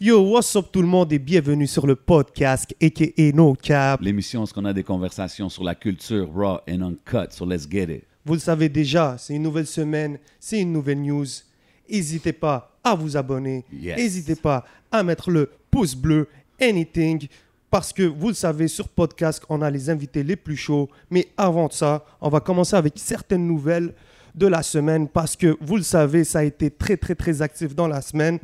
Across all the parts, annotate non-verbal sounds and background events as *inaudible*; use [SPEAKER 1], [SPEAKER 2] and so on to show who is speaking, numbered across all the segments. [SPEAKER 1] Yo, what's up tout le monde et bienvenue sur le podcast aka No Cap.
[SPEAKER 2] L'émission, ce qu'on a des conversations sur la culture raw and uncut, so let's get it.
[SPEAKER 1] Vous le savez déjà, c'est une nouvelle semaine, c'est une nouvelle news. N'hésitez pas à vous abonner,
[SPEAKER 2] Yes.
[SPEAKER 1] n'hésitez pas à mettre le pouce bleu, anything, parce que vous le savez, sur podcast, on a les invités les plus chauds. Mais avant de ça, on va commencer avec certaines nouvelles de la semaine, parce que vous le savez, ça a été très, très, très actif dans la semaine.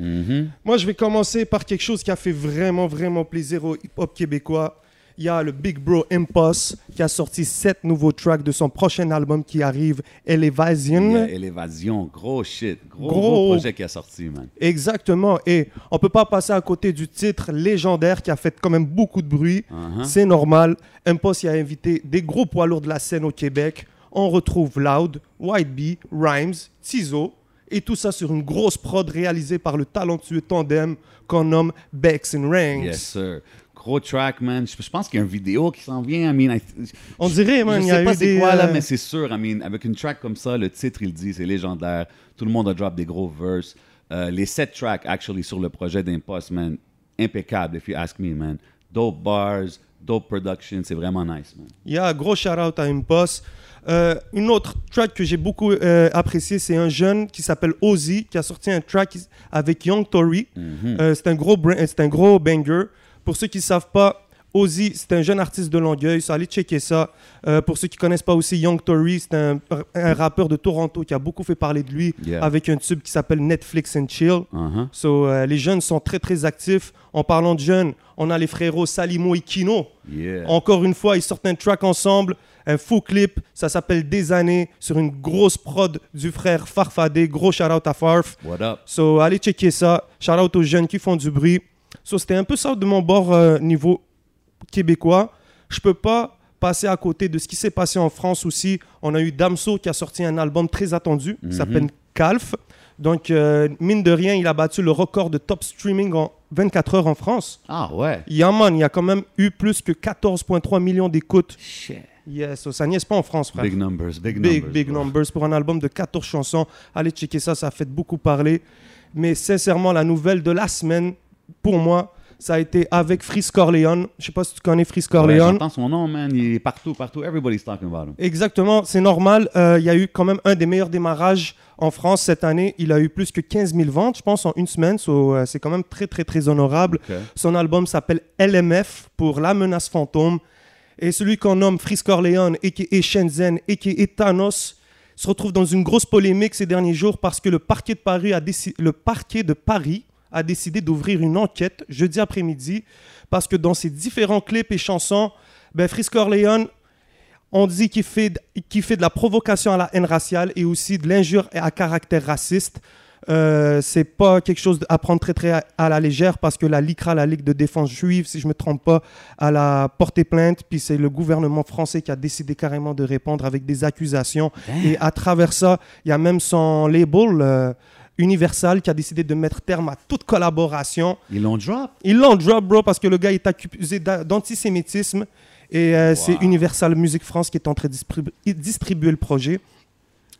[SPEAKER 1] Moi, je vais commencer par quelque chose qui a fait vraiment, vraiment plaisir au hip-hop québécois. Il y a le Big Bro Impulse qui a sorti sept nouveaux tracks de son prochain album qui arrive, Elevation.
[SPEAKER 2] Il y a Élévasion, gros shit, gros,
[SPEAKER 1] Gros.
[SPEAKER 2] gros projet qui a sorti, man.
[SPEAKER 1] Exactement. Et on peut pas passer à côté du titre légendaire qui a fait quand même beaucoup de bruit.
[SPEAKER 2] Uh-huh.
[SPEAKER 1] C'est normal. Impost y a invité des gros poids lourds de la scène au Québec. On retrouve Loud, White Bee, Rhymes, Tizo. Et tout ça sur une grosse prod réalisée par le talentueux tandem qu'on nomme Bex and Ranks.
[SPEAKER 2] Yes, sir. Gros track, man. Je, je pense qu'il y a une vidéo qui s'en vient. I mean, I-
[SPEAKER 1] On dirait, man,
[SPEAKER 2] Je
[SPEAKER 1] il y a
[SPEAKER 2] sais pas
[SPEAKER 1] eu
[SPEAKER 2] c'est
[SPEAKER 1] des,
[SPEAKER 2] quoi, là,
[SPEAKER 1] euh,
[SPEAKER 2] mais c'est sûr. I mean, avec une track comme ça, le titre, il dit, c'est légendaire. Tout le monde a drop des gros verses. Euh, les sept tracks, actually, sur le projet d'Impost, man, impeccable, if you ask me, man. Dope bars, dope production, c'est vraiment nice, man.
[SPEAKER 1] Il y a un gros shout-out à Impost. Euh, une autre track que j'ai beaucoup euh, appréciée, c'est un jeune qui s'appelle Ozzy, qui a sorti un track qui- avec Young Tory. Euh, c'est un, gros bra- euh, c'est un gros banger. Pour ceux qui ne savent pas, Ozzy, c'est un jeune artiste de Longueuil, so allez checker ça. Euh, pour ceux qui ne connaissent pas aussi, Young Tory, c'est un, un rappeur de Toronto qui a beaucoup fait parler de lui
[SPEAKER 2] Yeah.
[SPEAKER 1] avec un tube qui s'appelle Netflix and Chill.
[SPEAKER 2] Uh-huh.
[SPEAKER 1] So, euh, les jeunes sont très très actifs. En parlant de jeunes, on a les frérots Salimo et Kino.
[SPEAKER 2] Yeah.
[SPEAKER 1] Encore une fois, ils sortent un track ensemble, un faux clip, ça s'appelle Des années, sur une grosse prod du frère Farfadé. Gros shout-out à Farf.
[SPEAKER 2] What up?
[SPEAKER 1] So, allez checker ça. Shout-out aux jeunes qui font du bruit. So, c'était un peu ça de mon bord euh, niveau québécois. Je peux pas passer à côté de ce qui s'est passé en France aussi. On a eu Damso qui a sorti un album très attendu, qui s'appelle Calf. Donc, euh, mine de rien, il a battu le record de top streaming en 24 heures en France.
[SPEAKER 2] Ah ouais.
[SPEAKER 1] Yaman, il y a quand même eu plus que 14,3 millions d'écoutes.
[SPEAKER 2] Shit.
[SPEAKER 1] Yes, oh, ça niaise pas en France, frère.
[SPEAKER 2] Big numbers, big numbers.
[SPEAKER 1] Big, big
[SPEAKER 2] bro.
[SPEAKER 1] numbers pour un album de 14 chansons. Allez checker ça, ça a fait beaucoup parler. Mais sincèrement, la nouvelle de la semaine, pour moi, ça a été avec Freeze Corleone. Je sais pas si tu connais Freeze
[SPEAKER 2] Ouais,
[SPEAKER 1] Corleone.
[SPEAKER 2] J'entends son nom, man. Il est partout, partout. Everybody's talking about him.
[SPEAKER 1] Exactement, c'est normal. Euh, Il y a eu quand même un des meilleurs démarrages en France cette année. Il a eu plus que 15 000 ventes, je pense, en une semaine. So, euh, c'est quand même très, très, très honorable.
[SPEAKER 2] Ok.
[SPEAKER 1] Son album s'appelle LMF pour La Menace Fantôme. Et celui qu'on nomme Frisk Corleone, a.k.a. Shenzhen, a.k.a. Thanos, se retrouve dans une grosse polémique ces derniers jours parce que le parquet de Paris a, déci- le parquet de Paris a décidé d'ouvrir une enquête jeudi après-midi parce que dans ses différents clips et chansons, ben Frisk Corleone, on dit qu'il fait, d- qu'il fait de la provocation à la haine raciale et aussi de l'injure à caractère raciste. Euh, c'est pas quelque chose à prendre très très à, à la légère parce que la LICRA, la Ligue de défense juive, si je me trompe pas, elle a porté plainte. Puis c'est le gouvernement français qui a décidé carrément de répondre avec des accusations. Et à travers ça, il y a même son label euh, Universal qui a décidé de mettre terme à toute collaboration.
[SPEAKER 2] Ils l'ont drop.
[SPEAKER 1] Ils l'ont drop, bro, parce que le gars est accusé d'a- d'antisémitisme. Et euh, c'est Universal Music France qui est en train de distribu- distribuer le projet.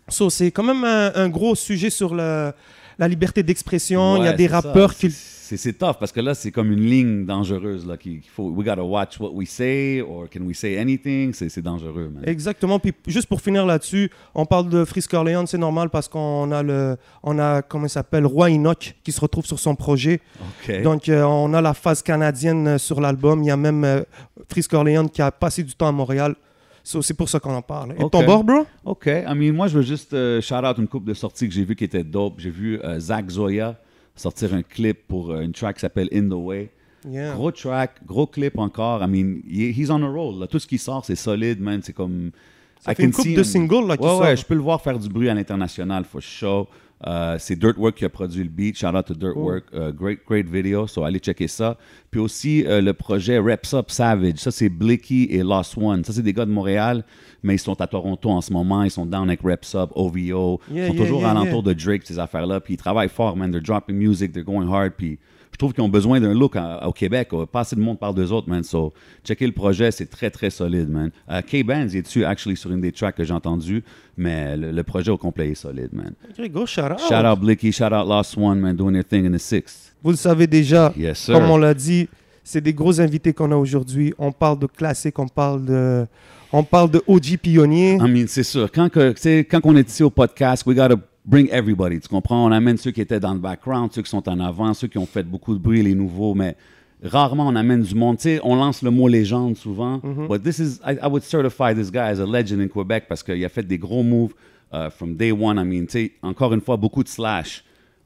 [SPEAKER 1] So, c'est quand même un, un gros sujet sur le- la liberté d'expression. Il y a
[SPEAKER 2] Ouais,
[SPEAKER 1] des
[SPEAKER 2] c'est ça.
[SPEAKER 1] rappeurs
[SPEAKER 2] C'est-
[SPEAKER 1] qui.
[SPEAKER 2] C'est c'est tough parce que là, c'est comme une ligne dangereuse. là, qu'il qu'il faut, we gotta watch what we say or can we say anything. C'est c'est dangereux, man.
[SPEAKER 1] Exactement. Puis juste pour finir là-dessus, on parle de Frisk Orléans, c'est normal parce qu'on a le, on a comment il s'appelle, Roi Enoch qui se retrouve sur son projet.
[SPEAKER 2] OK.
[SPEAKER 1] Donc, euh, on a la phase canadienne euh, sur l'album. Il y a même euh, Frisk Orléans qui a passé du temps à Montréal. So, c'est pour ça qu'on en parle. Et
[SPEAKER 2] Ok.
[SPEAKER 1] ton bord, bro?
[SPEAKER 2] OK. I mean, moi, je veux juste euh, shout out une coupe de sorties que j'ai vu qui était dope. J'ai vu euh, Zach Zoya sortir un clip pour euh, une track qui s'appelle In the Way.
[SPEAKER 1] Yeah.
[SPEAKER 2] Gros track, gros clip encore. I mean, he- he's on a roll. là. Tout ce qui sort, c'est solide, man. C'est comme.
[SPEAKER 1] Ça
[SPEAKER 2] I
[SPEAKER 1] fait une
[SPEAKER 2] can
[SPEAKER 1] couple
[SPEAKER 2] see
[SPEAKER 1] de
[SPEAKER 2] him.
[SPEAKER 1] singles, là, qui
[SPEAKER 2] ouais, ouais,
[SPEAKER 1] sortent.
[SPEAKER 2] je peux le voir faire du bruit à l'international, for sure. Euh, c'est Dirtwork qui a produit le beat. Shout out to Dirtwork. Euh, great, great video. So, allez checker ça. Puis aussi, euh, le projet Reps Up Savage. Ça, c'est Blicky et Lost One. Ça, c'est des gars de Montréal, mais ils sont à Toronto en ce moment. Ils sont down avec Reps Up, OVO.
[SPEAKER 1] Yeah,
[SPEAKER 2] ils sont
[SPEAKER 1] yeah,
[SPEAKER 2] toujours
[SPEAKER 1] yeah,
[SPEAKER 2] alentour de Drake, ces affaires-là. Puis ils travaillent fort, man. They're dropping music, they're going hard. Puis je trouve qu'ils ont besoin d'un look à- au Québec. Euh, Pas assez de monde parle d'eux autres, man. So, checker le projet, c'est très, très solide, man. Euh, K-Bands, il est dessus, actually, sur une des tracks que j'ai entendu, mais le, le projet au complet est solide, man.
[SPEAKER 1] Ok, go, shout out.
[SPEAKER 2] Shout out Blicky, shout out Lost One, man, doing their thing in the sixth.
[SPEAKER 1] Vous le savez déjà,
[SPEAKER 2] Yes, sir.
[SPEAKER 1] comme on l'a dit, c'est des gros invités qu'on a aujourd'hui. On parle de classique, on parle de, on parle de OG pionnier.
[SPEAKER 2] I mean, c'est sûr. Quand, que, tu sais, quand on est ici au podcast, we gotta bring everybody. Tu comprends? On amène ceux qui étaient dans le background, ceux qui sont en avant, ceux qui ont fait beaucoup de bruit, les nouveaux, mais rarement on amène du monde. Tu sais, on lance le mot légende souvent. But this is, I, I would certify this guy as a legend in Quebec parce qu'il a fait des gros moves uh, from day one. I mean, tu sais, encore une fois, beaucoup de slash.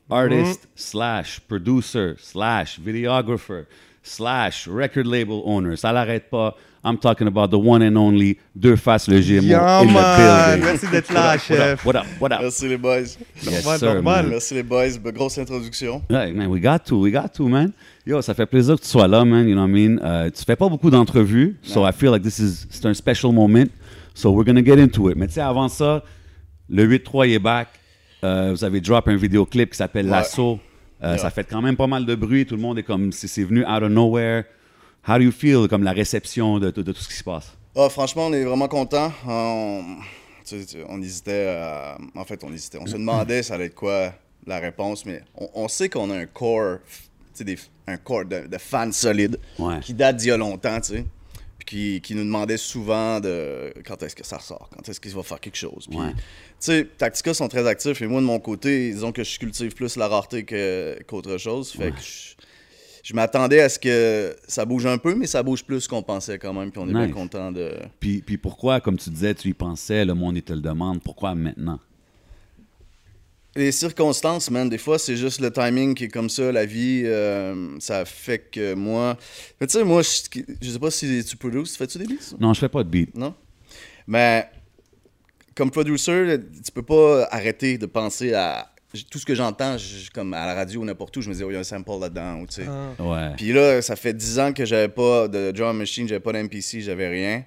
[SPEAKER 2] Artist, slash, producer, slash, videographer, slash, record label owner. Ça l'arrête pas. I'm talking about the one and only Deux Faces le GMO
[SPEAKER 1] Yeah,
[SPEAKER 2] in the
[SPEAKER 1] man.
[SPEAKER 2] building.
[SPEAKER 1] Merci d'être là,
[SPEAKER 2] What up,
[SPEAKER 1] chef.
[SPEAKER 2] What up? What up?
[SPEAKER 3] Merci les boys.
[SPEAKER 2] Yes,
[SPEAKER 1] Normal,
[SPEAKER 2] sir,
[SPEAKER 1] normal.
[SPEAKER 2] man.
[SPEAKER 3] Merci les boys. Ben, Grosse introduction.
[SPEAKER 2] Hey, man, we got to, we got to, man. Yo, ça fait plaisir que tu sois là, man. You know what I mean? Euh, tu fais pas beaucoup d'entrevues, so I feel like this is c'est un special moment. So we're gonna get into it. Mais tu sais, avant ça, le 8-3 il est back. Euh, vous avez drop un vidéoclip qui s'appelle
[SPEAKER 3] Ouais.
[SPEAKER 2] L'Assaut. Euh, Ça fait quand même pas mal de bruit. Tout le monde est comme, c'est c'est venu out of nowhere. How do you feel, comme la réception de, de- de tout ce qui se passe?
[SPEAKER 3] Ah, franchement, on est vraiment contents. On, tu sais, tu- on hésitait. à- En fait, on hésitait. On se demandait ça allait être quoi la réponse, mais on, on sait qu'on a un corps, tu sais, des- un corps de, de fans solides
[SPEAKER 2] Ouais.
[SPEAKER 3] qui date d'il y a longtemps, tu sais. Puis qui, qui nous demandait souvent de quand est-ce que ça ressort, quand est-ce qu'il va faire quelque chose. Puis,
[SPEAKER 2] Ouais.
[SPEAKER 3] tu sais, Tactica sont très actifs et moi, de mon côté, disons que je cultive plus la rareté que- qu'autre chose. Fait que je, je m'attendais à ce que ça bouge un peu, mais ça bouge plus qu'on pensait quand même. Puis on est bien
[SPEAKER 2] Nice.
[SPEAKER 3] content de.
[SPEAKER 2] Puis, puis pourquoi, comme tu disais, tu y pensais, le monde il te le demande, pourquoi maintenant?
[SPEAKER 3] Les circonstances, man, des fois, c'est juste le timing qui est comme ça, la vie, euh, ça fait que moi... Mais tu sais, moi, je, je sais pas si tu produis, fais-tu des beats?
[SPEAKER 2] Non, je fais pas de beat.
[SPEAKER 3] Non? Mais comme producer, tu peux pas arrêter de penser à... Tout ce que j'entends, je- comme à la radio ou n'importe où, je me dis, oh, il y a un sample là-dedans, ou tu sais.
[SPEAKER 1] Ah.
[SPEAKER 2] Ouais.
[SPEAKER 3] Puis là, ça fait 10 ans que j'avais pas de drum machine, j'avais pas d'MPC, j'avais rien.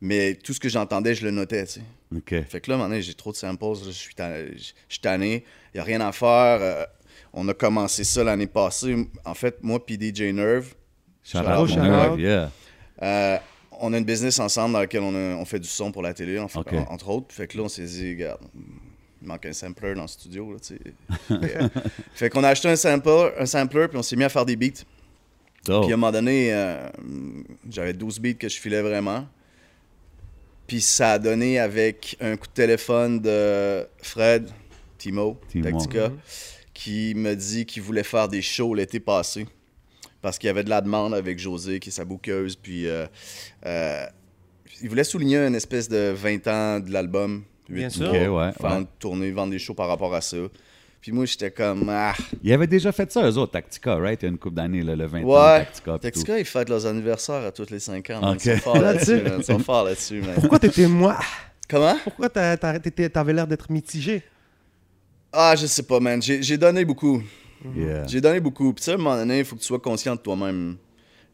[SPEAKER 3] Mais tout ce que j'entendais, je le notais, tu sais.
[SPEAKER 2] OK.
[SPEAKER 3] Fait que là, à un moment donné, j'ai trop de samples, là, je suis tan- je suis tanné, il n'y a rien à faire. euh, on a commencé ça l'année passée. En fait, moi puis DJ Nerve,
[SPEAKER 2] Shout
[SPEAKER 3] Shout
[SPEAKER 2] out,
[SPEAKER 3] out,
[SPEAKER 2] mon
[SPEAKER 1] shout
[SPEAKER 2] nerve,
[SPEAKER 1] out.
[SPEAKER 2] yeah.
[SPEAKER 3] euh, on a une business ensemble dans laquelle on, a- on fait du son pour la télé, en fait-
[SPEAKER 2] Ok.
[SPEAKER 3] en- entre autres. Fait que là, on s'est dit, regarde, il manque un sampler dans le studio. Là, tu
[SPEAKER 2] *laughs*
[SPEAKER 3] sais. Et, euh, fait qu'on a acheté un sampler, un sampler, puis on s'est mis à faire des beats.
[SPEAKER 2] Dope.
[SPEAKER 3] Puis à un moment donné, euh, j'avais 12 beats que je filais vraiment. Puis ça a donné avec un coup de téléphone de Fred, Timo,
[SPEAKER 2] Timo. Mhm.
[SPEAKER 3] Tactica, qui me dit qu'il voulait faire des shows l'été passé. Parce qu'il y avait de la demande avec José, qui est sa bouqueuse. Puis euh, euh, il voulait souligner une espèce de 20 ans de l'album.
[SPEAKER 1] Bien
[SPEAKER 3] Huit
[SPEAKER 1] sûr.
[SPEAKER 3] mois,
[SPEAKER 2] Ok, ouais,
[SPEAKER 3] Faire
[SPEAKER 2] ouais.
[SPEAKER 3] une tournée, vendre des shows par rapport à ça. Puis moi, j'étais comme, ah,
[SPEAKER 2] Ils avaient déjà fait ça, eux autres, Tactica, right? Il y a une couple d'années, là, le 20 ans,
[SPEAKER 3] Ouais.
[SPEAKER 2] Tactica. pis
[SPEAKER 3] Tactica, ils fêtent leurs anniversaires à tous les 5 ans. man.
[SPEAKER 2] Ok.
[SPEAKER 3] Ils sont forts là-dessus,
[SPEAKER 1] Là-dessus.
[SPEAKER 3] man. Ils sont forts là-dessus, man.
[SPEAKER 1] Pourquoi t'étais moi
[SPEAKER 3] Comment?
[SPEAKER 1] Pourquoi t'as- t'as- t'étais- t'avais l'air d'être mitigé
[SPEAKER 3] Ah, je sais pas, man. J'ai j'ai donné beaucoup.
[SPEAKER 2] tout. Yeah.
[SPEAKER 3] J'ai donné beaucoup. Puis, tu sais, à un moment donné, il faut que tu sois conscient de toi-même.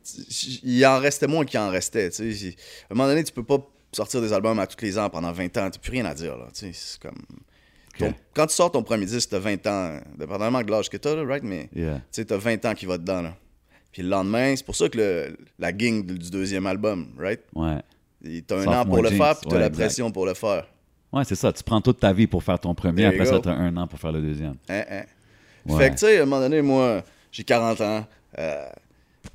[SPEAKER 3] Tu- Il en restait moins qu'il en restait. tu sais. J'ai- À un moment donné, tu peux pas sortir des albums à tous les ans pendant 20 ans. T'as plus rien à dire, là. Tu sais, c'est comme.
[SPEAKER 2] Ok.
[SPEAKER 3] Ton- Quand tu sors ton premier disque, t'as 20 ans. Dépendamment de l'âge que t'as, là, right? Mais.
[SPEAKER 2] Yeah.
[SPEAKER 3] Tu sais, t'as 20 ans qui va dedans, là. Puis le lendemain, c'est pour ça que le- la gang du deuxième album, right?
[SPEAKER 2] Ouais.
[SPEAKER 3] Et T'as un
[SPEAKER 2] Sophomore
[SPEAKER 3] an pour le
[SPEAKER 2] jinx,
[SPEAKER 3] faire, puis t'as
[SPEAKER 2] ouais,
[SPEAKER 3] la
[SPEAKER 2] exact.
[SPEAKER 3] pression pour le faire.
[SPEAKER 2] Ouais, c'est ça. Tu prends toute ta vie pour faire ton premier,
[SPEAKER 3] There
[SPEAKER 2] après
[SPEAKER 3] you
[SPEAKER 2] ça,
[SPEAKER 3] go.
[SPEAKER 2] t'as un an pour faire le deuxième.
[SPEAKER 3] Hein, hein.
[SPEAKER 2] Ouais.
[SPEAKER 3] Fait que, tu sais, à un moment donné, moi, j'ai 40 ans. euh,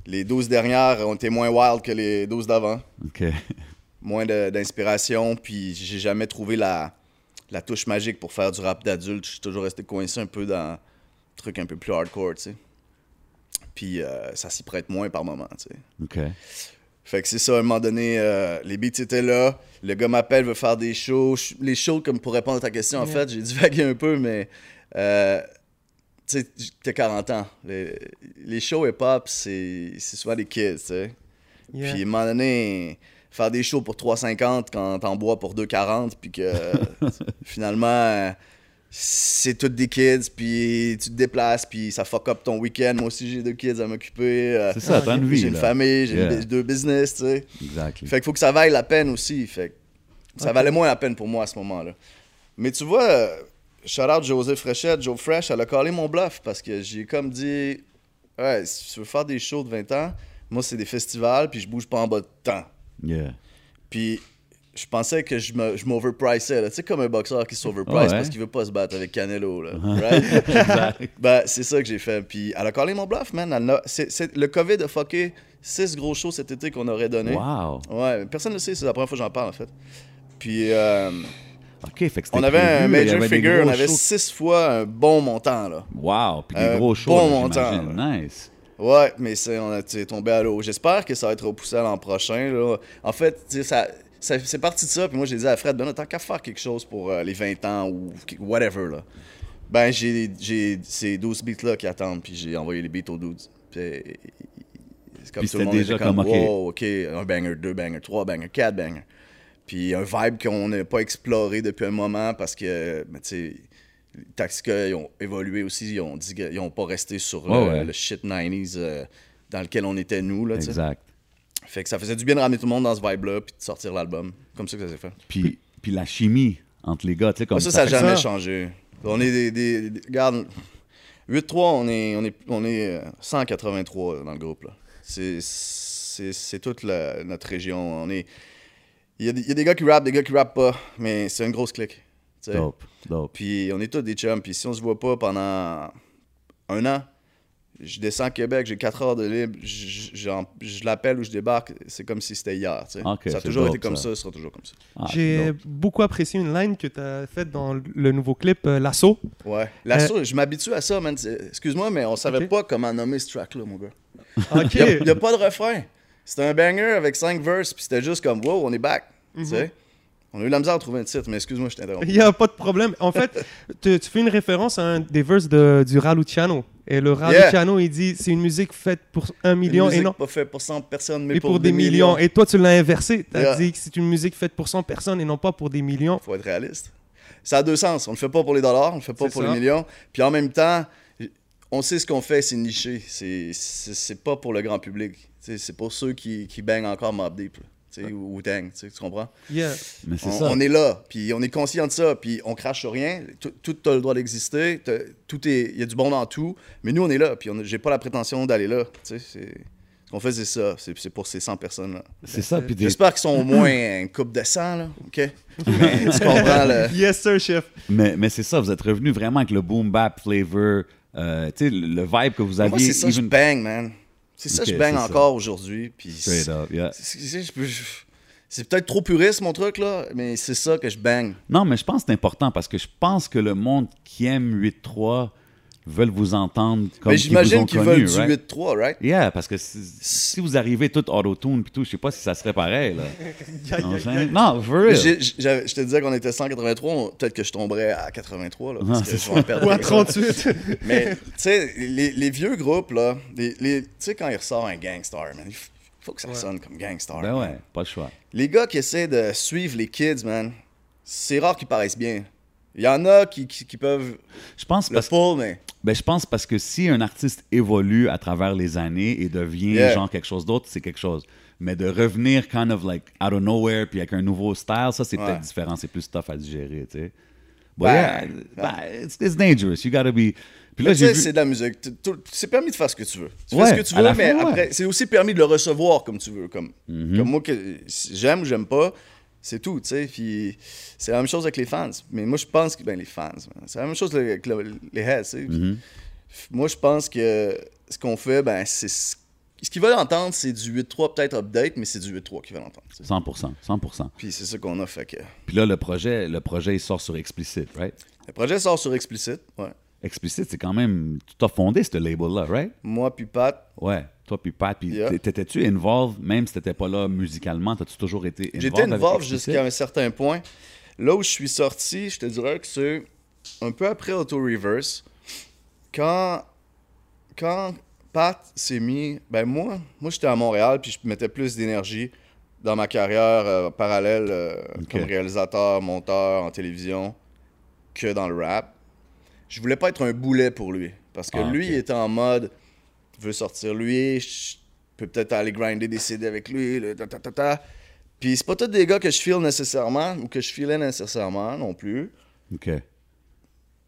[SPEAKER 3] les 12 dernières ont été moins wild que les 12 d'avant.
[SPEAKER 2] OK. *laughs*
[SPEAKER 3] Moins de- d'inspiration, puis j'ai jamais trouvé la, la touche magique pour faire du rap d'adulte. Je suis toujours resté coincé un peu dans un truc un peu plus hardcore, tu sais. Puis euh, ça s'y prête moins par moment, tu sais.
[SPEAKER 2] OK.
[SPEAKER 3] Euh, Fait que c'est ça, à un moment donné, euh, les beats étaient là, le gars m'appelle, veut faire des shows. Je- Les shows, comme pour répondre à ta question, en
[SPEAKER 1] Ouais.
[SPEAKER 3] fait, j'ai *laughs* divagué un peu, mais euh, tu sais, t'as 40 ans. Les, les shows hip-hop, c'est c'est souvent des kids, tu sais.
[SPEAKER 1] Yeah.
[SPEAKER 3] Puis à un moment donné, faire des shows pour 3,50 quand t'en bois pour 2,40,
[SPEAKER 2] *laughs*
[SPEAKER 3] puis que finalement, euh, c'est toutes des kids, puis tu te déplaces, puis ça fuck up ton week-end. Moi aussi, j'ai deux kids à m'occuper. euh,
[SPEAKER 2] C'est ça,
[SPEAKER 1] Ah,
[SPEAKER 2] t'as une
[SPEAKER 1] ok.
[SPEAKER 2] vie.
[SPEAKER 3] j'ai une
[SPEAKER 2] là.
[SPEAKER 3] famille, j'ai
[SPEAKER 2] Yeah.
[SPEAKER 3] une bu- deux business, tu sais.
[SPEAKER 2] Exactly.
[SPEAKER 3] Mm. Fait qu'il faut que ça vaille la peine aussi. Fait que ça
[SPEAKER 1] Ok.
[SPEAKER 3] valait moins la peine pour moi à ce moment-là. Mais tu vois, euh, shout out José Fréchette, Joe Fresh, elle a collé mon bluff parce que j'ai comme dit ouais, si tu veux faire des shows de 20 ans, moi, c'est des festivals, puis je bouge pas en bas de temps. *laughs*
[SPEAKER 2] Yeah.
[SPEAKER 3] Puis je pensais que je me- je m'overpriceais, là. Tu sais, comme un boxeur qui s'overprice
[SPEAKER 2] Ah Ouais. Ah
[SPEAKER 3] parce qu'il veut pas se battre avec Canelo, là. Right? *laughs*
[SPEAKER 2] Exact.
[SPEAKER 3] Ben, c'est ça que j'ai fait. Puis elle a collé mon bluff, man. Elle a- c'est- c'est- Le COVID a fucké six gros shows cet été qu'on aurait donné.
[SPEAKER 2] wow.
[SPEAKER 3] Ouais, personne ne le sait, c'est la première fois que j'en parle, en fait. Puis euh,
[SPEAKER 2] OK, fait que c'était
[SPEAKER 3] on avait un
[SPEAKER 2] prévu, il y
[SPEAKER 3] major
[SPEAKER 2] avait des
[SPEAKER 3] figure, on
[SPEAKER 2] gros
[SPEAKER 3] avait
[SPEAKER 2] shows.
[SPEAKER 3] six fois un bon montant, là.
[SPEAKER 2] Wow, puis des
[SPEAKER 3] Un
[SPEAKER 2] gros shows, là,
[SPEAKER 3] bon
[SPEAKER 2] j'imagine.
[SPEAKER 3] montant,
[SPEAKER 2] Nice.
[SPEAKER 3] Ouais, mais c'est, on a c'est tombé à l'eau. J'espère que ça va être repoussé à l'an prochain. Là. En fait, tu sais, ça, ça- c'est parti de ça. Puis moi, j'ai dit à Fred, ben, tant qu'à faire quelque chose pour euh, les 20 ans ou whatever, là. ben, j'ai, j'ai ces 12 beats-là qui attendent. Puis j'ai envoyé les beats aux dudes. Puis, euh, c'est comme
[SPEAKER 2] Puis
[SPEAKER 3] tout le
[SPEAKER 2] c'était
[SPEAKER 3] monde
[SPEAKER 2] déjà
[SPEAKER 3] était comme,
[SPEAKER 2] comme, OK.
[SPEAKER 3] wow, OK, un banger, deux bangers, trois bangers, quatre bangers. Puis un vibe qu'on n'a pas exploré depuis un moment parce que, ben, tu sais, les Tactica, ils ont évolué aussi, ils ont, dit, ils ont pas resté sur le,
[SPEAKER 2] Ouais, ouais.
[SPEAKER 3] le shit 90s euh, dans lequel on était nous. Là, tu sais.
[SPEAKER 2] Exact.
[SPEAKER 3] fait que ça faisait du bien de ramener tout le monde dans ce vibe-là puis de sortir l'album. Comme ça que ça s'est fait.
[SPEAKER 2] Puis, puis la chimie entre les gars, tu sais, comme
[SPEAKER 3] ça, ça n'a
[SPEAKER 2] fait-
[SPEAKER 1] ça.
[SPEAKER 3] jamais changé. On est des. des- des- regarde, 8-3, on est, on, est, on est euh, 183 dans le groupe. là. C'est- C'est c'est toute la- notre région. On est. Il y, a des- il y a des gars qui rappent, des gars qui rappent pas, mais c'est une grosse clique. tu sais.
[SPEAKER 2] Dope, dope.
[SPEAKER 3] Puis on est tous des chums. Puis si on se voit pas pendant un an, je descends à Québec, j'ai 4 heures de libre, je- je j'en- je l'appelle ou je débarque, c'est comme si c'était hier. tu sais.
[SPEAKER 2] Ok,
[SPEAKER 3] ça a
[SPEAKER 2] c'est
[SPEAKER 3] toujours
[SPEAKER 2] dope,
[SPEAKER 3] été comme ça.
[SPEAKER 2] ça.
[SPEAKER 3] ça sera toujours comme ça.
[SPEAKER 2] Ah,
[SPEAKER 1] J'ai
[SPEAKER 2] dope.
[SPEAKER 1] beaucoup apprécié une line que tu as faite dans le nouveau clip euh, L'assaut.
[SPEAKER 3] Ouais. L'assaut, je m'habitue à ça, man. C'est- Excuse-moi, mais on savait
[SPEAKER 1] Euh, Ok.
[SPEAKER 3] pas comment nommer ce track-là, mon gars.
[SPEAKER 1] Ok.
[SPEAKER 3] Il n'y a, pas de refrain. C'était un banger avec 5 verses, puis c'était juste comme, wow, on est back.
[SPEAKER 1] Mhm.
[SPEAKER 3] Tu sais? On a eu la misère de trouver un titre, mais excuse-moi, je t'interromps.
[SPEAKER 1] Il n'y a pas de problème. En
[SPEAKER 3] *laughs*
[SPEAKER 1] fait, tu, tu fais une référence à un des verses de, du Raluciano. Et le Raluciano, il dit c'est une musique faite pour un
[SPEAKER 3] Une
[SPEAKER 1] million et
[SPEAKER 3] musique
[SPEAKER 1] non.
[SPEAKER 3] pas fait pour 100 personnes, mais
[SPEAKER 1] Et pour, des millions. Et toi, tu l'as inversé. Tu as
[SPEAKER 3] Yeah.
[SPEAKER 1] dit que c'est une musique faite pour 100 personnes et non pas pour des millions.
[SPEAKER 3] faut être réaliste. Ça a deux sens. On le fait pas pour les dollars, on le fait pas
[SPEAKER 1] C'est
[SPEAKER 3] pour
[SPEAKER 1] ça.
[SPEAKER 3] les millions. Puis en même temps, on sait ce qu'on fait, c'est niché. C'est- C'est c'est pas pour le grand public. Tu sais, C'est pour ceux qui, qui baignent encore Mob Deep, là, tu sais, ou Tang, tu comprends?
[SPEAKER 1] Yeah.
[SPEAKER 2] Mais c'est
[SPEAKER 3] on,
[SPEAKER 2] ça.
[SPEAKER 3] on est là, puis on est conscient de ça, puis on crache sur rien. Tout, tout a le droit d'exister, t'as- tout est, il y a du bon dans tout, mais nous on est là, puis on a- j'ai pas la prétention d'aller là. tu sais, c'est- ce qu'on fait c'est ça, c'est c'est pour ces 100 personnes là.
[SPEAKER 2] C'est ça, puis des-
[SPEAKER 3] J'espère qu'ils sont au moins une coupe de sang là,
[SPEAKER 2] *laughs*
[SPEAKER 3] ok. Mais tu comprends le.
[SPEAKER 1] *laughs* Yes, sir, chef.
[SPEAKER 2] mais, mais c'est ça, vous êtes revenu vraiment avec le boom bap flavor, euh, tu sais, le le vibe que vous aviez.
[SPEAKER 3] Moi c'est ça je
[SPEAKER 2] e- even-
[SPEAKER 3] bang man, c'est ça
[SPEAKER 2] Ok,
[SPEAKER 3] je bang
[SPEAKER 2] c'est ça.
[SPEAKER 3] encore aujourd'hui, puis.
[SPEAKER 2] Straight up, yeah.
[SPEAKER 3] c'est- c'est- je peux- je- C'est peut-être trop puriste mon truc là, mais c'est ça que je bang.
[SPEAKER 2] Non, mais je pense que c'est important parce que je pense que le monde qui aime 8-3 veulent vous entendre comme
[SPEAKER 3] Mais
[SPEAKER 2] qu'ils vous
[SPEAKER 3] j'imagine
[SPEAKER 2] ont
[SPEAKER 3] qu'ils
[SPEAKER 2] connu,
[SPEAKER 3] veulent du
[SPEAKER 2] right?
[SPEAKER 3] 8-3, right?
[SPEAKER 2] Yeah, parce que si, si vous arrivez tout auto-tune puis tout, je sais pas si ça serait pareil,
[SPEAKER 3] *laughs*
[SPEAKER 2] là. Enfin, non, for real.
[SPEAKER 3] J'ai- j'ai- j'avais- Je te disais qu'on était 183, on- peut-être que je tomberais à 83, là, parce
[SPEAKER 2] Ah,
[SPEAKER 3] que
[SPEAKER 2] c'est
[SPEAKER 3] je vais en perdre
[SPEAKER 1] Ou à
[SPEAKER 3] des-
[SPEAKER 1] 38.
[SPEAKER 3] Mais, tu sais, les, les vieux groupes, là, les, les- tu sais, quand il ressort un gangstar, man, il f- faut que ça sonne comme gangstar.
[SPEAKER 2] Ben
[SPEAKER 3] man.
[SPEAKER 2] ouais, pas le choix.
[SPEAKER 3] Les gars qui essaient de suivre les kids, man, c'est rare qu'ils paraissent bien. Il y en a qui, qui, qui peuvent
[SPEAKER 2] Je pense
[SPEAKER 3] le
[SPEAKER 2] parce
[SPEAKER 3] pull, mais...
[SPEAKER 2] Ben, je pense parce que si un artiste évolue à travers les années et devient
[SPEAKER 3] Yeah.
[SPEAKER 2] genre quelque chose d'autre, c'est quelque chose. Mais de revenir kind of like out of nowhere puis avec un nouveau style, ça c'est
[SPEAKER 3] Ouais.
[SPEAKER 2] peut-être différent, c'est plus tough à digérer, tu sais. But
[SPEAKER 3] Ben,
[SPEAKER 2] yeah, ben, it's, it's dangerous. You gotta be. Puis là,
[SPEAKER 3] Mais tu
[SPEAKER 2] j'ai
[SPEAKER 3] sais,
[SPEAKER 2] vu.
[SPEAKER 3] c'est de la musique. Tout- tout- C'est permis de faire ce que tu veux. Tu
[SPEAKER 2] Ouais,
[SPEAKER 3] fais ce que tu
[SPEAKER 2] à
[SPEAKER 3] veux,
[SPEAKER 2] la
[SPEAKER 3] mais
[SPEAKER 2] fin, ouais. Mhm.
[SPEAKER 3] après, c'est aussi permis de le recevoir comme tu veux. Comme, comme moi, que, si j'aime ou j'aime pas, c'est tout, tu sais. Puis c'est la même chose avec les fans. Mais moi, je pense que, ben, les fans, man, c'est la même chose avec le- les heads, tu sais.
[SPEAKER 2] Mhm.
[SPEAKER 3] Moi, je pense que ce qu'on fait, ben, c'est ce ce qu'ils veulent entendre, c'est du 8-3 peut-être update, mais c'est du 8-3 qu'ils veulent entendre. tu sais.
[SPEAKER 2] 100%, 100%.
[SPEAKER 3] Puis c'est ça qu'on a fait que.
[SPEAKER 2] Puis là, le projet, le projet, il sort sur Explicit, right?
[SPEAKER 3] Le projet sort sur Explicit, ouais.
[SPEAKER 2] Explicit, c'est quand même. Tu t'as fondé ce label-là, right?
[SPEAKER 3] Moi puis Pat,
[SPEAKER 2] Ouais. Toi, puis Pat, puis
[SPEAKER 3] Yeah.
[SPEAKER 2] t- t'étais-tu involved, même si t'étais pas là musicalement, t'as-tu toujours été involved?
[SPEAKER 3] J'étais
[SPEAKER 2] avec
[SPEAKER 3] involved
[SPEAKER 2] Explicit?
[SPEAKER 3] jusqu'à un certain point. Là où je suis sorti, je te dirais que c'est un peu après Auto Reverse. Quand, quand Pat s'est mis. Ben moi, moi j'étais à Montréal, puis je mettais plus d'énergie dans ma carrière euh, parallèle euh,
[SPEAKER 2] Ok.
[SPEAKER 3] comme réalisateur, monteur en télévision que dans le rap. Je voulais pas être un boulet pour lui. Parce que
[SPEAKER 2] Ah,
[SPEAKER 3] lui,
[SPEAKER 2] ok.
[SPEAKER 3] il était en mode veux sortir lui, je peux peut-être aller grinder des CD avec lui, le ta ta ta ta. Puis c'est pas tous des gars que je file nécessairement ou que je filais nécessairement non plus,
[SPEAKER 2] Ok.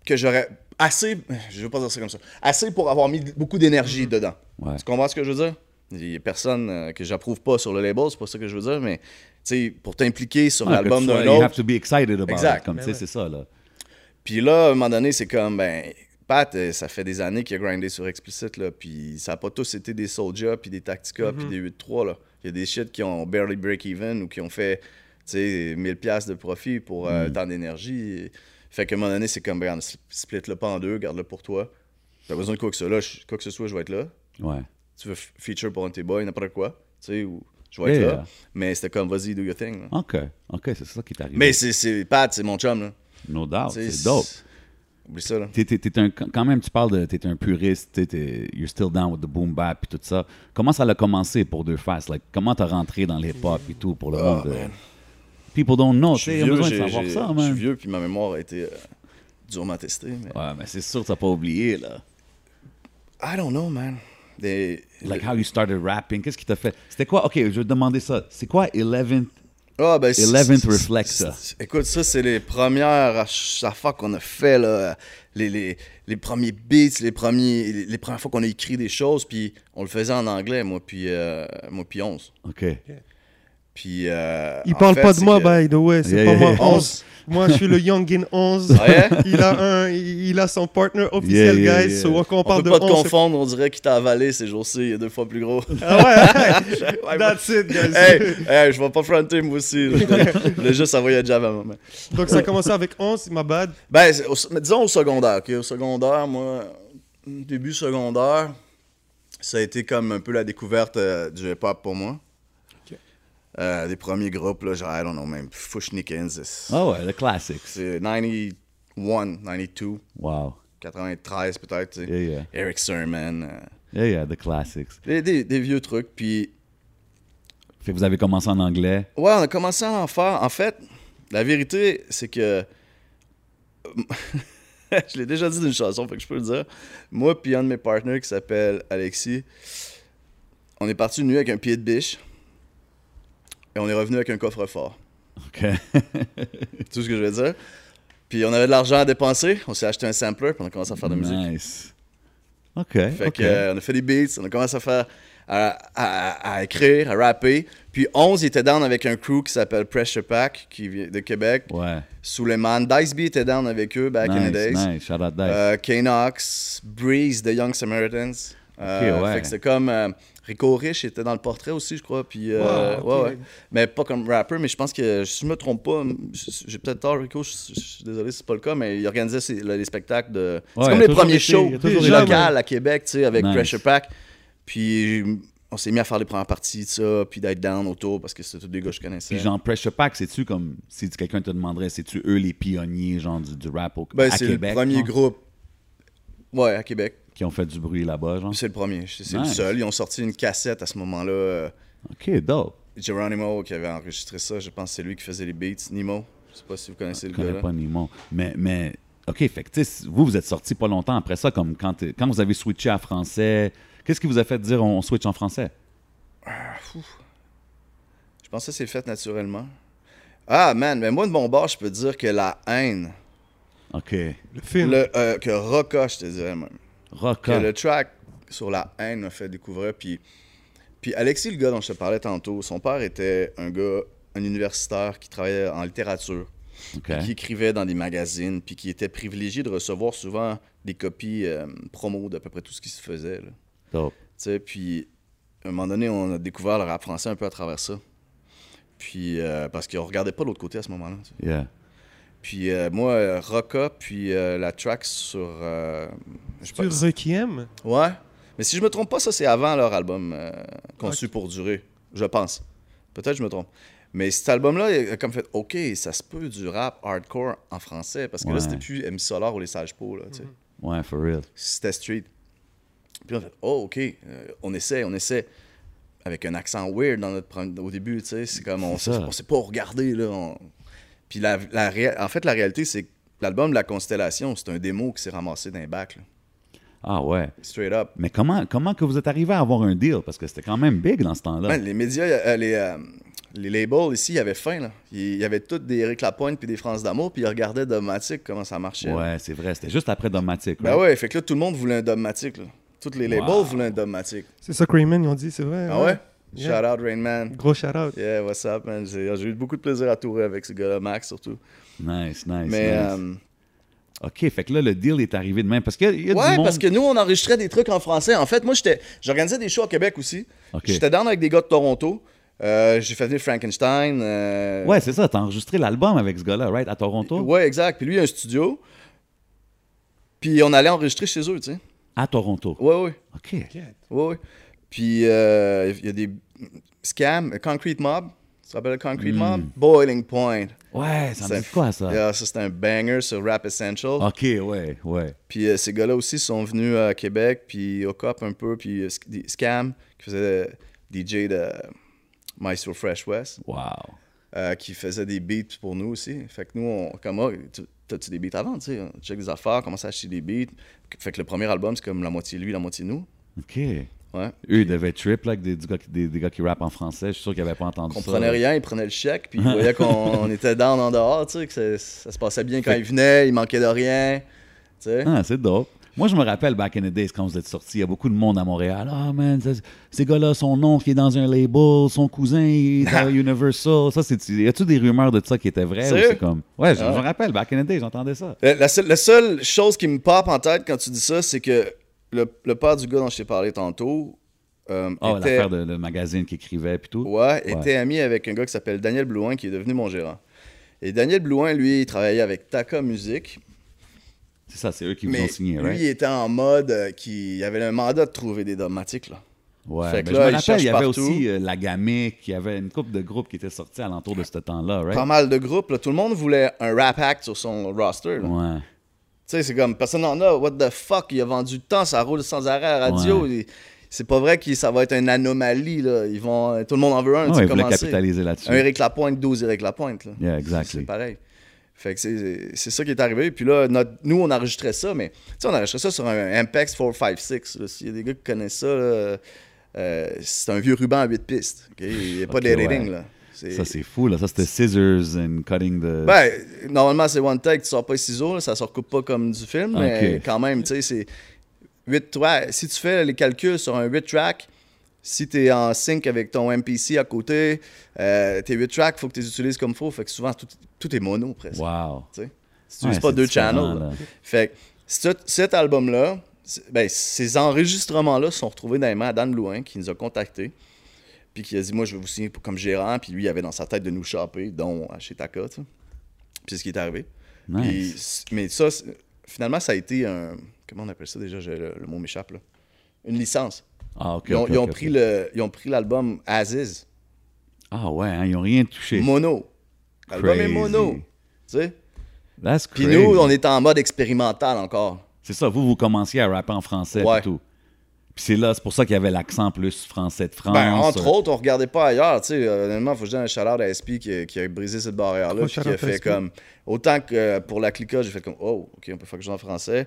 [SPEAKER 3] que j'aurais assez, je veux pas dire ça comme ça, assez pour avoir mis beaucoup d'énergie dedans.
[SPEAKER 2] Mhm. Ouais.
[SPEAKER 3] Tu comprends ce que je veux dire? Il y a personne euh, que j'approuve pas sur le label, c'est pas ça que je veux dire, mais tu sais, pour t'impliquer sur
[SPEAKER 2] Ah, que
[SPEAKER 3] l'album
[SPEAKER 2] tu
[SPEAKER 3] d'un
[SPEAKER 2] sois-
[SPEAKER 3] autre.
[SPEAKER 2] You have to be excited about
[SPEAKER 3] Exact. Ben
[SPEAKER 2] it. Comme, tu
[SPEAKER 1] Mais
[SPEAKER 2] sais, c'est ça, là.
[SPEAKER 3] Puis là, à un moment donné, c'est comme, ben, Pat, euh, ça fait des années qu'il a grindé sur Explicit, là, puis ça n'a pas tous été des Soulja, puis des Tactica,
[SPEAKER 2] Mhm.
[SPEAKER 3] puis des 8-3, là. Il y a des shit qui ont barely break-even ou qui ont fait, tu sais, 1000 pièces de profit pour euh,
[SPEAKER 2] Mhm.
[SPEAKER 3] tant d'énergie. Fait qu'à un moment donné, c'est comme, regarde, sp- split-le pas en deux, garde-le pour toi. T'as besoin de quoi que, ce, là, je- quoi que ce soit, je vais être là.
[SPEAKER 2] Ouais.
[SPEAKER 3] Tu veux f- feature pour un de tes boys, n'importe quoi, tu sais, ou je vais être
[SPEAKER 2] Yeah. Ah.
[SPEAKER 3] là. Mais c'était comme, vas-y, do your thing. là.
[SPEAKER 2] OK. OK, c'est ça qui t'arrive.
[SPEAKER 3] Mais c'est- c'est Pat, c'est mon chum, là.
[SPEAKER 2] No doubt.
[SPEAKER 3] Tu sais,
[SPEAKER 2] Ah, C'est dope.
[SPEAKER 3] Oublie ça, là.
[SPEAKER 2] T'es, t'es- t'es un, quand même, tu parles de. T'es un puriste. T'es, t'es- you're still down with the boom bap et tout ça. Comment ça a commencé pour Deux Faces? Like, comment t'as rentré dans les hop et tout pour le monde? euh,
[SPEAKER 3] Ah, man.
[SPEAKER 2] People don't know.
[SPEAKER 3] Je
[SPEAKER 2] tu sais,
[SPEAKER 3] suis
[SPEAKER 2] Ils ont
[SPEAKER 3] vieux,
[SPEAKER 2] besoin de
[SPEAKER 3] j'ai-
[SPEAKER 2] savoir
[SPEAKER 3] j'ai-
[SPEAKER 2] ça,
[SPEAKER 3] je suis
[SPEAKER 2] man.
[SPEAKER 3] vieux, puis ma mémoire a été euh, durement testée. mais-
[SPEAKER 2] Ouais, mais c'est sûr que t'as pas oublié, là. Ah.
[SPEAKER 3] I don't know, man. Des-
[SPEAKER 2] Like how you started rapping. Qu'est-ce qui t'a fait? C'était quoi? OK, je vais te demander ça. C'est quoi 11th?
[SPEAKER 3] Ah, ben, c'est-
[SPEAKER 2] 11th
[SPEAKER 3] c'est-
[SPEAKER 2] reflects
[SPEAKER 3] c'est-
[SPEAKER 2] ça.
[SPEAKER 3] c'est- Écoute, ça, c'est les premières ach- affaires qu'on a fait, là. Les, les, les premiers beats, les, premiers, les, les premières fois qu'on a écrit des choses, puis on le faisait en anglais, moi, puis, euh, moi, puis 11.
[SPEAKER 2] OK.
[SPEAKER 3] Puis, euh,
[SPEAKER 1] Il
[SPEAKER 3] en
[SPEAKER 1] parle
[SPEAKER 3] fait,
[SPEAKER 1] pas de
[SPEAKER 3] c'est
[SPEAKER 1] moi,
[SPEAKER 3] que-
[SPEAKER 1] by the way, c'est
[SPEAKER 2] Yeah,
[SPEAKER 1] pas
[SPEAKER 2] yeah,
[SPEAKER 1] moi
[SPEAKER 2] yeah.
[SPEAKER 1] 11. moi, je suis le Youngin 11.
[SPEAKER 3] Ah, yeah?
[SPEAKER 1] *laughs* il, a un, il a son partner officiel,
[SPEAKER 2] Yeah, yeah,
[SPEAKER 1] guys.
[SPEAKER 2] yeah.
[SPEAKER 1] So, quand on,
[SPEAKER 3] On
[SPEAKER 1] parle
[SPEAKER 3] peut
[SPEAKER 1] de
[SPEAKER 3] pas
[SPEAKER 1] 11.
[SPEAKER 3] te confondre, on dirait qu'il t'a avalé ces jours-ci, il est deux fois
[SPEAKER 1] *laughs*
[SPEAKER 3] plus gros. *laughs*
[SPEAKER 1] Ah ouais, that's it, guys.
[SPEAKER 3] hey, hey, je vais pas fronter, moi aussi. là.
[SPEAKER 1] *laughs*
[SPEAKER 3] Je voulais juste envoyer à Java, maman.
[SPEAKER 1] Donc, ça a commencé avec 11, ma bad.
[SPEAKER 3] Ben, c'est- au- mais disons au secondaire. ok? Au secondaire, moi, début secondaire, ça a été comme un peu la découverte euh, du hip-hop pour moi.
[SPEAKER 1] Ok.
[SPEAKER 3] Euh, des premiers groupes, là, genre, I don't know, même Fushnikins. C'est
[SPEAKER 2] Ah ouais, le classics.
[SPEAKER 3] c'est 91, 92,
[SPEAKER 2] Wow.
[SPEAKER 3] 93 peut-être. tu sais.
[SPEAKER 2] Yeah, yeah.
[SPEAKER 3] Eric Sermon. euh,
[SPEAKER 2] Yeah, yeah, the classics.
[SPEAKER 3] des, des- des vieux trucs. Puis,
[SPEAKER 2] Fait que vous avez commencé en
[SPEAKER 3] *laughs*
[SPEAKER 2] anglais.
[SPEAKER 3] ouais, on a commencé à en faire. En fait, la vérité, c'est que. *laughs* je l'ai déjà dit d'une chanson, fait que je peux le dire. Moi puis un de mes partners qui s'appelle Alexis, on est parti nu avec un pied de biche et on est revenu avec
[SPEAKER 2] *laughs*
[SPEAKER 3] un coffre-fort.
[SPEAKER 2] OK.
[SPEAKER 3] C'est tout ce que je veux dire. Puis on avait de l'argent à dépenser, on s'est acheté un sampler puis on a commencé à faire de la musique.
[SPEAKER 2] Nice. OK.
[SPEAKER 3] Fait
[SPEAKER 2] OK.
[SPEAKER 3] que, euh, on a fait des beats, on a commencé à faire à, à- à écrire, à rapper. Puis 11 il était down avec un crew qui s'appelle Pressure Pack qui vient de Québec.
[SPEAKER 2] ouais.
[SPEAKER 3] Suleiman, Dice B était down avec eux back in the days.
[SPEAKER 2] Nice, nice. Shout out Dice.
[SPEAKER 3] Euh, Knox, Breeze de Young Samaritans. Euh,
[SPEAKER 2] Ok, ouais.
[SPEAKER 3] Fait que c'était comme euh, Rico Rich était dans le portrait aussi, je crois. Puis, euh,
[SPEAKER 1] Wow,
[SPEAKER 3] ouais,
[SPEAKER 1] ok.
[SPEAKER 3] ouais. Mais pas comme rapper, mais je pense que si je me trompe pas, je- j'ai peut-être tort, Rico, je je- je suis désolé si c'est pas le cas, mais il organisait ses- le- les spectacles de.
[SPEAKER 2] Ouais, il
[SPEAKER 3] c'est comme
[SPEAKER 2] a
[SPEAKER 3] les
[SPEAKER 2] toujours
[SPEAKER 3] premiers
[SPEAKER 2] été-
[SPEAKER 3] shows
[SPEAKER 2] il a toujours
[SPEAKER 1] été là,
[SPEAKER 3] locales à Québec, tu sais, avec
[SPEAKER 2] Nice.
[SPEAKER 3] Pressure Pack. Puis on s'est mis à faire les premières parties de ça, puis d'être down autour parce que c'était tous des gars que je connaissais.
[SPEAKER 2] Puis genre Pressure Pack, c'est-tu comme si quelqu'un te demanderait, c'est-tu eux les pionniers genre du, du rap au
[SPEAKER 3] Ben,
[SPEAKER 2] à
[SPEAKER 3] c'est
[SPEAKER 2] Québec
[SPEAKER 3] le premier
[SPEAKER 2] genre,
[SPEAKER 3] groupe. Ouais, à Québec.
[SPEAKER 2] qui ont fait du bruit là-bas genre.
[SPEAKER 3] C'est le premier, c'est c'est
[SPEAKER 2] Nice.
[SPEAKER 3] le seul. Ils ont sorti une cassette à ce moment-là. euh,
[SPEAKER 2] OK, dope.
[SPEAKER 3] Geronimo qui avait enregistré ça, je pense que c'est lui qui faisait les beats. Nimo, je sais pas si vous connaissez
[SPEAKER 2] Je
[SPEAKER 3] le gars
[SPEAKER 2] connais
[SPEAKER 3] là.
[SPEAKER 2] pas Nimon, mais mais OK, fait que tu sais, vous vous êtes sorti pas longtemps après ça comme quand t'es- quand vous avez switché à français, qu'est-ce qui vous a fait dire on switch en français
[SPEAKER 3] Je pense que ça s'est fait naturellement. Ah man, mais moi de mon bord, je peux dire que la haine,
[SPEAKER 2] OK.
[SPEAKER 1] Le film.
[SPEAKER 3] le, euh, que Rocca, je te dirais même,
[SPEAKER 2] Rock.
[SPEAKER 3] que le track sur la haine m'a fait découvrir. Puis, puis Alexis, le gars dont je te parlais tantôt, son père était un gars, un universitaire qui travaillait en littérature.
[SPEAKER 2] OK.
[SPEAKER 3] qui écrivait dans des magazines, puis qui était privilégié de recevoir souvent des copies euh, promo d'à peu près tout ce qui se faisait. là.
[SPEAKER 2] Dope.
[SPEAKER 3] Tu sais, puis à un moment donné, on a découvert le rap français un peu à travers ça. Puis, euh, parce qu'on regardait pas l'autre côté à ce moment-là. tu sais.
[SPEAKER 2] Yeah.
[SPEAKER 3] Puis euh, moi, euh, Rocca, puis euh, la track sur... euh, je sais
[SPEAKER 1] Tu requiem
[SPEAKER 3] pas- Ouais. Mais si je me trompe pas, ça c'est avant leur album euh, conçu pour durer, je pense. Peut-être que je me trompe. Mais cet album-là, il a comme fait, OK, ça se peut du rap hardcore en français, parce que
[SPEAKER 2] Ouais. Mhm.
[SPEAKER 3] là, c'était plus M. Solar ou les Sages Po, là, tu sais.
[SPEAKER 2] Ouais, for real.
[SPEAKER 3] C'était street. Puis on fait, oh, OK, euh, on essaie, on essaie. Avec un accent weird dans notre pre- au début, tu sais, c'est comme on,
[SPEAKER 2] C'est
[SPEAKER 3] sait-
[SPEAKER 2] ça.
[SPEAKER 3] on sait pas regarder, là. on- Puis la, la réa- en fait, la réalité, c'est que l'album La Constellation, c'est un démo qui s'est ramassé d'un bac, là.
[SPEAKER 2] Ah ouais.
[SPEAKER 3] straight up.
[SPEAKER 2] Mais
[SPEAKER 3] Ben,
[SPEAKER 2] comment comment que vous êtes arrivé à avoir un deal parce que c'était quand même big dans ce temps-là.
[SPEAKER 3] Man, les médias, euh, les, euh, les labels ici, ils avaient faim. Là. Ils, ils avaient toutes des Eric Lapointe puis des France d'amour, puis ils regardaient Dogmatic, comment ça marchait. là.
[SPEAKER 2] Ouais, c'est vrai. C'était juste après Dogmatic.
[SPEAKER 3] Ben
[SPEAKER 2] right?
[SPEAKER 3] ouais, fait que là, tout le monde voulait un Dogmatic. Là. Toutes les labels
[SPEAKER 2] Wow.
[SPEAKER 3] voulaient un Dogmatic.
[SPEAKER 1] C'est ça que Rayman, ils ont dit, c'est vrai.
[SPEAKER 3] Ah ouais?
[SPEAKER 1] Yeah.
[SPEAKER 3] Shout out Rain Man.
[SPEAKER 1] Gros shout-out.
[SPEAKER 3] Yeah, what's up, man? J'ai j'ai eu beaucoup de plaisir à tourer avec ce gars-là, Max, surtout.
[SPEAKER 2] Nice, nice,
[SPEAKER 3] Mais.
[SPEAKER 2] nice.
[SPEAKER 3] euh,
[SPEAKER 2] OK, fait que là, le deal est arrivé de même. Parce qu'il y a
[SPEAKER 3] Ouais,
[SPEAKER 2] du monde...
[SPEAKER 3] parce que nous, on enregistrait des trucs en français. En fait, moi, j'étais, j'organisais des shows à Québec aussi.
[SPEAKER 2] Ok.
[SPEAKER 3] J'étais down avec des gars de Toronto. Euh, j'ai fait venir Frankenstein. euh,
[SPEAKER 2] Ouais, c'est ça. T'as enregistré l'album avec ce gars-là, right? À Toronto?
[SPEAKER 3] Ouais, exact. Puis lui, il a un studio. Puis on allait enregistrer chez eux, tu sais.
[SPEAKER 2] À Toronto.
[SPEAKER 3] Ouais, ouais,
[SPEAKER 2] OK.
[SPEAKER 3] ouais, ouais. Puis euh, il y a des scams. Concrete Mob. Tu te rappelles le Concrete
[SPEAKER 2] Hmm.
[SPEAKER 3] Mob? Boiling Point.
[SPEAKER 2] Ouais, ça
[SPEAKER 3] C'est-
[SPEAKER 2] me dit quoi, ça? Ah.
[SPEAKER 3] Yeah, ça, euh, c'était un banger sur Rap Essential.
[SPEAKER 2] OK, ouais, ouais.
[SPEAKER 3] Puis euh, ces gars-là aussi sont venus à Québec, puis au COP un peu, puis euh, sc- des Scam, qui faisait euh, DJ de Maestro Fresh West,
[SPEAKER 2] Wow.
[SPEAKER 3] euh, qui faisait des beats pour nous aussi. Fait que nous, on, comme, Ah, tu- t'as-tu des beats avant, tu sais, on check des affaires, commence à acheter des beats. Fait que le premier album, c'est comme la moitié lui, la moitié nous.
[SPEAKER 2] OK. Eux,
[SPEAKER 3] Ouais.
[SPEAKER 2] ils devaient trip, là, avec des, du gars qui- des- des gars qui rappent en français. Je suis sûr qu'ils n'avaient pas entendu
[SPEAKER 3] On
[SPEAKER 2] ça.
[SPEAKER 3] prenait rien, ils prenaient le chèque,
[SPEAKER 2] *laughs*
[SPEAKER 3] puis ils voyaient qu'on on était down en dehors, tu sais, que c'est- ça se passait bien quand ils venaient, ils manquaient de rien, tu sais.
[SPEAKER 2] *laughs* Ah, c'est dope. Moi, je me rappelle, back in the days, quand vous êtes sortis, il y a beaucoup de monde à Montréal. Ah, man, ça- ces gars-là, son oncle est dans un label, son cousin il
[SPEAKER 3] *laughs*
[SPEAKER 2] est à Universal. Ça, c'est. Y a-tu des rumeurs de ça qui étaient vraies ou
[SPEAKER 3] Sérieux?
[SPEAKER 2] c'est comme. Ouais, je je
[SPEAKER 3] Ah.
[SPEAKER 2] me rappelle, back in the days, j'entendais ça.
[SPEAKER 3] La, la seule, la seule chose qui me pop en tête quand tu dis ça, c'est que le, le père du gars dont je t'ai parlé tantôt euh,
[SPEAKER 2] Ah,
[SPEAKER 3] était,
[SPEAKER 2] l'affaire de le magazine qui écrivait, puis tout.
[SPEAKER 3] ouais,
[SPEAKER 2] Ouais.
[SPEAKER 3] était ami avec un gars qui s'appelle Daniel Blouin, qui est devenu mon gérant. Et Daniel Blouin, lui, il travaillait avec Taka Music.
[SPEAKER 2] C'est ça, c'est eux qui vous
[SPEAKER 3] Mais
[SPEAKER 2] ont signé,
[SPEAKER 3] lui,
[SPEAKER 2] right?
[SPEAKER 3] il était en mode euh, qui il avait un mandat de trouver des dogmatiques. Là.
[SPEAKER 2] Ouais,
[SPEAKER 3] Fait que
[SPEAKER 2] ben, je
[SPEAKER 3] là,
[SPEAKER 2] me rappelle,
[SPEAKER 3] ils
[SPEAKER 2] il y
[SPEAKER 3] cherchent
[SPEAKER 2] avait
[SPEAKER 3] partout.
[SPEAKER 2] aussi euh, la Gamique, il y avait une couple de groupes qui étaient sortis à l'entour de ce temps-là, right?
[SPEAKER 3] Pas mal de groupes. là. Tout le monde voulait un rap act sur son roster. là.
[SPEAKER 2] Ouais.
[SPEAKER 3] Tu sais, c'est comme personne n'en a. What the fuck? Il a vendu tant, ça roule sans arrêt à la radio. Il- C'est pas vrai que ça va être une anomalie. Là. Ils vont, tout le monde en veut un.
[SPEAKER 2] Ouais,
[SPEAKER 3] tu sais,
[SPEAKER 2] ils voulaient
[SPEAKER 3] comment c'est?
[SPEAKER 2] capitaliser là-dessus.
[SPEAKER 3] Un Eric Lapointe, 12 Eric Lapointe. Là.
[SPEAKER 2] Yeah,
[SPEAKER 3] C'est
[SPEAKER 2] exactly.
[SPEAKER 3] pareil. Fait que c'est c'est ça qui est arrivé. Puis là, notre- nous, on enregistrait ça, mais tu sais, on enregistrait ça sur un Ampex 456. là. S'il y a des gars qui connaissent ça, là, euh, c'est un vieux ruban à 8 pistes. ok? Il n'y a pas
[SPEAKER 2] Ok,
[SPEAKER 3] d'editing.
[SPEAKER 2] ouais.
[SPEAKER 3] là. C'est-
[SPEAKER 2] Ça, c'est fou, là. Ça, c'était Scissors and Cutting the.
[SPEAKER 3] ben, normalement, c'est one take, tu sors pas les ciseaux, là, ça se recoupe pas comme du film, mais
[SPEAKER 2] Ok.
[SPEAKER 3] quand même, tu sais, c'est 8 tracks. Si tu fais les calculs sur un 8 track, si tu es en sync avec ton MPC à côté, euh, tes 8 tracks, faut que tu les utilises comme faut. Fait que souvent, tout, tout est mono presque.
[SPEAKER 2] wow.
[SPEAKER 3] tu sais. Si tu n'utilises
[SPEAKER 2] Ouais,
[SPEAKER 3] pas
[SPEAKER 2] c'est
[SPEAKER 3] deux
[SPEAKER 2] différent,
[SPEAKER 3] channels. là.
[SPEAKER 2] là.
[SPEAKER 3] Fait que cet, cet album-là, c'est- ben, ces enregistrements-là sont retrouvés dans les mains à Dan Blouin, qui nous a contactés. Puis qui a dit Moi, je vais vous signer pour- comme gérant. Puis lui, il avait dans sa tête de nous choper, dont à chez Taka. tu sais. Puis c'est ce qui est arrivé. Puis
[SPEAKER 2] Nice.
[SPEAKER 3] c- mais ça, c'est- finalement, ça a été un. Comment on appelle ça déjà J'ai- Le, le mot m'échappe, là. Une licence.
[SPEAKER 2] Ah, ok.
[SPEAKER 3] Ils ont,
[SPEAKER 2] ok,
[SPEAKER 3] ils ont
[SPEAKER 2] ok, ok.
[SPEAKER 3] pris le- ils ont pris l'album As Is,
[SPEAKER 2] Ah, ouais, hein, ils ont rien touché.
[SPEAKER 3] mono. L'album est
[SPEAKER 2] Crazy.
[SPEAKER 3] mono. Tu sais?
[SPEAKER 2] That's
[SPEAKER 3] Puis
[SPEAKER 2] crazy.
[SPEAKER 3] nous, on est en mode expérimental encore.
[SPEAKER 2] C'est ça, vous, vous commenciez à rapper en français
[SPEAKER 3] Ouais.
[SPEAKER 2] et tout. Puis c'est là, c'est pour ça qu'il y avait l'accent plus français de France.
[SPEAKER 3] Ben, entre
[SPEAKER 2] euh,
[SPEAKER 3] autres, on regardait pas ailleurs. Tu sais, euh, honnêtement, faut que je donne un chaleur à SP qui, a- qui a brisé cette barrière-là.
[SPEAKER 1] Gros
[SPEAKER 3] puis qui
[SPEAKER 1] shout-out
[SPEAKER 3] a
[SPEAKER 1] à
[SPEAKER 3] fait
[SPEAKER 1] SP.
[SPEAKER 3] comme. Autant que euh, pour la clica, j'ai fait comme, oh, OK, on peut faire quelque chose en français.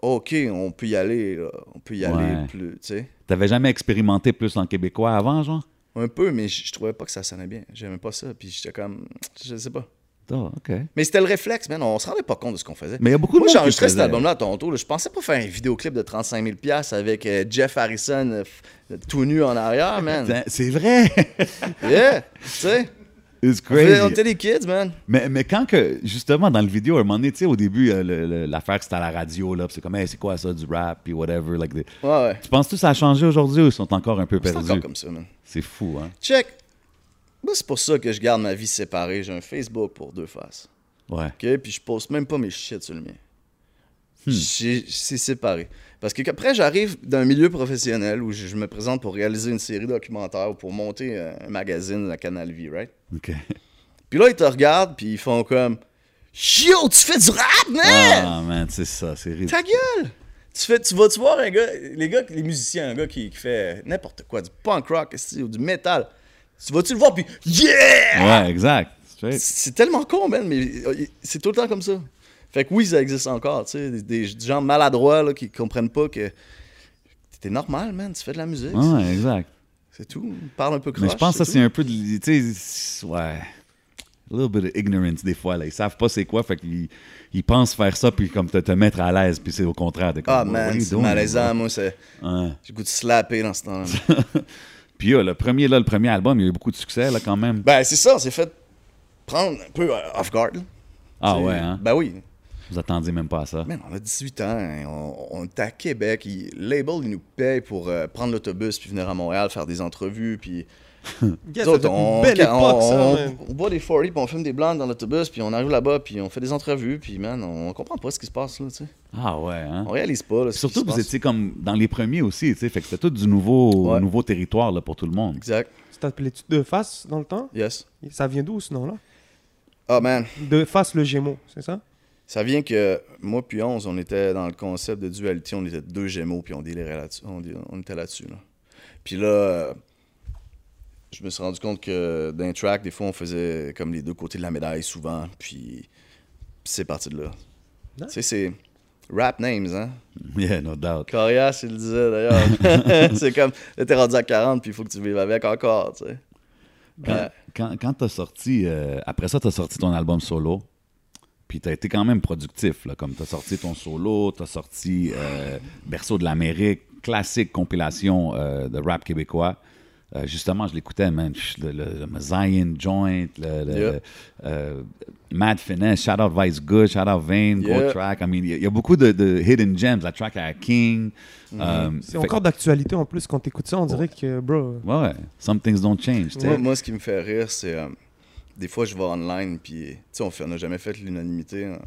[SPEAKER 3] OK, on peut y aller. là. On peut y aller
[SPEAKER 2] Ouais.
[SPEAKER 3] plus. Tu sais,
[SPEAKER 2] T'avais jamais expérimenté plus en québécois avant, genre?
[SPEAKER 3] un peu, mais je je trouvais pas que ça sonnait bien. J'aimais pas ça. Puis j'étais comme, je sais pas.
[SPEAKER 2] Ah, OK.
[SPEAKER 3] Mais c'était le réflexe, man. On se rendait pas compte de ce qu'on faisait.
[SPEAKER 2] Mais il y a beaucoup de monde
[SPEAKER 3] Moi,
[SPEAKER 2] qui
[SPEAKER 3] j'ai
[SPEAKER 2] le
[SPEAKER 3] enregistré cet
[SPEAKER 2] faisait.
[SPEAKER 3] album-là à Toronto. là. Je pensais pas faire un vidéoclip de 35 000 piastres avec euh, Jeff Harrison euh, f- tout nu en arrière, man.
[SPEAKER 2] Ben, C'est vrai! *laughs*
[SPEAKER 3] yeah! Tu sais?
[SPEAKER 2] It's
[SPEAKER 3] On faisait- on
[SPEAKER 2] crazy.
[SPEAKER 3] était des kids, man.
[SPEAKER 2] Mais, mais quand que, justement, dans le vidéo, à un moment donné, tu sais, au début, euh, le- le- l'affaire, c'était à la radio, là, puis c'est comme, hey, c'est quoi ça, du rap, puis whatever. Like, the-
[SPEAKER 3] Ouais, ouais.
[SPEAKER 2] Tu penses-tu que ça a changé aujourd'hui ou ils sont encore un peu
[SPEAKER 3] C'est encore
[SPEAKER 2] perdus?
[SPEAKER 3] comme ça, man.
[SPEAKER 2] C'est fou, hein?
[SPEAKER 3] Check. Moi, c'est pour ça que je garde ma vie séparée. J'ai un Facebook pour deux faces.
[SPEAKER 2] Ouais.
[SPEAKER 3] OK? Puis je poste même pas mes shit sur le mien. J'ai- C'est séparé. Parce que après, j'arrive d'un milieu professionnel où je, je me présente pour réaliser une série documentaire ou pour monter un un magazine, la Canal Vie, right?
[SPEAKER 2] OK.
[SPEAKER 3] Puis là, ils te regardent, puis ils font comme Yo, tu fais du rap, man!
[SPEAKER 2] Ah, man, c'est ça, c'est ridicule.
[SPEAKER 3] Ta gueule! Tu, fais, tu vas-tu voir un gars, les gars, les musiciens, un gars qui, qui fait n'importe quoi, du punk rock esti, ou du metal. Tu vas-tu le voir, puis Yeah!
[SPEAKER 2] Ouais, exact. Straight.
[SPEAKER 3] C'est tellement con, man, mais euh, c'est tout le temps comme ça. Fait que oui, ça existe encore, tu sais, des, des gens maladroits là, qui comprennent pas que t'es normal, man, tu fais de la musique.
[SPEAKER 2] Ouais, exact.
[SPEAKER 3] C'est tout. Parle un peu croche. hein.
[SPEAKER 2] Mais je pense que ça, c'est
[SPEAKER 3] tout.
[SPEAKER 2] un peu de. Tu sais, c'est- ouais. A little bit of ignorance, des fois. Là. Ils savent pas c'est quoi, fait qu'ils ils pensent faire ça, puis comme te, te mettre à l'aise, puis c'est au contraire. t'es comme,
[SPEAKER 3] Ah,
[SPEAKER 2] What are
[SPEAKER 3] man,
[SPEAKER 2] you
[SPEAKER 3] c'est
[SPEAKER 2] doing,
[SPEAKER 3] malaisant,
[SPEAKER 2] bro?
[SPEAKER 3] moi. c'est-
[SPEAKER 2] Ouais.
[SPEAKER 3] J'ai le goût de slapper dans ce temps-là. man.
[SPEAKER 2] Puis euh, le premier, là, le premier album, il y a eu beaucoup de succès, là, quand même.
[SPEAKER 3] ben, c'est ça, on s'est fait prendre un peu euh, off guard. là.
[SPEAKER 2] ah
[SPEAKER 3] T'sais,
[SPEAKER 2] ouais, hein?
[SPEAKER 3] Ben oui.
[SPEAKER 2] Vous attendiez même pas à ça.
[SPEAKER 3] Man, on a 18 ans, hein, on, on est à Québec. Il, label, il nous paye pour euh, prendre l'autobus puis venir à Montréal faire des entrevues. Puis
[SPEAKER 1] Yeah,
[SPEAKER 3] Nous autres,
[SPEAKER 1] c'était
[SPEAKER 3] on,
[SPEAKER 1] une belle
[SPEAKER 3] on-
[SPEAKER 1] époque, ça,
[SPEAKER 3] on-
[SPEAKER 1] man.
[SPEAKER 3] on boit des 40 puis on fume des blancs dans l'autobus puis on arrive là-bas puis on fait des entrevues puis man, on comprend pas ce qui se passe là, tu sais.
[SPEAKER 2] Ah ouais, hein?
[SPEAKER 3] On réalise pas. Là, ce
[SPEAKER 2] Surtout
[SPEAKER 3] qui se
[SPEAKER 2] que vous
[SPEAKER 3] passe.
[SPEAKER 2] étiez comme dans les premiers aussi, tu sais, fait que c'était tout du nouveau,
[SPEAKER 3] Ouais.
[SPEAKER 2] nouveau territoire là, pour tout le
[SPEAKER 3] *laughs*
[SPEAKER 2] monde.
[SPEAKER 3] Exact.
[SPEAKER 1] Ça t'appelait de face dans le temps
[SPEAKER 3] Yes.
[SPEAKER 1] Ça vient d'où ce nom-là
[SPEAKER 3] Ah man,
[SPEAKER 1] De face le Gémeaux, c'est ça
[SPEAKER 3] ça vient que moi puis 11, on était dans le concept de dualité, on était deux gémeaux puis on délirait là-dessus. On, dé- on était là-dessus. Là. Puis là, euh, je me suis rendu compte que d'un track, des fois, on faisait comme les deux côtés de la médaille souvent. Puis c'est parti de là.
[SPEAKER 1] Nice.
[SPEAKER 3] Tu sais, c'est rap names, hein.
[SPEAKER 2] Yeah, no doubt.
[SPEAKER 3] Coriace, il le disait d'ailleurs. *laughs* c'est comme, là, t'es rendu à 40 puis il faut que tu vives avec encore, tu sais.
[SPEAKER 2] Quand,
[SPEAKER 3] Ouais.
[SPEAKER 2] quand, quand t'as sorti, euh, après ça, t'as sorti ton album solo, puis t'as été quand même productif, là, comme t'as sorti ton solo, t'as sorti euh, Berceau de l'Amérique, classique compilation euh, de rap québécois. Euh, justement, je l'écoutais, man. Pff, Le, le- le Zion Joint, le, le-
[SPEAKER 3] Yeah.
[SPEAKER 2] le, euh, Mad Finesse, Shout Out Vice Good, Shout Out Vane,
[SPEAKER 3] Yeah.
[SPEAKER 2] Gold Track. I mean, il y, a- il y a beaucoup de, de hidden gems. La track à King.
[SPEAKER 3] Mm-hmm.
[SPEAKER 2] euh,
[SPEAKER 1] C'est
[SPEAKER 2] fait-
[SPEAKER 1] encore d'actualité en plus quand t'écoutes ça, on dirait que, bro.
[SPEAKER 2] Ouais, ouais. Some things don't change, tu sais.
[SPEAKER 3] Moi, moi, ce qui me fait rire, c'est. euh, des fois, je vais online, puis. Tu sais, on fait- on n'a jamais fait l'unanimité. hein.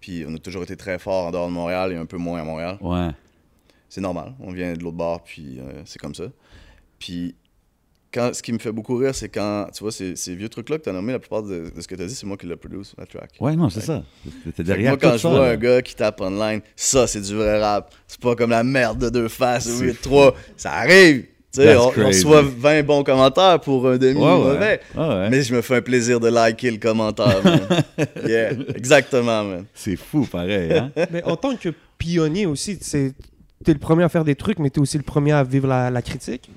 [SPEAKER 3] Puis on a toujours été très fort en dehors de Montréal et un peu moins à Montréal.
[SPEAKER 2] Ouais.
[SPEAKER 3] C'est normal. On vient de l'autre bord, puis euh, c'est comme ça. Puis. Quand, ce qui me fait beaucoup rire, c'est quand, tu vois, ces, ces vieux trucs-là que tu as nommé, la plupart de, de ce que tu as dit, c'est moi qui l'ai produit, la track.
[SPEAKER 2] Ouais, non, c'est
[SPEAKER 3] Fait-
[SPEAKER 2] ça. T'es
[SPEAKER 3] Fait que
[SPEAKER 2] derrière
[SPEAKER 3] moi, quand
[SPEAKER 2] tout
[SPEAKER 3] je
[SPEAKER 2] ça,
[SPEAKER 3] vois
[SPEAKER 2] là.
[SPEAKER 3] un gars qui tape online, ça, c'est du vrai rap. C'est pas comme la merde de deux faces ou
[SPEAKER 2] C'est
[SPEAKER 3] 8-3. Ça arrive. Tu sais,
[SPEAKER 2] That's
[SPEAKER 3] on, on
[SPEAKER 2] crazy.
[SPEAKER 3] reçoit 20 bons commentaires pour un demi
[SPEAKER 2] Ouais, ouais.
[SPEAKER 3] mauvais.
[SPEAKER 2] Ouais, ouais.
[SPEAKER 3] Mais je me fais un plaisir de liker le commentaire. man. yeah, exactement, man.
[SPEAKER 2] C'est fou, pareil.
[SPEAKER 3] *laughs*
[SPEAKER 2] Hein?
[SPEAKER 1] *laughs* Mais en tant que pionnier aussi, c'est. T'es le premier à faire des trucs, mais t'es aussi le premier à vivre la, la critique.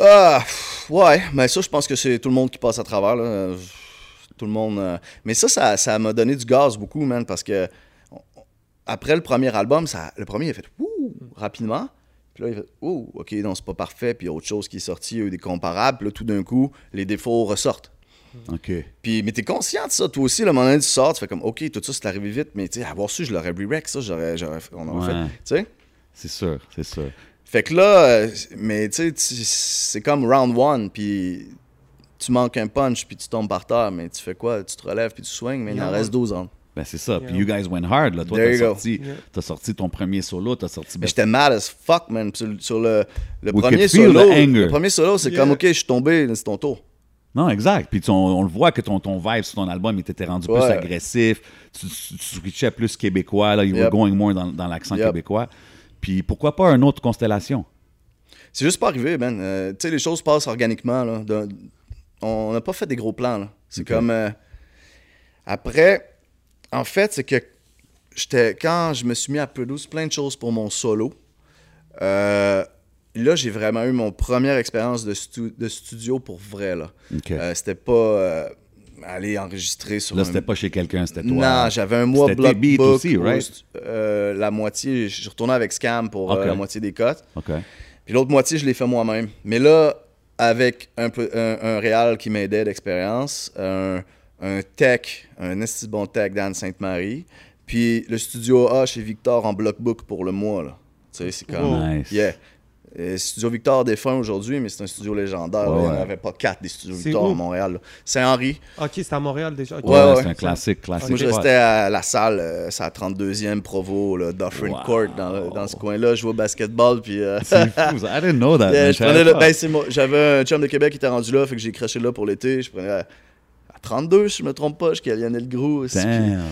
[SPEAKER 3] Ah, pff, ouais, mais ça, je pense que c'est tout le monde qui passe à travers. là. Euh, Tout le monde. euh, Mais ça, ça ça m'a donné du gaz beaucoup, man, parce que on- on- après le premier album, ça, le premier, il a fait ouh rapidement. Puis là, il a fait ouh, ok, non, c'est pas parfait. Puis il y a autre chose qui est sortie, il y a eu des comparables. Puis là, tout d'un coup, les défauts ressortent.
[SPEAKER 2] OK.
[SPEAKER 3] Puis, mais t'es conscient de ça, toi aussi, le moment donné, tu sors, tu fais comme, ok, tout ça, c'est arrivé vite, mais tu sais, avoir su, je l'aurais re-rec, ça, j'aurais, j'aurais, on aurait
[SPEAKER 2] Ouais.
[SPEAKER 3] fait, tu sais.
[SPEAKER 2] C'est sûr, c'est sûr.
[SPEAKER 3] Fait que là, euh, mais tu sais, tu- c'est comme round one, puis tu manques un punch, puis tu tombes par terre, mais tu fais quoi? Tu te relèves, puis tu swings, mais il en
[SPEAKER 1] Yeah.
[SPEAKER 3] reste 12 ans.
[SPEAKER 2] Ben, c'est ça. Puis
[SPEAKER 1] Yeah.
[SPEAKER 2] You Guys Went Hard, là. Toi,
[SPEAKER 3] There
[SPEAKER 2] t'as
[SPEAKER 3] you go.
[SPEAKER 2] sorti,
[SPEAKER 1] Yeah.
[SPEAKER 2] t'as sorti ton premier solo, t'as sorti... Ben
[SPEAKER 3] Mais j'étais mad as fuck, man. Puis Sur, le- sur le, le
[SPEAKER 2] We
[SPEAKER 3] premier
[SPEAKER 2] could feel
[SPEAKER 3] solo,
[SPEAKER 2] the anger.
[SPEAKER 3] le premier solo, c'est
[SPEAKER 1] Yeah.
[SPEAKER 3] comme, ok, je suis tombé, c'est ton tour.
[SPEAKER 2] Non, exact. Puis tu- on, on le voit que ton, ton vibe sur ton album, il t'était rendu plus
[SPEAKER 3] Ouais.
[SPEAKER 2] agressif. Tu, tu, tu switchais plus québécois, là. You were
[SPEAKER 3] Yep.
[SPEAKER 2] going more dans, dans l'accent
[SPEAKER 3] Yep.
[SPEAKER 2] québécois. Puis pourquoi pas une autre constellation?
[SPEAKER 3] C'est juste pas arrivé, man. Euh, tu sais, les choses passent organiquement. Là. D'un- On n'a pas fait des gros plans. là. C'est
[SPEAKER 2] Ok.
[SPEAKER 3] comme. euh, Après, en fait, c'est que j'étais quand je me suis mis à produire plein de choses pour mon solo, euh, là, j'ai vraiment eu mon première expérience de, stu- de studio pour vrai. Là.
[SPEAKER 2] OK.
[SPEAKER 3] Euh, c'était pas euh, aller enregistrer sur
[SPEAKER 2] là,
[SPEAKER 3] un-
[SPEAKER 2] c'était pas chez quelqu'un, c'était toi.
[SPEAKER 3] non, j'avais un mois
[SPEAKER 2] C'était tes beats
[SPEAKER 3] blockbook
[SPEAKER 2] aussi,
[SPEAKER 3] où,
[SPEAKER 2] right?
[SPEAKER 3] euh, la moitié, je retournais avec Scam pour euh,
[SPEAKER 2] Ok.
[SPEAKER 3] la moitié des cotes.
[SPEAKER 2] OK.
[SPEAKER 3] Puis l'autre moitié, je l'ai fait moi-même. Mais là, avec un, peu, un, un réal qui m'aidait d'expérience, un, un tech, un esti bon tech d'Anne Sainte-Marie, puis le studio A chez Victor en blockbook pour le mois. Là. Tu sais, c'est comme...
[SPEAKER 1] Wow.
[SPEAKER 2] Nice.
[SPEAKER 3] Oh, Yeah. Et studio Victor défunt aujourd'hui, mais c'est un studio légendaire.
[SPEAKER 2] Ouais,
[SPEAKER 3] là. Il n'y
[SPEAKER 2] ouais.
[SPEAKER 3] en avait pas quatre des studios
[SPEAKER 1] C'est
[SPEAKER 3] Victor
[SPEAKER 1] où? Ah,
[SPEAKER 3] à Montréal. là. Saint-Henri.
[SPEAKER 1] Ok, c'était à Montréal déjà. ok.
[SPEAKER 2] Ouais,
[SPEAKER 3] Ouais,
[SPEAKER 2] c'est
[SPEAKER 3] ouais.
[SPEAKER 2] un classique, classique.
[SPEAKER 3] Moi, je
[SPEAKER 2] spot.
[SPEAKER 3] restais à la salle, euh, c'est à 32e Provo, là, Dufferin
[SPEAKER 2] Wow.
[SPEAKER 3] Court, dans, dans ce coin-là. Je jouais au basketball, puis... euh, *laughs*
[SPEAKER 2] C'est fou, ça. I didn't know that.
[SPEAKER 3] Yeah,
[SPEAKER 2] man.
[SPEAKER 3] je prenais
[SPEAKER 2] Ah, savais
[SPEAKER 3] le.
[SPEAKER 2] pas.
[SPEAKER 3] Ben, c'est moi. J'avais un chum de Québec qui était rendu là, fait que j'ai craché là pour l'été. Je prenais à, à 32, si je me trompe pas, jusqu'à Lionel Groux. aussi. Puis,
[SPEAKER 2] Damn.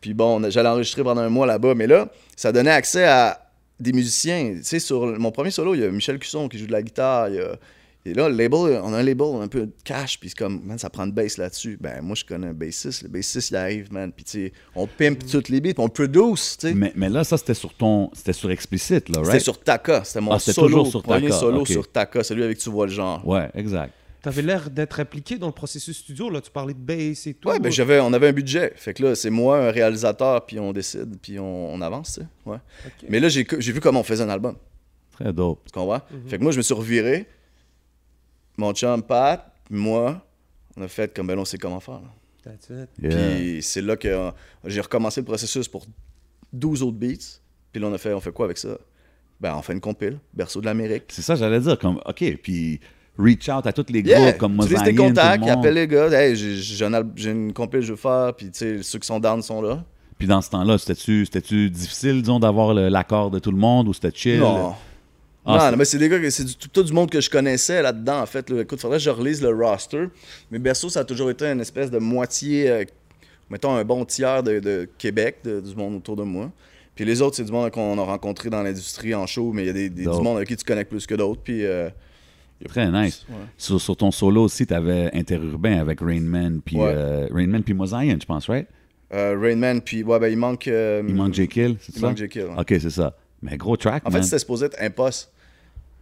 [SPEAKER 3] puis bon, on a- j'allais enregistrer pendant un mois là-bas, mais là, ça donnait accès à des musiciens. Tu sais, sur le- mon premier solo, il y a Michel Cusson qui joue de la guitare, il y a, Et là, le label, on a un label un peu de cash, puis c'est comme, man, ça prend de bass là-dessus. Ben, moi, je connais un bassiste. Le bassiste, il arrive, man. Puis, tu sais, on
[SPEAKER 2] Mm.
[SPEAKER 3] pimpe toutes les beats, on produce, tu sais.
[SPEAKER 2] Mais, mais là, ça, c'était sur ton. C'était sur explicite, là, Mm,
[SPEAKER 3] C'était
[SPEAKER 2] right?
[SPEAKER 3] sur Taka. C'était mon
[SPEAKER 2] Ah, c'était
[SPEAKER 3] solo,
[SPEAKER 2] toujours sur
[SPEAKER 3] premier
[SPEAKER 2] Taka,
[SPEAKER 3] solo
[SPEAKER 2] ok.
[SPEAKER 3] sur Taka, celui avec Tu vois le genre.
[SPEAKER 2] Ouais, exact.
[SPEAKER 1] T'avais l'air d'être impliqué dans le processus studio, là. Tu parlais de bass et tout.
[SPEAKER 3] Ouais, ben j'avais, on avait un budget. Fait que là, c'est moi, un réalisateur, puis on décide, puis on, on avance, tu sais. Ouais.
[SPEAKER 1] Ok.
[SPEAKER 3] Mais là, j'ai co- j'ai vu comment on faisait un album.
[SPEAKER 2] Très dope.
[SPEAKER 3] Tu comprends? Fait que moi, je me suis reviré. Mon chum, Pat, puis moi, on a fait comme, ben là, on sait comment faire. là.
[SPEAKER 1] That's it.
[SPEAKER 2] Yeah.
[SPEAKER 3] Puis c'est là que euh, j'ai recommencé le processus pour 12 autres beats. Puis là, on a fait, on fait quoi avec ça? Ben, on fait une compile, Berceau de l'Amérique.
[SPEAKER 2] C'est ça, j'allais dire. Comme, OK, puis reach out à tous les groupes
[SPEAKER 3] Yeah!
[SPEAKER 2] comme
[SPEAKER 3] tu
[SPEAKER 2] Mosaïen,
[SPEAKER 3] laisses tes
[SPEAKER 2] tout le
[SPEAKER 3] contacts,
[SPEAKER 2] monde.
[SPEAKER 3] appelle les gars. Hey, j'ai- j'ai un al- j'ai une compile, je veux faire. Puis tu sais, ceux qui sont down sont là.
[SPEAKER 2] Puis dans ce temps-là, c'était-tu c'était-tu difficile, disons, d'avoir le- l'accord de tout le monde ou c'était chill?
[SPEAKER 3] Non.
[SPEAKER 2] Ah,
[SPEAKER 3] non,
[SPEAKER 2] c'est-
[SPEAKER 3] non, mais c'est des gars, que- c'est du- tout, tout du monde que je connaissais là-dedans, en fait. là. Écoute, faudrait que je relise le roster. Mais Berceau, ça a toujours été une espèce de moitié, euh, mettons un bon tiers de, de Québec, de- du monde autour de moi. Puis les autres, c'est du monde qu'on a rencontré dans l'industrie en show, mais il y a des, des- du
[SPEAKER 2] Dope.
[SPEAKER 3] monde avec qui tu connectes plus que d'autres. Puis. euh, il y a
[SPEAKER 2] Très
[SPEAKER 3] plus-
[SPEAKER 2] nice.
[SPEAKER 3] ouais.
[SPEAKER 2] Sur, sur ton solo aussi, t'avais Interurbain avec Rainman puis
[SPEAKER 3] Ouais.
[SPEAKER 2] euh, Rainman puis Mosaïen, je pense, right?
[SPEAKER 3] Euh, Rain Man, puis ouais, ben, il manque. euh,
[SPEAKER 2] Il manque Jekyll, c'est
[SPEAKER 3] Il
[SPEAKER 2] ça?
[SPEAKER 3] manque Jekyll, ouais.
[SPEAKER 2] OK, c'est ça. Mais gros track,
[SPEAKER 3] En
[SPEAKER 2] man.
[SPEAKER 3] fait, c'était supposé être Impost.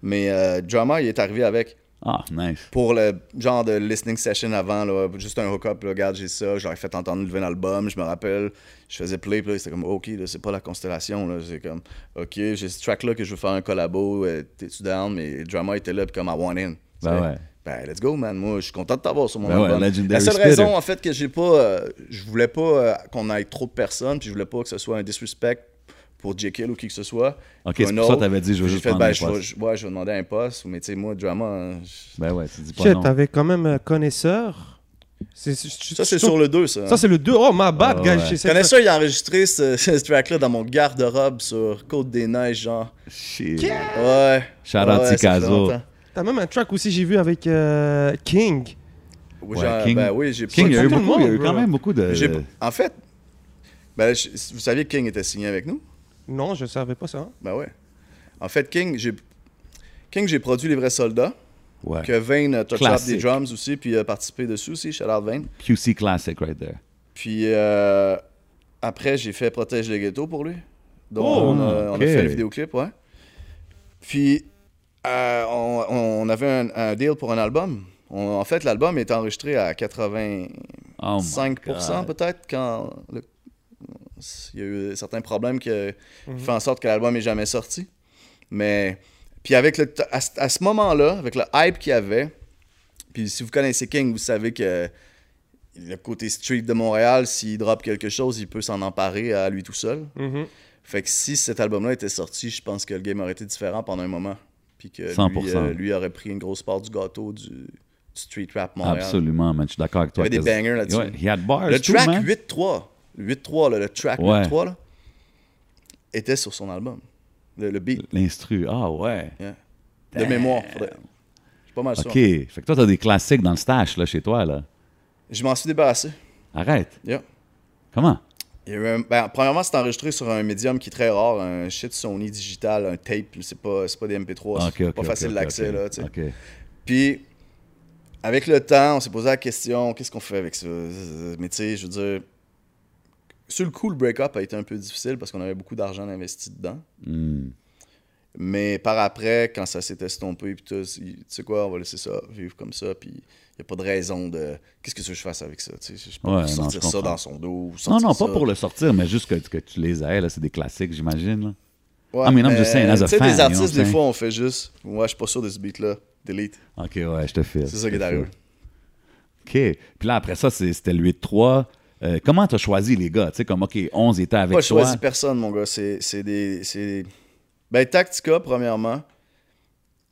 [SPEAKER 3] Mais euh, Drama, il est arrivé avec.
[SPEAKER 2] ah, nice.
[SPEAKER 3] pour le genre de listening session avant, là, juste un hook-up, là, regarde, j'ai ça, je leur ai fait entendre le nouvel album, je me rappelle, je faisais play, puis là, c'était comme, ok, là, c'est pas la constellation, là, c'est comme, ok, j'ai ce track-là que je veux faire un collabo, euh, t'es-tu down, mais Drama était là, puis comme, I want in. tu
[SPEAKER 2] Ben
[SPEAKER 3] sais.
[SPEAKER 2] ouais.
[SPEAKER 3] Ben, let's go, man. Moi, je suis content de t'avoir sur mon
[SPEAKER 2] Ben ouais,
[SPEAKER 3] album.
[SPEAKER 2] Legendary
[SPEAKER 3] la seule
[SPEAKER 2] Spitter.
[SPEAKER 3] raison, en fait, que j'ai pas. euh, je voulais pas euh, qu'on aille trop de personnes, puis je voulais pas que ce soit un disrespect pour Jekyll ou qui que ce soit.
[SPEAKER 2] Ok,
[SPEAKER 3] Ou
[SPEAKER 2] c'est
[SPEAKER 3] un
[SPEAKER 2] pour ça que
[SPEAKER 3] autre.
[SPEAKER 2] t'avais dit, je veux
[SPEAKER 3] J'ai
[SPEAKER 2] juste
[SPEAKER 3] fait,
[SPEAKER 2] prendre
[SPEAKER 3] ben,
[SPEAKER 2] un
[SPEAKER 3] je
[SPEAKER 2] poste.
[SPEAKER 3] vais- je- Ouais, je vais demander un poste, mais tu sais, moi, Drama. euh, je-
[SPEAKER 2] Ben ouais, tu dis pas
[SPEAKER 1] Shit,
[SPEAKER 2] non.
[SPEAKER 1] t'avais quand même un connaisseur. C'est- c'est- je-
[SPEAKER 3] Ça,
[SPEAKER 1] je-
[SPEAKER 3] c'est
[SPEAKER 1] je-
[SPEAKER 3] sur le 2, ça.
[SPEAKER 1] Ça, c'est le 2. Oh, my bad,
[SPEAKER 2] Ah,
[SPEAKER 1] guys.
[SPEAKER 2] ouais.
[SPEAKER 1] j'essaie de
[SPEAKER 3] Connais
[SPEAKER 1] faire-
[SPEAKER 3] ça, il a enregistré ce, *laughs* ce track-là dans mon garde-robe sur Côte-des-Neiges, genre.
[SPEAKER 2] Shit.
[SPEAKER 3] Ouais.
[SPEAKER 2] Shout out
[SPEAKER 3] ouais, ça fait
[SPEAKER 2] Ticazo.
[SPEAKER 3] longtemps.
[SPEAKER 1] T'as même un track aussi, j'ai vu avec euh, King.
[SPEAKER 3] Oui,
[SPEAKER 2] Ouais,
[SPEAKER 3] genre,
[SPEAKER 2] King-
[SPEAKER 3] ben oui, j'ai
[SPEAKER 2] King, il y a eu
[SPEAKER 1] Tout le
[SPEAKER 2] beaucoup, il y a eu euh,
[SPEAKER 1] monde,
[SPEAKER 2] quand
[SPEAKER 1] bro.
[SPEAKER 2] même beaucoup de...
[SPEAKER 3] j'ai- En fait, ben, je- vous saviez que King était signé avec nous?
[SPEAKER 1] Non, je savais pas ça.
[SPEAKER 3] Ben ouais. En fait, King, j'ai King, j'ai produit Les Vrais Soldats,
[SPEAKER 2] Ouais.
[SPEAKER 3] que Vane a touché up
[SPEAKER 2] Classique.
[SPEAKER 3] des drums aussi, puis a participé dessus aussi, shout out Vane.
[SPEAKER 2] QC Classic right there.
[SPEAKER 3] Puis euh, après, j'ai fait Protège les ghettos pour lui. Donc,
[SPEAKER 1] Oh,
[SPEAKER 3] on, a, on a
[SPEAKER 2] ok.
[SPEAKER 3] fait le vidéoclip, ouais. Puis, euh, on, on avait un, un deal pour un album. On- en fait, l'album est enregistré à 85%
[SPEAKER 2] Oh my God.
[SPEAKER 3] peut-être quand le- il y a eu certains problèmes qui ont fait en sorte que l'album n'est jamais sorti. Mais, puis avec le, t- à, ce- à ce moment-là, avec le hype qu'il y avait, puis si vous connaissez King, vous savez que le côté street de Montréal, s'il drop quelque chose, il peut s'en emparer à lui tout seul.
[SPEAKER 1] Mhm.
[SPEAKER 2] Mm-hmm.
[SPEAKER 3] Fait que si cet album-là était sorti, je pense que le game aurait été différent pendant un moment. Puis que lui,
[SPEAKER 2] 100%.
[SPEAKER 3] euh, lui aurait pris une grosse part du gâteau du, du street rap Montréal.
[SPEAKER 2] Absolument, man. Je suis d'accord avec
[SPEAKER 3] Il y
[SPEAKER 2] toi.
[SPEAKER 3] avait des
[SPEAKER 2] Cause-
[SPEAKER 3] bangers là-dessus.
[SPEAKER 2] Ouais, he had bars
[SPEAKER 3] Le
[SPEAKER 2] too,
[SPEAKER 3] track
[SPEAKER 2] Ah, man.
[SPEAKER 3] 8-3, le 8-3, là, le track
[SPEAKER 2] Ouais.
[SPEAKER 3] 8-3, là, était sur son album. Le, le beat,
[SPEAKER 2] L'instru. Ah ouais.
[SPEAKER 3] yeah. de mémoire. faudrait- Je suis pas mal sûr.
[SPEAKER 2] OK. Fait que toi, t'as des classiques dans le stash, là, chez toi, là.
[SPEAKER 3] Je m'en suis débarrassé.
[SPEAKER 2] Arrête.
[SPEAKER 3] Yeah.
[SPEAKER 2] Comment?
[SPEAKER 3] Il y a eu un- ben, premièrement, c'est enregistré sur un médium qui est très rare, un shit Sony digital, un tape, c'est pas, c'est pas des MP3,
[SPEAKER 2] Ah,
[SPEAKER 3] c'est
[SPEAKER 2] OK, OK,
[SPEAKER 3] pas
[SPEAKER 2] OK,
[SPEAKER 3] facile
[SPEAKER 2] OK,
[SPEAKER 3] d'accès.
[SPEAKER 2] OK.
[SPEAKER 3] là, tu sais.
[SPEAKER 2] OK.
[SPEAKER 3] Puis, avec le temps, on s'est posé la question qu'est-ce qu'on fait avec ça Mais tu sais, je veux dire, sur le coup, le break-up a été un peu difficile parce qu'on avait beaucoup d'argent investi dedans.
[SPEAKER 2] Hmm.
[SPEAKER 3] Mais par après, quand ça s'est estompé, puis tout, c'est- tu sais quoi, on va laisser ça vivre comme ça, puis il n'y a pas de raison de. Qu'est-ce que tu veux que je fasse avec ça tu sais, Je peux
[SPEAKER 2] Ouais,
[SPEAKER 3] pas
[SPEAKER 2] non,
[SPEAKER 3] sortir
[SPEAKER 2] je
[SPEAKER 3] ça
[SPEAKER 2] comprends.
[SPEAKER 3] dans son dos.
[SPEAKER 2] Non, non, pas pour le sortir, mais juste que, que tu les aies, là. C'est des classiques, j'imagine, là.
[SPEAKER 3] Ouais,
[SPEAKER 2] I mean, I'm just
[SPEAKER 3] mais,
[SPEAKER 2] saying, as a
[SPEAKER 3] tu sais,
[SPEAKER 2] fan,
[SPEAKER 3] des
[SPEAKER 2] you know
[SPEAKER 3] artistes,
[SPEAKER 2] what I'm
[SPEAKER 3] des
[SPEAKER 2] saying?
[SPEAKER 3] fois, on fait juste. Ouais, je suis pas sûr de ce beat-là. Delete.
[SPEAKER 2] OK, ouais, je te file.
[SPEAKER 3] C'est ça
[SPEAKER 2] Je
[SPEAKER 3] qui est
[SPEAKER 2] te
[SPEAKER 3] arrivé.
[SPEAKER 2] file. OK. Puis là, après ça, c'est- c'était le 8-3. Euh, comment t'as choisi les gars? Tu sais, comme, OK, 11 étaient avec
[SPEAKER 3] Pas
[SPEAKER 2] toi.
[SPEAKER 3] choisi personne, mon gars. C'est c'est des. c'est- Ben, Tactica, premièrement,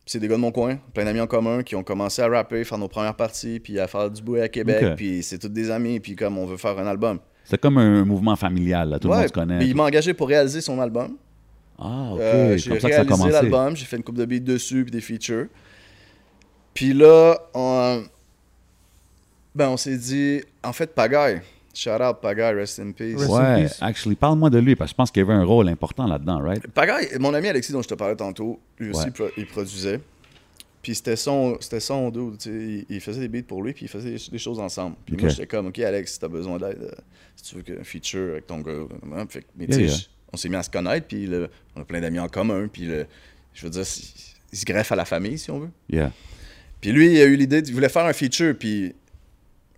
[SPEAKER 3] c'est des gars de mon coin, plein d'amis en commun qui ont commencé à rapper, faire nos premières parties, puis à faire du bruit à Québec,
[SPEAKER 2] Ok.
[SPEAKER 3] puis c'est tous des amis, puis comme on veut faire un album.
[SPEAKER 2] C'était comme un mouvement familial, là. Tout le
[SPEAKER 3] Ouais,
[SPEAKER 2] monde se connaît.
[SPEAKER 3] Puis il m'a engagé pour réaliser son album.
[SPEAKER 2] Ah, OK.
[SPEAKER 3] Euh, j'ai
[SPEAKER 2] comme ça que ça a
[SPEAKER 3] réalisé
[SPEAKER 2] commencé.
[SPEAKER 3] l'album, j'ai fait une coupe de beats dessus, puis des features. Puis là, on, ben, on s'est dit, en fait, Pagaille, shout out Pagaille, rest in peace.
[SPEAKER 1] Rest in
[SPEAKER 2] Ouais,
[SPEAKER 1] peace.
[SPEAKER 2] actually, parle-moi de lui, parce que je pense qu'il y avait un rôle important là-dedans, right?
[SPEAKER 3] Pagaille, mon ami Alexis dont je te parlais tantôt, lui aussi,
[SPEAKER 2] Ouais.
[SPEAKER 3] pro- il produisait. Puis c'était son, c'était son dude, tu sais, il, il faisait des beats pour lui, puis il faisait des, des choses ensemble. Puis moi,
[SPEAKER 2] Ok.
[SPEAKER 3] j'étais comme, OK, Alex, si t'as besoin d'aide, euh, si tu veux que- un feature avec ton gars, blablabla. Fait que- mais tu sais,
[SPEAKER 2] Yeah, yeah.
[SPEAKER 3] j- on s'est mis à se connaître, puis le- on a plein d'amis en commun, puis le- je veux dire, s- il se greffe à la famille, si on veut.
[SPEAKER 2] Yeah.
[SPEAKER 3] Puis lui, il a eu l'idée, de- il voulait faire un feature, puis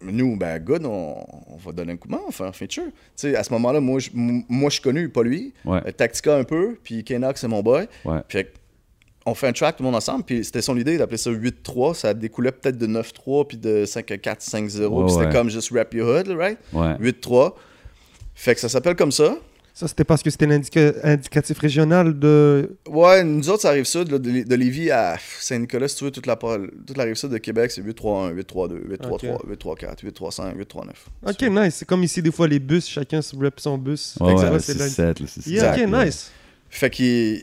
[SPEAKER 3] nous, ben, good, on, on va donner un coup de main, on fait un feature. Tu sais, à ce moment-là, moi, je- m- moi, je suis connu, pas lui.
[SPEAKER 2] Ouais.
[SPEAKER 3] Euh, Tactica un peu, puis Kenox, c'est mon boy.
[SPEAKER 2] Ouais.
[SPEAKER 3] Puis fait que on fait un track, tout le monde ensemble, puis c'était son idée d'appeler ça 8-3, ça découlait peut-être de 9-3, puis de 5-4-5-0,
[SPEAKER 2] Ouais,
[SPEAKER 3] puis c'était
[SPEAKER 2] ouais.
[SPEAKER 3] comme juste Rap Your Hood, là, right?
[SPEAKER 2] Ouais.
[SPEAKER 3] 8-3. Fait que ça s'appelle comme ça.
[SPEAKER 1] Ça, c'était parce que c'était l'indicatif régional de.
[SPEAKER 3] Ouais, nous autres, ça arrive sud, là, de, de Lévis à Saint-Nicolas, si tu veux, toute la, pol- toute la rive sud de Québec, c'est 8-3-1, 8-3-2, 8-3-3, 8-3-4, 8-3-5, 8-3-9.
[SPEAKER 1] Ok, nice. C'est comme ici, des fois, les bus, chacun se rep son bus.
[SPEAKER 2] Ouais,
[SPEAKER 1] Fait que ça,
[SPEAKER 2] ouais,
[SPEAKER 1] là,
[SPEAKER 2] le
[SPEAKER 1] c'est là-
[SPEAKER 2] 6-7, le 6-7.
[SPEAKER 1] Yeah, ok,
[SPEAKER 2] ouais.
[SPEAKER 1] nice.
[SPEAKER 3] Fait qu'il.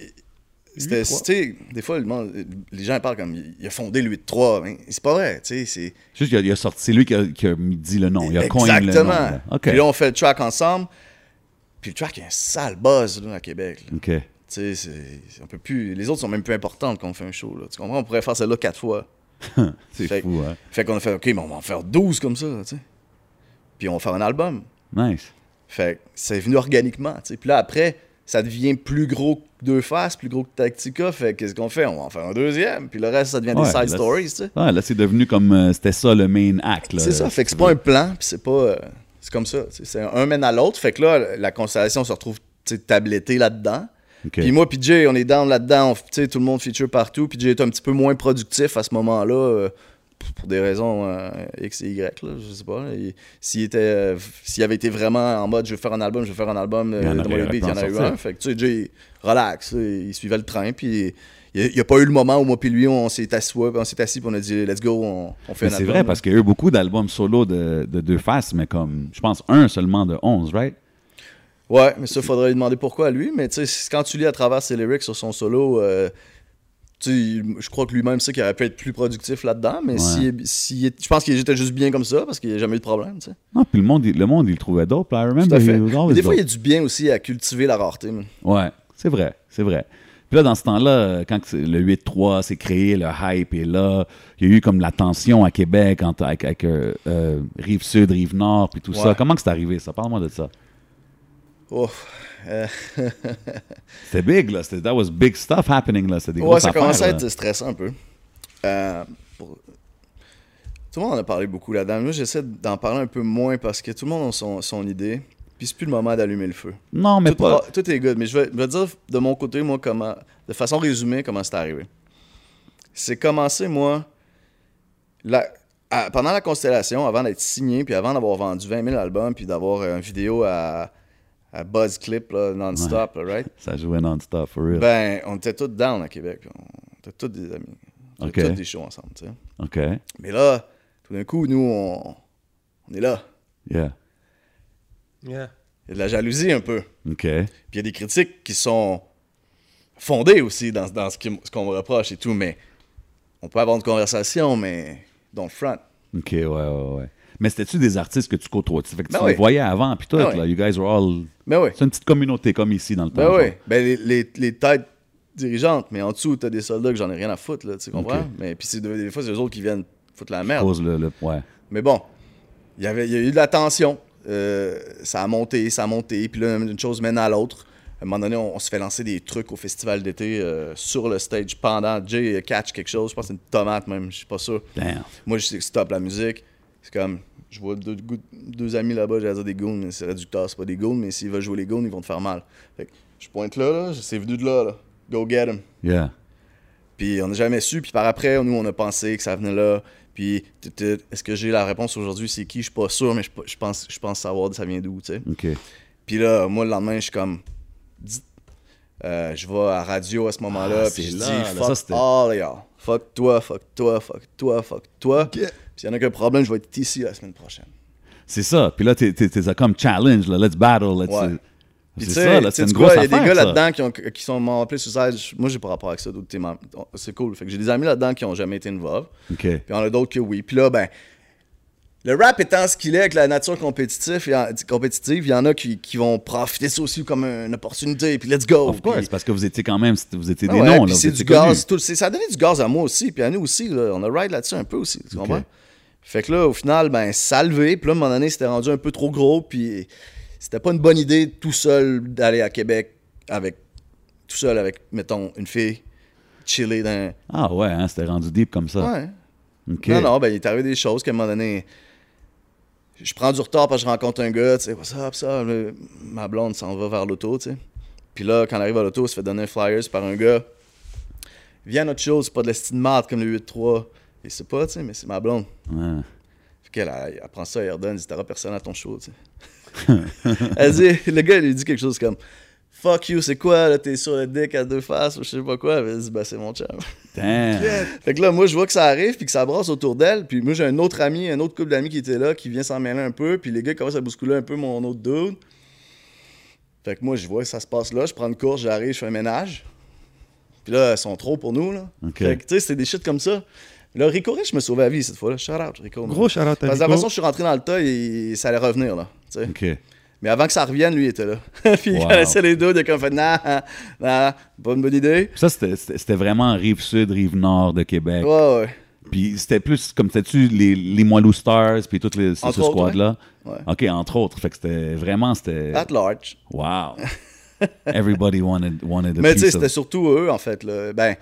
[SPEAKER 3] C'était, tu
[SPEAKER 1] 8-3.
[SPEAKER 3] sais, des fois, le monde- les gens ils parlent comme il il a fondé le 8-3, mais c'est pas vrai, tu sais, c'est.
[SPEAKER 2] Juste, il a, il a sorti, c'est lui qui a, qui a dit le nom. Oh, Il a coin le nom.
[SPEAKER 3] Exactement.
[SPEAKER 2] là. OK.
[SPEAKER 3] Puis là, on fait le track ensemble. Puis le track, il y a un sale buzz là, à Québec. là.
[SPEAKER 2] OK.
[SPEAKER 3] Tu sais, c'est- on peut plus. Les autres sont même plus importantes quand on fait un show. Là. Tu comprends? On pourrait faire celle-là quatre fois.
[SPEAKER 2] C'est
[SPEAKER 3] Fait-
[SPEAKER 2] fou, hein?
[SPEAKER 3] Fait qu'on a fait, OK, mais on va en faire 12 comme ça. tu sais. Puis on va faire un album.
[SPEAKER 2] hein. Nice.
[SPEAKER 3] Fait que c'est venu organiquement. tu sais. Puis là, après, ça devient plus gros que deux faces, plus gros que Tactica. Fait que qu'est-ce qu'on fait? On va en faire un deuxième. Puis le reste, ça devient
[SPEAKER 2] Ouais,
[SPEAKER 3] des side
[SPEAKER 2] là,
[SPEAKER 3] stories. tu sais.
[SPEAKER 2] Ah, là, c'est devenu comme. euh, C'était ça le main act. là.
[SPEAKER 3] C'est ça, fait que c'est pas un plan, puis c'est pas. euh, c'est comme ça. tu sais, C'est un mène à l'autre. Fait que là, la constellation se retrouve tu sais, tablettée là-dedans.
[SPEAKER 2] OK.
[SPEAKER 3] Puis moi, puis Jay, on est down là-dedans. on f- tu sais, Tout le monde feature partout. Puis Jay est un petit peu moins productif à ce moment-là. euh, pour- pour des raisons euh, X et Y, là, je sais pas. là. Il- S'il était, euh, s'il avait été vraiment en mode je veux faire un album, je veux faire un album, euh,
[SPEAKER 2] Il y en
[SPEAKER 3] dans
[SPEAKER 2] aurait-
[SPEAKER 3] mon
[SPEAKER 2] il aurait
[SPEAKER 3] beat, il y
[SPEAKER 2] pu en
[SPEAKER 3] en a eu
[SPEAKER 2] sortir.
[SPEAKER 3] un. Fait que tu sais, Jay, relax, là, il suivait le train, puis il n'y a, pas eu le moment où moi puis lui, on s'est assis, on s'est assis, puis on a dit let's go, on, on fait
[SPEAKER 2] Mais
[SPEAKER 3] un
[SPEAKER 2] c'est
[SPEAKER 3] album.
[SPEAKER 2] vrai, parce qu'il y a eu beaucoup d'albums solo de, de deux faces, mais comme, je pense, un seulement de 11, right?
[SPEAKER 3] Ouais, mais ça, faudrait lui demander pourquoi à lui. Mais tu sais, c- quand tu lis à travers ses lyrics sur son solo, euh, tu sais, je crois que lui-même sait qu'il aurait pu être plus productif là-dedans. Mais
[SPEAKER 2] Ouais.
[SPEAKER 3] s'il- s'il est- je pense qu'il était juste bien comme ça parce qu'il n'y a jamais eu de problème. tu sais.
[SPEAKER 2] Non, puis le monde, il- le monde, il le trouvait dope. I remember
[SPEAKER 3] Tout à fait.
[SPEAKER 2] he was always
[SPEAKER 3] Mais des fois, il y
[SPEAKER 2] dope.
[SPEAKER 3] a du bien aussi à cultiver la rareté. man.
[SPEAKER 2] Ouais, c'est vrai, c'est vrai. Puis là, dans ce temps-là, euh, quand que c'est- le 8-3 s'est créé, le hype est là, il y a eu comme la tension à Québec entre, avec, avec, euh, euh, Rive-Sud, Rive-Nord, puis tout ça.
[SPEAKER 3] Ouais.
[SPEAKER 2] Comment que c'est arrivé, ça? Parle-moi de ça.
[SPEAKER 3] Ouf. Euh,
[SPEAKER 2] C'était big, là. C'était, that was big stuff happening, là. C'était des
[SPEAKER 3] ouais,
[SPEAKER 2] grosses
[SPEAKER 3] ça
[SPEAKER 2] affaires,
[SPEAKER 3] commence à
[SPEAKER 2] là.
[SPEAKER 3] être stressant un peu. Euh, pour- Tout le monde en a parlé beaucoup là-dedans. Moi, j'essaie d'en parler un peu moins parce que tout le monde a son, son idée. Puis c'est plus le moment d'allumer le feu.
[SPEAKER 2] Non, mais
[SPEAKER 3] tout,
[SPEAKER 2] pas...
[SPEAKER 3] ra- tout est good, mais je vais, je vais dire de mon côté, moi, comment, de façon résumée, comment c'est arrivé. C'est commencé, moi, la- à- pendant la constellation, avant d'être signé, puis avant d'avoir vendu 20 000 albums, puis d'avoir euh, une vidéo à, à Buzz Clip là, non-stop, là, right?
[SPEAKER 2] Ça jouait non-stop, for real.
[SPEAKER 3] Ben, on était tous down à Québec, puis on était tous des amis. On était
[SPEAKER 2] Ok.
[SPEAKER 3] tous des shows ensemble, tu sais.
[SPEAKER 2] OK,
[SPEAKER 3] Mais là, tout d'un coup, nous, on, on est là.
[SPEAKER 2] yeah,
[SPEAKER 1] Yeah.
[SPEAKER 3] Il y a de la jalousie un peu.
[SPEAKER 2] OK.
[SPEAKER 3] Puis il y a des critiques qui sont fondées aussi dans, dans ce qui- ce qu'on me reproche et tout, mais on peut avoir une conversation, mais dans le front.
[SPEAKER 2] OK, ouais, ouais, ouais. Mais c'était-tu des artistes que tu côtoies? Fait que tu
[SPEAKER 3] Ben
[SPEAKER 2] les
[SPEAKER 3] oui.
[SPEAKER 2] voyais avant, puis tout,
[SPEAKER 3] Ben oui.
[SPEAKER 2] là. You guys were all...
[SPEAKER 3] Mais Ben oui,
[SPEAKER 2] C'est une petite communauté, comme ici, dans le
[SPEAKER 3] ben
[SPEAKER 2] temps.
[SPEAKER 3] oui. Ben les, les- les têtes dirigeantes, mais en dessous, t'as des soldats que j'en ai rien à foutre, là, tu comprends?
[SPEAKER 2] Ok.
[SPEAKER 3] Mais puis c'est de- des fois, c'est eux autres qui viennent foutre la
[SPEAKER 2] Je
[SPEAKER 3] merde.
[SPEAKER 2] pose le, le... Ouais.
[SPEAKER 3] Mais bon, il y, avait, il y a eu de la tension. Euh, ça a monté, ça a monté. Puis là, une chose mène à l'autre. À un moment donné, on, on se fait lancer des trucs au festival d'été euh, sur le stage pendant. Jay euh, catch quelque chose. Je pense que c'est une tomate même, je suis pas sûr.
[SPEAKER 2] Damn.
[SPEAKER 3] Moi, je sais que stop la musique. C'est comme, je vois deux, gou- deux amis là-bas, j'allais dire des goons, mais c'est réducteur, c'est pas des goons, mais s'ils veulent jouer les goons, ils vont te faire mal. Fait que je pointe là, là, c'est venu de là, là. Go get 'em.
[SPEAKER 2] Yeah.
[SPEAKER 3] Puis on n'a jamais su. Puis par après, nous, on a pensé que ça venait là. Puis tout, tout. est-ce que j'ai la réponse aujourd'hui, c'est qui? Je suis pas sûr, mais je, je pense, je pense savoir ça vient d'où, tu sais.
[SPEAKER 2] OK.
[SPEAKER 3] Puis là, moi, le lendemain, je suis comme... Dis- euh, je vais à radio à ce moment-là,
[SPEAKER 2] Ah,
[SPEAKER 3] puis
[SPEAKER 2] c'est
[SPEAKER 3] je
[SPEAKER 2] là,
[SPEAKER 3] dis
[SPEAKER 2] là, ça,
[SPEAKER 3] fuck
[SPEAKER 2] c'était-
[SPEAKER 3] all y'all. Fuck toi, fuck toi, fuck toi, fuck toi. Puis s'il y en a qu'un problème, je vais être ici la semaine prochaine.
[SPEAKER 2] C'est ça. Puis là, t'es, t'es, t'es comme challenge, là. Let's battle. Let's...
[SPEAKER 3] Ouais.
[SPEAKER 2] C'est
[SPEAKER 3] Puis tu
[SPEAKER 2] ça, là.
[SPEAKER 3] sais, tu sais,
[SPEAKER 2] C'est une
[SPEAKER 3] tu
[SPEAKER 2] grosse
[SPEAKER 3] vois, il y a
[SPEAKER 2] affaire,
[SPEAKER 3] des gars
[SPEAKER 2] ça.
[SPEAKER 3] là-dedans qui, ont- qui sont m'ont appelé suicide. Je- Moi, j'ai pas rapport avec ça. d'autres, hein. t'es ma- C'est cool. Fait que j'ai des amis là-dedans qui ont jamais été involved.
[SPEAKER 2] OK.
[SPEAKER 3] Puis il y en a d'autres que oui. Puis là, ben, le rap étant ce qu'il est avec la nature compétitive, il y en, compétitive, il y en a qui, qui vont profiter de ça aussi comme une opportunité, puis let's go.
[SPEAKER 2] Of course,
[SPEAKER 3] puis-
[SPEAKER 2] parce que vous étiez quand même, c'était- vous étiez
[SPEAKER 3] Oh, Ah
[SPEAKER 2] des
[SPEAKER 3] ouais,
[SPEAKER 2] noms.
[SPEAKER 3] puis
[SPEAKER 2] là, vous
[SPEAKER 3] c'est
[SPEAKER 2] étiez
[SPEAKER 3] du
[SPEAKER 2] connus.
[SPEAKER 3] gaz. Tout, c'est- ça a donné du gaz à moi aussi, puis à nous aussi. là. on a ride là-dessus un peu aussi, tu comprends? Fait que là, au final, ben, ça a levé. Puis là, à un moment donné, c'était rendu un peu trop gros. Puis c'était pas une bonne idée tout seul d'aller à Québec avec, tout seul avec, mettons, une fille, chiller dans.
[SPEAKER 2] Ah ouais, hein, c'était rendu deep comme ça.
[SPEAKER 3] Ouais.
[SPEAKER 2] Ok.
[SPEAKER 3] Non, non, ben, il est arrivé des choses qu'à un moment donné, je prends du retard parce que je rencontre un gars, tu sais, what's up, ça, le- ma blonde s'en va vers l'auto, tu sais. Puis là, quand elle arrive à l'auto, elle se fait donner un flyers par un gars. Viens à notre show, c'est pas de la style marde comme le 8-3. Et c'est pas, tu sais, mais c'est ma blonde.
[SPEAKER 2] Ouais.
[SPEAKER 3] Fait qu'elle, elle, elle prend ça, elle redonne, elle dit, t'auras personne à ton show, tu sais. elle dit, le gars, il lui dit quelque chose comme, fuck you, c'est quoi, là, t'es sur le deck à deux faces, ou je sais pas quoi. Elle dit, bah, c'est mon chum.
[SPEAKER 2] Damn.
[SPEAKER 3] Fait que là, moi, je vois que ça arrive, puis que ça brasse autour d'elle. Puis moi, j'ai un autre ami, un autre couple d'amis qui était là, qui vient s'en mêler un peu. Puis les gars commencent à bousculer un peu mon autre dude. Fait que moi, je vois que ça se passe là. Je prends une course, j'arrive, je fais un ménage. Puis là, elles sont trop pour nous, là.
[SPEAKER 2] Ok.
[SPEAKER 3] Fait que, tu sais, c'était des shit comme ça. Là, Rico Rich me sauvait la vie cette fois-là. Shout out, Rico. man.
[SPEAKER 1] Gros shout out à
[SPEAKER 3] Parce que la
[SPEAKER 1] Rico.
[SPEAKER 3] façon dont je suis rentré dans le tas, il- ça allait revenir, là. tu sais.
[SPEAKER 2] Ok.
[SPEAKER 3] Mais avant que ça revienne, lui, il était là. *laughs* puis il
[SPEAKER 2] Wow.
[SPEAKER 3] connaissait les deux, il a comme fait, nah, nah, pas une bonne idée.
[SPEAKER 2] Ça, c'était- c'était c'était vraiment rive sud, rive nord de Québec.
[SPEAKER 3] Ouais, ouais.
[SPEAKER 2] Puis c'était plus comme c'était-tu les, les Moilou Stars, puis tout les- ce
[SPEAKER 3] Entre autres,
[SPEAKER 2] squad-là.
[SPEAKER 3] ouais. Ouais.
[SPEAKER 2] Ok, entre autres. Fait que c'était vraiment, c'était.
[SPEAKER 3] At large.
[SPEAKER 2] Wow. Everybody wanted, wanted a
[SPEAKER 3] Mais tu sais,
[SPEAKER 2] piece
[SPEAKER 3] c'était
[SPEAKER 2] of...
[SPEAKER 3] surtout eux, en fait. Là. Ben,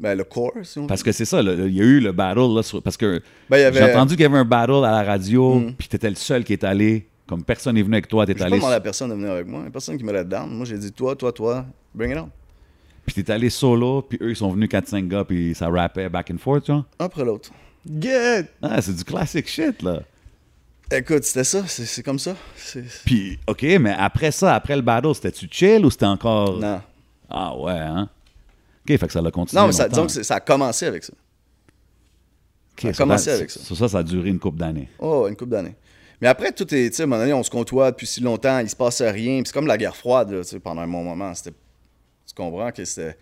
[SPEAKER 3] ben, le corps, si on veut.
[SPEAKER 2] Parce que c'est ça, le- le- il y a eu le battle, là, sur- parce que
[SPEAKER 3] Ben, il y avait-
[SPEAKER 2] j'ai entendu qu'il y avait un battle à la radio, puis t'étais le seul qui est allé, comme personne n'est venu avec toi, t'es
[SPEAKER 3] J'ai pas
[SPEAKER 2] allé,
[SPEAKER 3] demandé à personne de venir avec moi. Il y a Personne qui me l'a down. Moi, j'ai dit toi, toi, toi, bring it on.
[SPEAKER 2] puis t'es allé solo, puis eux, ils sont venus 4-5 gars, puis ça rappait back and forth, tu vois.
[SPEAKER 3] Un après l'autre.
[SPEAKER 1] Yeah.
[SPEAKER 2] Ah, c'est du classic shit, là.
[SPEAKER 3] Écoute, c'était ça. C'est c'est comme ça. C'est-
[SPEAKER 2] Puis, OK, mais après ça, après le battle, c'était-tu chill ou c'était encore...
[SPEAKER 3] Non.
[SPEAKER 2] Ah ouais, hein? OK, fait que ça l'a continué
[SPEAKER 3] Non, mais ça,
[SPEAKER 2] longtemps.
[SPEAKER 3] disons que c'est- ça a commencé avec ça.
[SPEAKER 2] Ok,
[SPEAKER 3] ça a
[SPEAKER 2] sur-
[SPEAKER 3] commencé avec ça.
[SPEAKER 2] Sur ça, ça a duré une couple d'années.
[SPEAKER 3] Oh, une couple d'années. Mais après, tout est. Tu sais, à un moment donné, on se côtoie depuis si longtemps, il se passe rien. Puis c'est comme la guerre froide, là, tu sais, pendant un bon moment. C'était, tu comprends que c'était,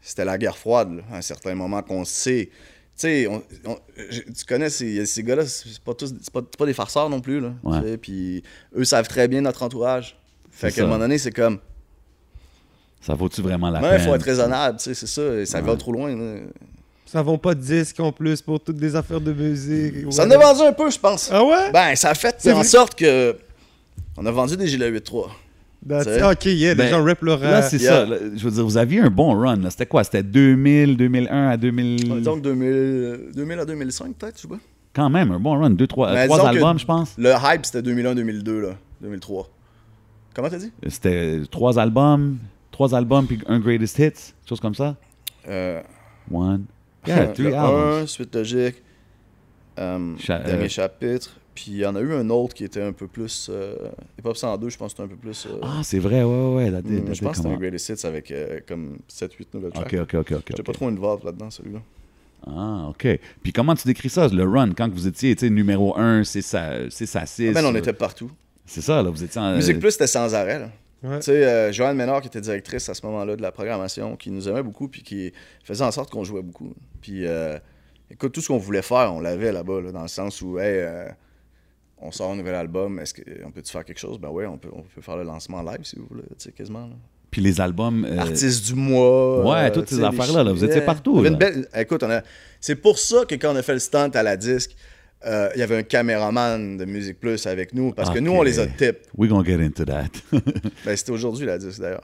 [SPEAKER 3] c'était la guerre froide, là, à un certain moment qu'on sait. Tu sais, on- on- j- tu connais ces, ces gars-là, c'est pas, tous, c'est, pas, c'est pas des farceurs non plus. Là,
[SPEAKER 2] Ouais.
[SPEAKER 3] tu sais, Puis eux savent très bien notre entourage. Fait
[SPEAKER 2] C'est
[SPEAKER 3] qu'à un
[SPEAKER 2] ça.
[SPEAKER 3] moment donné, c'est comme.
[SPEAKER 2] Ça vaut-tu vraiment la
[SPEAKER 3] Mais
[SPEAKER 2] peine?
[SPEAKER 3] il faut être raisonnable, tu sais, c'est ça. et Ça va trop loin. là.
[SPEAKER 1] Ça vend pas de disques en plus pour toutes des affaires de musique.
[SPEAKER 3] Ça en a vendu un peu, je pense.
[SPEAKER 1] Ah ouais?
[SPEAKER 3] Ben, ça a fait
[SPEAKER 1] C'est
[SPEAKER 3] en
[SPEAKER 1] vrai.
[SPEAKER 3] sorte que. On a vendu des gilets 8-3.
[SPEAKER 1] That's-
[SPEAKER 3] c'est-
[SPEAKER 1] ok, yeah,
[SPEAKER 2] Ben,
[SPEAKER 1] les gens rap leur
[SPEAKER 2] Là, c'est
[SPEAKER 3] Yeah.
[SPEAKER 2] ça. là, je veux dire, vous aviez un bon run. là. C'était quoi? C'était 2000, 2001 à 2000...
[SPEAKER 3] Disons que 2000, 2000 à 2005, peut-être, tu vois.
[SPEAKER 2] Quand même, un bon run. Deux, trois,
[SPEAKER 3] Mais
[SPEAKER 2] euh, trois
[SPEAKER 3] disons que-
[SPEAKER 2] albums, je pense.
[SPEAKER 3] Le hype, c'était 2001-2002, là. 2003. Comment t'as dit?
[SPEAKER 2] C'était trois albums, trois albums, puis un Greatest Hits, chose comme ça.
[SPEAKER 3] Euh,
[SPEAKER 2] One.
[SPEAKER 3] *laughs*
[SPEAKER 2] Yeah,
[SPEAKER 3] le
[SPEAKER 2] three albums.
[SPEAKER 3] 1, Suite Logique, euh,
[SPEAKER 2] Cha-
[SPEAKER 3] Dernier
[SPEAKER 2] euh,
[SPEAKER 3] Chapitre. Puis il y en a eu un autre qui était un peu plus... Euh, Hip Hop 102, je pense que c'était un peu plus... euh,
[SPEAKER 2] Ah, c'est vrai, ouais, ouais, ouais. that
[SPEAKER 3] hmm,
[SPEAKER 2] did- that
[SPEAKER 3] je
[SPEAKER 2] did
[SPEAKER 3] pense que c'était
[SPEAKER 2] come
[SPEAKER 3] un
[SPEAKER 2] out.
[SPEAKER 3] Greatest Hits avec euh, comme 7-8 nouvelles tracks.
[SPEAKER 2] Ok, ok, ok, ok.
[SPEAKER 3] J'étais
[SPEAKER 2] ok.
[SPEAKER 3] pas trop involved là-dedans, celui-là.
[SPEAKER 2] Ah, ok. Puis comment tu décris ça, le run, quand que vous étiez, tu sais, numéro 1, c'est ça, c'est ça, 6.
[SPEAKER 3] Mais Ah, ben on était partout.
[SPEAKER 2] euh, C'est ça, là, vous étiez en. euh,
[SPEAKER 3] Musique Plus, c'était sans arrêt, là.
[SPEAKER 1] Ouais.
[SPEAKER 3] Tu sais, euh, Joanne Ménard, qui était directrice à ce moment-là de la programmation, qui nous aimait beaucoup, puis qui faisait en sorte qu'on jouait beaucoup. Puis, euh, écoute, tout ce qu'on voulait faire, on l'avait là-bas, là, dans le sens où, hey, euh, on sort un nouvel album, est-ce qu'on peut-tu faire quelque chose? Ben oui, on peut, on peut faire le lancement live, si vous voulez, tu sais, quasiment. là.
[SPEAKER 2] Puis les albums. euh,
[SPEAKER 3] Artiste du mois.
[SPEAKER 2] ouais,
[SPEAKER 3] euh,
[SPEAKER 2] toutes
[SPEAKER 3] tu
[SPEAKER 2] ces
[SPEAKER 3] sais, les
[SPEAKER 2] affaires-là, là, vous
[SPEAKER 3] chi-
[SPEAKER 2] étiez partout,
[SPEAKER 3] On avait une
[SPEAKER 2] là.
[SPEAKER 3] belle- Écoute, on a... c'est pour ça que quand on a fait le stunt à la disque, euh, il y avait un caméraman de Musique Plus avec nous, parce que nous,
[SPEAKER 2] Ok.
[SPEAKER 3] on les a tip.
[SPEAKER 2] We're gonna get into
[SPEAKER 3] *laughs*
[SPEAKER 2] that.
[SPEAKER 3] Ben, c'était aujourd'hui la disque d'ailleurs.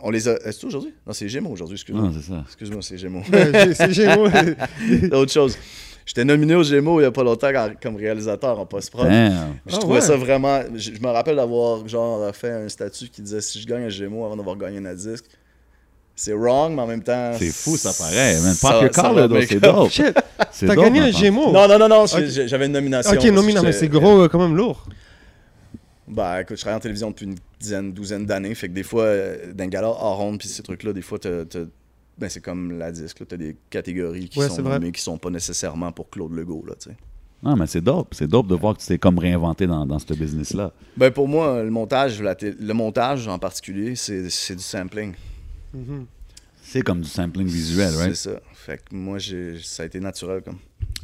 [SPEAKER 3] On les a. C'est aujourd'hui? Non, c'est Gémeaux aujourd'hui, excuse-moi.
[SPEAKER 2] non, c'est ça.
[SPEAKER 3] Excuse-moi, c'est Gémeaux. *laughs*
[SPEAKER 1] Ouais, c'est Gémeaux.
[SPEAKER 2] *laughs*
[SPEAKER 3] C'est autre chose. J'étais nominé aux Gémeaux il n'y a pas longtemps en- comme réalisateur en post-prod.
[SPEAKER 2] Damn.
[SPEAKER 3] Je
[SPEAKER 1] Ah
[SPEAKER 3] trouvais
[SPEAKER 1] ouais.
[SPEAKER 3] ça vraiment. Je, je me rappelle d'avoir genre fait un statut qui disait si je gagne un Gémeaux avant d'avoir gagné un disque, c'est wrong, mais en même temps.
[SPEAKER 2] C'est fou, ça paraît. Man,
[SPEAKER 3] ça-
[SPEAKER 2] pop your
[SPEAKER 3] ça
[SPEAKER 2] collar,
[SPEAKER 3] va
[SPEAKER 2] though,
[SPEAKER 3] make
[SPEAKER 2] c'est
[SPEAKER 3] up.
[SPEAKER 2] dope.
[SPEAKER 1] Shit,
[SPEAKER 2] C'est
[SPEAKER 1] t'as
[SPEAKER 2] dope, hein,
[SPEAKER 1] gagné un
[SPEAKER 2] entendre.
[SPEAKER 1] Gémeaux.
[SPEAKER 3] Non, non, non, non,
[SPEAKER 1] Ok.
[SPEAKER 3] j'ai- j'avais une nomination.
[SPEAKER 1] ok,
[SPEAKER 3] parce
[SPEAKER 1] non,
[SPEAKER 3] que
[SPEAKER 1] mais non, mais
[SPEAKER 3] j'étais-
[SPEAKER 1] c'est gros, euh, quand même lourd.
[SPEAKER 3] Bah, écoute, je travaille en télévision depuis une dizaine, douzaine d'années. Fait que des fois, euh, d'un gala hors honte, puis ces trucs-là, des fois, t'as- t'as- ben, c'est comme la disque. là, T'as des catégories qui
[SPEAKER 1] Ouais,
[SPEAKER 3] sont
[SPEAKER 1] c'est vrai.
[SPEAKER 3] nommées, qui sont pas nécessairement pour Claude Legault. Là, tu sais.
[SPEAKER 2] Non, mais c'est dope. C'est dope de voir que tu t'es comme réinventé dans, dans ce business-là.
[SPEAKER 3] ben, pour moi, le montage, la té- le montage en particulier, c'est c'est du sampling.
[SPEAKER 2] C'est comme du sampling visuel,
[SPEAKER 3] C'est
[SPEAKER 2] right?
[SPEAKER 3] ça. Fait que moi, j'ai- ça a été naturel. comme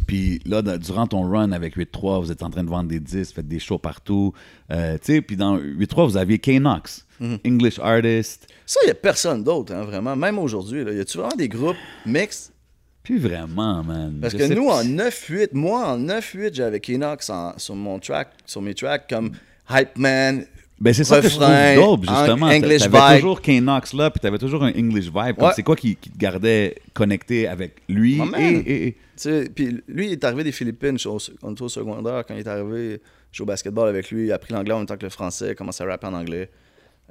[SPEAKER 2] Puis là, dans- durant ton run avec 8-3, vous êtes en train de vendre des disques, faites des shows partout. Euh, tu sais, puis dans 8-3, vous aviez K-Knox,
[SPEAKER 3] Mhm.
[SPEAKER 2] English Artist.
[SPEAKER 3] Ça, il n'y a personne d'autre, hein, vraiment. Même aujourd'hui, là. y a-tu vraiment des groupes mixtes?
[SPEAKER 2] Puis vraiment, man.
[SPEAKER 3] Parce
[SPEAKER 2] je
[SPEAKER 3] que
[SPEAKER 2] sais
[SPEAKER 3] nous,
[SPEAKER 2] pas
[SPEAKER 3] en
[SPEAKER 2] si-
[SPEAKER 3] 9-8, moi, en 9-8, j'avais Kinox en- sur mon track, sur mes tracks, comme Hype Man.
[SPEAKER 2] Ben, c'est ça que je trouve
[SPEAKER 3] refrain,
[SPEAKER 2] dope, justement.
[SPEAKER 3] en- English
[SPEAKER 2] T'avais
[SPEAKER 3] vibe.
[SPEAKER 2] toujours K-Knox là, puis t'avais toujours un English vibe. Comme
[SPEAKER 3] Ouais.
[SPEAKER 2] C'est quoi qui, qui te gardait connecté avec lui?
[SPEAKER 3] My man.
[SPEAKER 2] et, et- et-
[SPEAKER 3] Tu sais, Puis lui, il est arrivé des Philippines, je- on était au secondaire. Quand il est arrivé, je joue au basketball avec lui. Il a appris l'anglais en même temps que le français, il a commencé à rapper en anglais.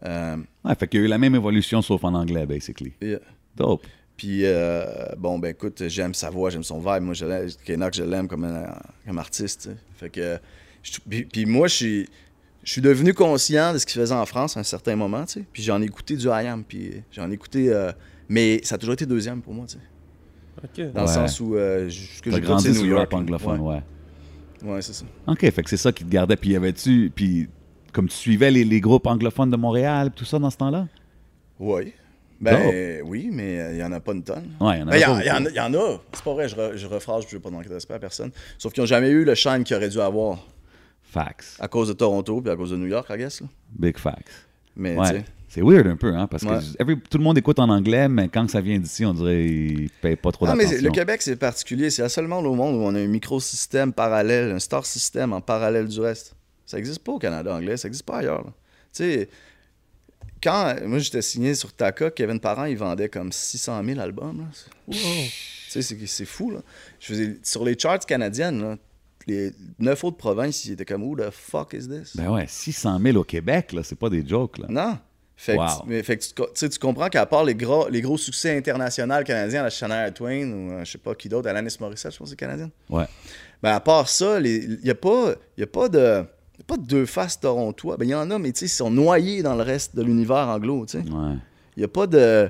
[SPEAKER 3] Euh,
[SPEAKER 2] Ouais, fait qu'il y a eu la même évolution, sauf en anglais, basically.
[SPEAKER 3] et-
[SPEAKER 2] Dope.
[SPEAKER 3] Puis, euh, bon, ben écoute, j'aime sa voix, j'aime son vibe. Moi, je l'aime- Kenock, je l'aime comme, un- comme artiste. tu sais. Fait que, je- puis, puis moi, je suis, je suis devenu conscient de ce qu'il faisait en France à un certain moment, tu sais. Puis j'en ai écouté du I Am, puis j'en ai écouté... euh, mais ça a toujours été deuxième pour moi, tu sais.
[SPEAKER 1] Ok.
[SPEAKER 3] Dans le
[SPEAKER 2] Ouais.
[SPEAKER 3] sens où euh, je- ce que
[SPEAKER 2] T'as
[SPEAKER 3] j'ai
[SPEAKER 2] grandi
[SPEAKER 3] New
[SPEAKER 2] sur le
[SPEAKER 3] York.
[SPEAKER 2] rap anglophone,
[SPEAKER 3] ouais.
[SPEAKER 2] ouais.
[SPEAKER 3] Ouais, c'est ça.
[SPEAKER 2] OK, fait que c'est ça qui te gardait. Puis y avait-tu. Puis comme tu suivais les, les groupes anglophones de Montréal, tout ça dans ce temps-là?
[SPEAKER 3] Oui. Ben oui, mais euh, il n'y en a pas une tonne.
[SPEAKER 2] Ouais, il y en
[SPEAKER 3] Ben,
[SPEAKER 2] avait.
[SPEAKER 3] Il y, en-
[SPEAKER 2] pas
[SPEAKER 3] il y en
[SPEAKER 2] beaucoup.
[SPEAKER 3] a- il y en a. C'est pas vrai, je, re- je rephrase, je ne veux pas manquer de respect à personne. Sauf qu'ils n'ont jamais eu le shine qu'ils auraient dû avoir.
[SPEAKER 2] Facts.
[SPEAKER 3] À cause de Toronto puis à cause de New York, I guess. Là.
[SPEAKER 2] Big facts.
[SPEAKER 3] Mais tu
[SPEAKER 2] Ouais.
[SPEAKER 3] sais,
[SPEAKER 2] C'est weird un peu, hein, parce
[SPEAKER 3] Ouais.
[SPEAKER 2] que every- tout le monde écoute en anglais, mais quand ça vient d'ici, on dirait qu'ils payent pas trop
[SPEAKER 3] Non, Ah, mais
[SPEAKER 2] d'attention.
[SPEAKER 3] c'est- le Québec, c'est particulier. C'est seulement au monde où on a un microsystème parallèle, un star system en parallèle du reste. Ça n'existe pas au Canada anglais, ça n'existe pas ailleurs. là. Tu sais, quand moi j'étais signé sur Taka, Kevin Parent, il vendait comme 600 000 albums. là.
[SPEAKER 1] Wow.
[SPEAKER 3] Tu sais, c'est- c'est fou. Là. Je faisais, sur les charts canadiennes, là, les neuf autres provinces, ils étaient comme Who the fuck is this?
[SPEAKER 2] Ben ouais, 600 000 au Québec, là, c'est pas des jokes, là.
[SPEAKER 3] Non. Fait
[SPEAKER 2] Wow.
[SPEAKER 3] que, tu- mais fait que tu, co- tu sais, tu comprends qu'à part les gros, les gros succès internationaux canadiens, la Shania Twain ou euh, je sais pas qui d'autre, Alanis Morissette, je pense que c'est canadienne.
[SPEAKER 2] Ouais.
[SPEAKER 3] Ben, à part ça, il n'y a, pas- y a pas de y a pas de deux faces torontois. Ben, il y en a, mais tu sais, ils sont noyés dans le reste de l'univers anglo, tu sais.
[SPEAKER 2] Ouais.
[SPEAKER 3] Il n'y a pas de...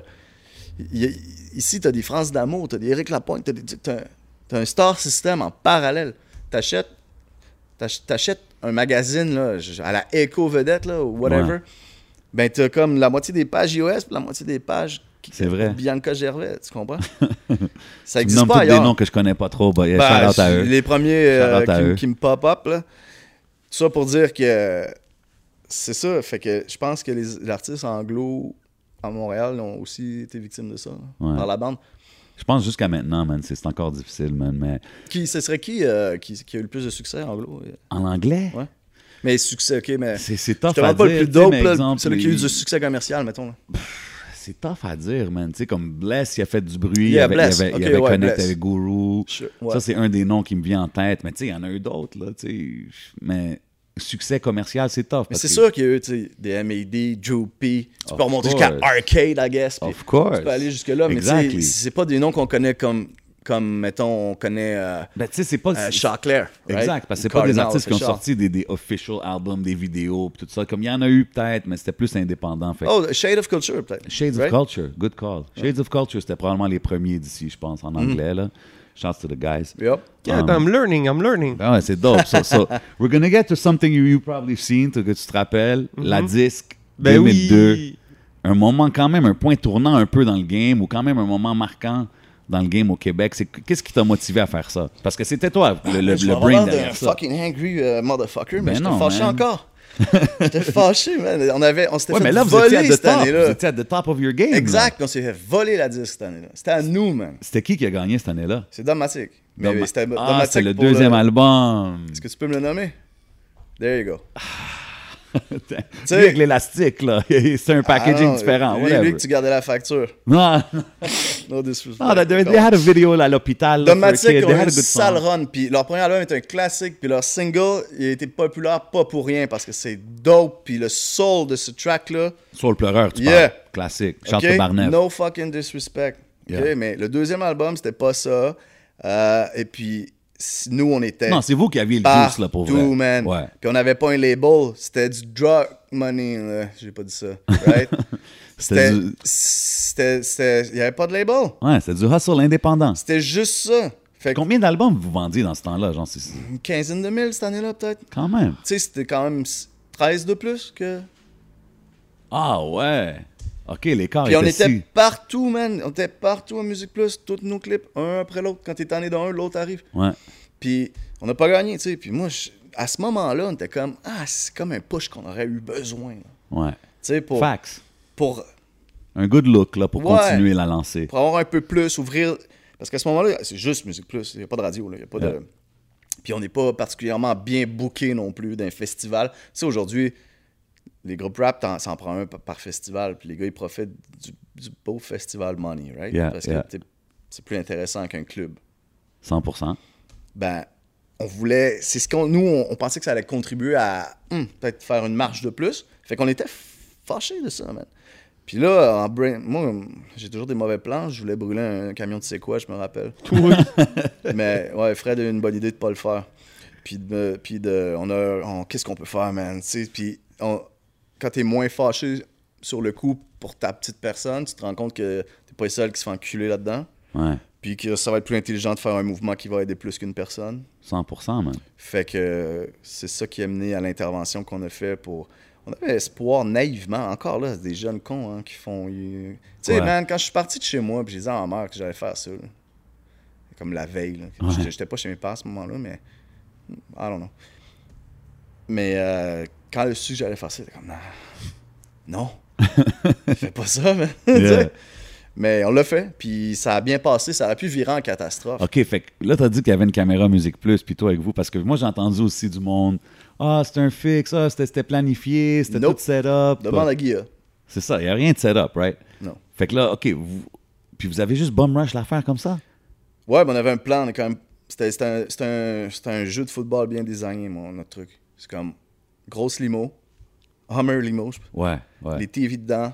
[SPEAKER 3] y a- ici, tu as des France d'amour, tu as des Eric Lapointe, tu as, un star system en parallèle. Tu achètes, un magazine là, je- à la Echo Vedette, là, ou whatever.
[SPEAKER 2] Ouais.
[SPEAKER 3] Ben, tu as comme la moitié des pages US puis la moitié des pages qui-
[SPEAKER 2] C'est vrai.
[SPEAKER 3] Bianca Gervais, tu
[SPEAKER 2] *laughs*
[SPEAKER 3] comprends? ça
[SPEAKER 2] Tu me
[SPEAKER 3] existe
[SPEAKER 2] nommes
[SPEAKER 3] pas
[SPEAKER 2] tous des
[SPEAKER 3] ailleurs.
[SPEAKER 2] noms que je connais pas trop, bah,
[SPEAKER 3] Ben,
[SPEAKER 2] shout-out à eux.
[SPEAKER 3] Les premiers euh,
[SPEAKER 2] Shout-out à
[SPEAKER 3] qui,
[SPEAKER 2] eux.
[SPEAKER 3] qui me pop-up, là. Tout ça pour dire que c'est ça. Fait que je pense que les les artistes anglo à Montréal ont aussi été victimes de ça, là,
[SPEAKER 2] Ouais.
[SPEAKER 3] par la bande.
[SPEAKER 2] Je pense jusqu'à maintenant, man, c'est c'est encore difficile, man, mais
[SPEAKER 3] Qui, ce serait qui, euh, qui qui a eu le plus de succès anglo?
[SPEAKER 2] en anglais,
[SPEAKER 3] Ouais. Mais succès, OK, mais...
[SPEAKER 2] c'est c'est
[SPEAKER 3] Je
[SPEAKER 2] tough
[SPEAKER 3] te
[SPEAKER 2] à
[SPEAKER 3] demande pas
[SPEAKER 2] dire.
[SPEAKER 3] le
[SPEAKER 2] tu
[SPEAKER 3] plus
[SPEAKER 2] sais,
[SPEAKER 3] dope,
[SPEAKER 2] mais
[SPEAKER 3] là,
[SPEAKER 2] exemple,
[SPEAKER 3] celui qui a eu
[SPEAKER 2] il-
[SPEAKER 3] du succès commercial, mettons. là.
[SPEAKER 2] C'est tough à dire, man. Tu sais, comme Bless, il a fait du bruit.
[SPEAKER 3] Yeah,
[SPEAKER 2] avec- il
[SPEAKER 3] Bless.
[SPEAKER 2] avait, il
[SPEAKER 3] Ok,
[SPEAKER 2] avait
[SPEAKER 3] ouais,
[SPEAKER 2] Connect
[SPEAKER 3] Bless.
[SPEAKER 2] avec Guru.
[SPEAKER 3] Je- ouais.
[SPEAKER 2] Ça, c'est un des noms qui me vient en tête. Mais tu sais, il y en a eu d'autres, là. Tu sais, mais succès commercial, c'est tough.
[SPEAKER 3] Mais
[SPEAKER 2] parce
[SPEAKER 3] c'est
[SPEAKER 2] que-
[SPEAKER 3] sûr qu'il y a eu, tu sais, des M.A.D., Drew P. Tu
[SPEAKER 2] Of
[SPEAKER 3] peux remonter jusqu'à
[SPEAKER 2] course.
[SPEAKER 3] Arcade, I guess. puis
[SPEAKER 2] Of course.
[SPEAKER 3] Tu peux aller jusque-là, mais tu sais,
[SPEAKER 2] Exactly.
[SPEAKER 3] c'est pas des noms qu'on connaît comme, comme mettons, on connaît euh,
[SPEAKER 2] Ben, tu sais, c'est pas.
[SPEAKER 3] euh,
[SPEAKER 2] c'est-
[SPEAKER 3] Chaclair. right?
[SPEAKER 2] Exact, parce que c'est
[SPEAKER 3] Ou
[SPEAKER 2] pas des
[SPEAKER 3] Cardinal,
[SPEAKER 2] artistes qui ont
[SPEAKER 3] Richard.
[SPEAKER 2] sorti des, des official albums, des vidéos, pis tout ça. Comme il y en a eu peut-être, mais c'était plus indépendant. Fait que-
[SPEAKER 3] Oh, Shade of Culture, peut-être.
[SPEAKER 2] Shades
[SPEAKER 3] Right?
[SPEAKER 2] of Culture, good call. Shades of Culture, c'était probablement les premiers d'ici, je
[SPEAKER 3] Mm.
[SPEAKER 2] pense, en anglais. Là. Shouts to the guys.
[SPEAKER 3] Yup.
[SPEAKER 1] Yeah, I'm learning, I'm learning.
[SPEAKER 2] Ah ouais, c'est dope. So,
[SPEAKER 3] *laughs*
[SPEAKER 2] so, we're gonna get to something you, you probably seen, to- que tu te rappelles,
[SPEAKER 3] Mm-hmm.
[SPEAKER 2] la disque
[SPEAKER 3] Bah
[SPEAKER 1] Ben
[SPEAKER 2] 2002.
[SPEAKER 1] oui.
[SPEAKER 2] Un moment quand même, un point tournant un peu dans le game, ou quand même un moment marquant dans le game au Québec. C'est qu'est-ce qui t'a motivé à faire ça Parce que c'était toi le, le, hein.
[SPEAKER 3] Je
[SPEAKER 2] le
[SPEAKER 3] m'en
[SPEAKER 2] brain
[SPEAKER 3] revends d'un
[SPEAKER 2] derrière ça.
[SPEAKER 3] fucking angry euh, motherfucker, mais
[SPEAKER 2] Ben
[SPEAKER 3] j'étais
[SPEAKER 2] non,
[SPEAKER 3] fâché
[SPEAKER 2] man. *laughs*
[SPEAKER 3] encore. J'étais fâché, man. On, avait, on s'était
[SPEAKER 2] Ouais,
[SPEAKER 3] fait
[SPEAKER 2] mais là vous étiez à
[SPEAKER 3] voler
[SPEAKER 2] the
[SPEAKER 3] cette
[SPEAKER 2] top. Vous
[SPEAKER 3] année-là.
[SPEAKER 2] étiez à the top of your game. là.
[SPEAKER 3] Exact, on s'est fait voler la disque cette année-là. C'était à nous, man.
[SPEAKER 2] C'était qui qui a gagné cette année-là
[SPEAKER 3] C'est dramatique. Mais
[SPEAKER 2] Doma-
[SPEAKER 3] c'était
[SPEAKER 2] ah,
[SPEAKER 3] dramatique
[SPEAKER 2] c'est le
[SPEAKER 3] pour
[SPEAKER 2] deuxième album.
[SPEAKER 3] Est-ce que tu peux me le nommer? There
[SPEAKER 2] *laughs*
[SPEAKER 3] you go.
[SPEAKER 2] Lui avec l'élastique, là. *laughs* C'est un packaging
[SPEAKER 3] Ah non,
[SPEAKER 2] différent.
[SPEAKER 3] Lui,
[SPEAKER 2] whatever.
[SPEAKER 3] lui que tu gardais la facture.
[SPEAKER 2] Non, non,
[SPEAKER 3] No disrespect.
[SPEAKER 2] non, they, they had a video là, à l'hôpital. là, for a
[SPEAKER 3] Domatic
[SPEAKER 2] kid.
[SPEAKER 3] ont
[SPEAKER 2] They
[SPEAKER 3] eu
[SPEAKER 2] had a
[SPEAKER 3] une
[SPEAKER 2] good
[SPEAKER 3] sale
[SPEAKER 2] song.
[SPEAKER 3] run. Puis leur premier album est un classique. Puis leur single, il a été populaire pas pour rien parce que c'est dope. Puis le soul de ce track-là.
[SPEAKER 2] Sur le pleureur, tu
[SPEAKER 3] Yeah.
[SPEAKER 2] parles. Classique. Charles
[SPEAKER 3] ok?
[SPEAKER 2] de Barnett.
[SPEAKER 3] No fucking disrespect. ok?
[SPEAKER 2] Yeah.
[SPEAKER 3] Mais le deuxième album, c'était pas ça. Euh, et puis s- nous, on était.
[SPEAKER 2] Non, c'est vous qui aviez le juice, là, pour
[SPEAKER 3] partout,
[SPEAKER 2] vrai.
[SPEAKER 3] man.
[SPEAKER 2] Ouais.
[SPEAKER 3] Puis on n'avait pas un label. C'était du drug money. là. J'ai pas dit ça. Right?
[SPEAKER 2] *laughs* C'était du...
[SPEAKER 3] c'était. c'était- Il n'y avait pas de label.
[SPEAKER 2] Ouais, c'était du hustle indépendant.
[SPEAKER 3] C'était juste ça. Fait que
[SPEAKER 2] Combien d'albums vous vendiez dans ce temps-là? Genre, c'est...
[SPEAKER 3] une quinzaine de mille cette année-là, peut-être. Tu
[SPEAKER 2] Quand même.
[SPEAKER 3] sais, c'était quand même s- 13 de plus que.
[SPEAKER 2] Ah ouais. OK, l'écart
[SPEAKER 3] Puis
[SPEAKER 2] était,
[SPEAKER 3] on était
[SPEAKER 2] si.
[SPEAKER 3] partout, man. On était partout à Musique Plus, tous nos clips, un après l'autre. Quand t'es tanné d'un, l'autre arrive.
[SPEAKER 2] Ouais.
[SPEAKER 3] Puis on n'a pas gagné, tu sais. Puis moi, je- à ce moment-là, on était comme, ah, c'est comme un push qu'on aurait eu besoin. là.
[SPEAKER 2] Ouais.
[SPEAKER 3] Tu sais, pour,
[SPEAKER 2] Fax.
[SPEAKER 3] pour,
[SPEAKER 2] Un good look là, pour
[SPEAKER 3] Ouais.
[SPEAKER 2] continuer la lancée.
[SPEAKER 3] pour avoir un peu plus, ouvrir. Parce qu'à ce moment-là, c'est juste Musique Plus. Il n'y a pas de radio, là. Il y a pas
[SPEAKER 2] Ouais.
[SPEAKER 3] de. Puis on n'est pas particulièrement bien booké non plus d'un festival. Tu sais, aujourd'hui, les groupes rap, t'en- s'en prend un par- par festival. Puis les gars, ils profitent du, du beau festival money, right?
[SPEAKER 2] Yeah,
[SPEAKER 3] Parce
[SPEAKER 2] yeah.
[SPEAKER 3] que t'es- c'est plus intéressant qu'un club.
[SPEAKER 2] 100%.
[SPEAKER 3] ben on voulait c'est ce qu'on nous on, on pensait que ça allait contribuer à hum, peut-être faire une marche de plus fait qu'on était fâchés de ça man puis là en brain- moi j'ai toujours des mauvais plans je voulais brûler un camion de sais quoi je me rappelle *laughs* mais ouais Fred a eu une bonne idée de pas le faire puis de, puis de on a on- qu'est-ce qu'on peut faire man tu sais puis on- quand t'es moins fâché sur le coup pour ta petite personne tu te rends compte que t'es pas le seul qui se fait enculer là-dedans
[SPEAKER 2] Ouais.
[SPEAKER 3] puis que ça va être plus intelligent de faire un mouvement qui va aider plus qu'une personne
[SPEAKER 2] 100%, man.
[SPEAKER 3] fait que euh, c'est ça qui a mené à l'intervention qu'on a fait pour. On avait espoir naïvement, encore là, c'est des jeunes cons hein, qui font. ils- Tu
[SPEAKER 2] Ouais.
[SPEAKER 3] sais, man, quand je suis parti de chez moi, puis j'ai dit à ma mère que j'allais faire ça, là. comme la veille, là.
[SPEAKER 2] Ouais.
[SPEAKER 3] J'étais- J'étais pas chez mes parents à ce moment-là, mais. I don't know. Mais euh, quand elle a su que j'allais faire ça, j'étais comme,
[SPEAKER 2] *laughs*
[SPEAKER 3] non, non, fais pas ça, man. *laughs* Tu sais.
[SPEAKER 2] Yeah.
[SPEAKER 3] Mais on l'a fait, puis ça a bien passé, ça a pu virer en catastrophe.
[SPEAKER 2] OK, fait que là, t'as dit qu'il y avait une caméra Musique Plus, puis toi avec vous, parce que moi, j'ai entendu aussi du monde. Ah, c'était un fixe, ah, c'était c'était planifié, c'était
[SPEAKER 3] Nope.
[SPEAKER 2] tout set up.
[SPEAKER 3] Demande à Guilla.
[SPEAKER 2] C'est ça, il n'y a rien de set up, right?
[SPEAKER 3] Non.
[SPEAKER 2] Fait que là, OK, vous... puis vous avez juste bum rush l'affaire comme ça?
[SPEAKER 3] Ouais, mais on avait un plan, on est quand même. C'était c'était un, c'était un- c'était un jeu de football bien designé, mon, notre truc. C'est comme grosse limo, Hummer limo, je sais pas.
[SPEAKER 2] Ouais, ouais.
[SPEAKER 3] les TV dedans.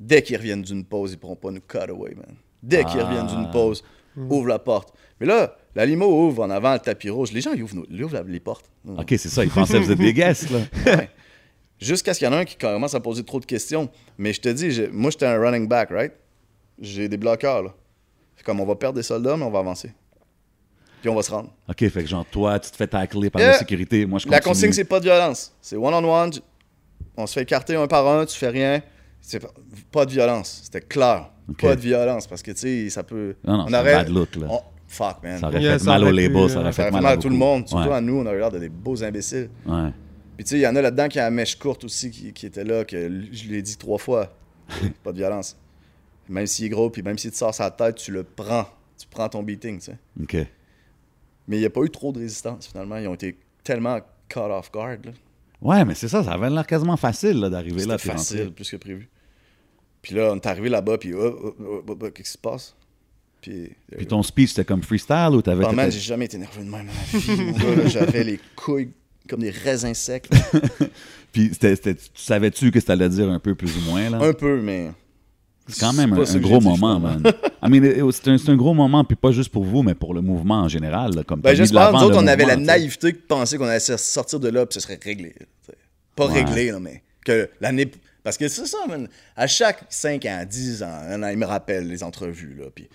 [SPEAKER 3] Dès qu'ils reviennent d'une pause, ils pourront pas nous cut away, man. Dès qu'ils
[SPEAKER 2] Ah.
[SPEAKER 3] reviennent d'une pause, ouvre la porte. Mais là, la limo ouvre en avant le tapis rouge. Les gens, ils ouvrent, nos- ils ouvrent la- les portes.
[SPEAKER 2] OK, c'est ça, ils pensaient que vous êtes des guests, là.
[SPEAKER 3] Jusqu'à ce qu'il y en a un qui commence à poser trop de questions. Mais je te dis, j'ai- moi, j'étais un running back, right? J'ai des bloqueurs, là. C'est comme on va perdre des soldats, mais on va avancer. Puis on va se rendre.
[SPEAKER 2] OK, fait que genre, toi, tu te fais tacler par
[SPEAKER 3] Euh,
[SPEAKER 2] la sécurité, moi, je continue.
[SPEAKER 3] La consigne, c'est pas de violence. C'est one-on-one. j- On se fait écarter un par un, tu fais rien. C'est pas- pas de violence. C'était clair.
[SPEAKER 2] Ok.
[SPEAKER 3] Pas de violence parce que, tu sais, ça peut.
[SPEAKER 2] Non, non,
[SPEAKER 3] on
[SPEAKER 2] c'est un
[SPEAKER 3] aurait.
[SPEAKER 2] bad look, là.
[SPEAKER 3] on- Fuck, man.
[SPEAKER 2] Ça
[SPEAKER 3] Ça
[SPEAKER 2] aurait
[SPEAKER 1] Yeah,
[SPEAKER 2] fait
[SPEAKER 1] ça
[SPEAKER 2] mal au
[SPEAKER 1] aurait pu,
[SPEAKER 2] label, ça
[SPEAKER 1] euh,
[SPEAKER 2] aurait
[SPEAKER 1] ça
[SPEAKER 2] fait
[SPEAKER 3] aurait fait
[SPEAKER 2] mal
[SPEAKER 3] mal à tout le
[SPEAKER 2] beaucoup.
[SPEAKER 3] monde. Surtout
[SPEAKER 2] Ouais,
[SPEAKER 3] à nous, on a eu l'air de des beaux imbéciles.
[SPEAKER 2] ouais.
[SPEAKER 3] Puis, tu sais, il y en a là-dedans qui a la mèche courte aussi qui, qui était là, que l- je l'ai dit trois fois. *laughs* pas de violence. Même s'il est gros, puis même s'il te sort sa tête, tu le prends. Tu prends ton beating, tu sais.
[SPEAKER 2] OK.
[SPEAKER 3] Mais il n'y a pas eu trop de résistance, finalement. Ils ont été tellement caught off guard, là.
[SPEAKER 2] Ouais, mais c'est ça, ça avait l'air quasiment facile là, d'arriver là.
[SPEAKER 3] C'était
[SPEAKER 2] t'es rentré.
[SPEAKER 3] facile, plus que prévu. Puis là, on est arrivé là-bas, puis hop, hop, hop, hop, hop, qu'est-ce qui se passe? Puis,
[SPEAKER 2] Puis ton speech, c'était comme freestyle ou t'avais.
[SPEAKER 3] Oh, man,
[SPEAKER 2] t'étais-
[SPEAKER 3] j'ai jamais été nerveux de même dans ma vie. mon gars, là. J'avais les couilles comme des
[SPEAKER 2] *laughs*
[SPEAKER 3] raisins secs. là.
[SPEAKER 2] Puis c'était- c'était- tu savais-tu que t'allais dire un peu plus ou moins là?
[SPEAKER 3] Un peu, mais
[SPEAKER 2] C'est quand même
[SPEAKER 3] c'est pas
[SPEAKER 2] un,
[SPEAKER 3] ça
[SPEAKER 2] un
[SPEAKER 3] que
[SPEAKER 2] gros
[SPEAKER 3] j'ai dit,
[SPEAKER 2] moment, man. I mean, it- c'est un, c'est un gros moment, puis pas juste pour vous, mais pour le mouvement en général. là, comme t'as
[SPEAKER 3] ben,
[SPEAKER 2] mis de
[SPEAKER 3] j'espère, nous
[SPEAKER 2] l'avant
[SPEAKER 3] autres,
[SPEAKER 2] le
[SPEAKER 3] on avait la
[SPEAKER 2] mouvement, tu sais.
[SPEAKER 3] naïveté de penser qu'on allait se sortir de là, puis ce serait réglé. là, tu sais. Pas
[SPEAKER 2] Ouais.
[SPEAKER 3] réglé, là, mais que l'année. Parce que c'est ça, man. À chaque 5 ans, 10 ans, un an, ils me rappellent les entrevues, là. Puis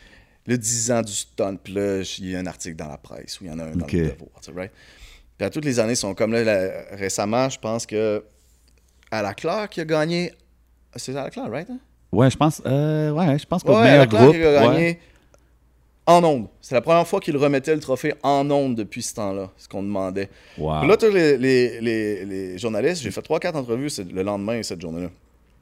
[SPEAKER 3] le 10 ans du stunt, puis là, il y a un article dans la presse, ou il y en a un dans
[SPEAKER 2] Ok.
[SPEAKER 3] le devoir, tu sais, right? Puis à toutes les années, ils sont comme là, là, récemment, je pense que à la Claire qui a gagné. C'est à la Claire, right? hein?
[SPEAKER 2] Ouais, je pense, euh, ouais, je pense qu'au
[SPEAKER 3] Ouais, à la
[SPEAKER 2] meilleur
[SPEAKER 3] Claire
[SPEAKER 2] groupe.
[SPEAKER 3] qui a gagné
[SPEAKER 2] ouais.
[SPEAKER 3] en ondes. C'est la première fois qu'ils remettaient le trophée en ondes depuis ce temps-là, ce qu'on demandait.
[SPEAKER 2] Wow.
[SPEAKER 3] Puis Là, tous les, les- les- les journalistes, j'ai fait 3-4 entrevues ce- le lendemain cette journée-là.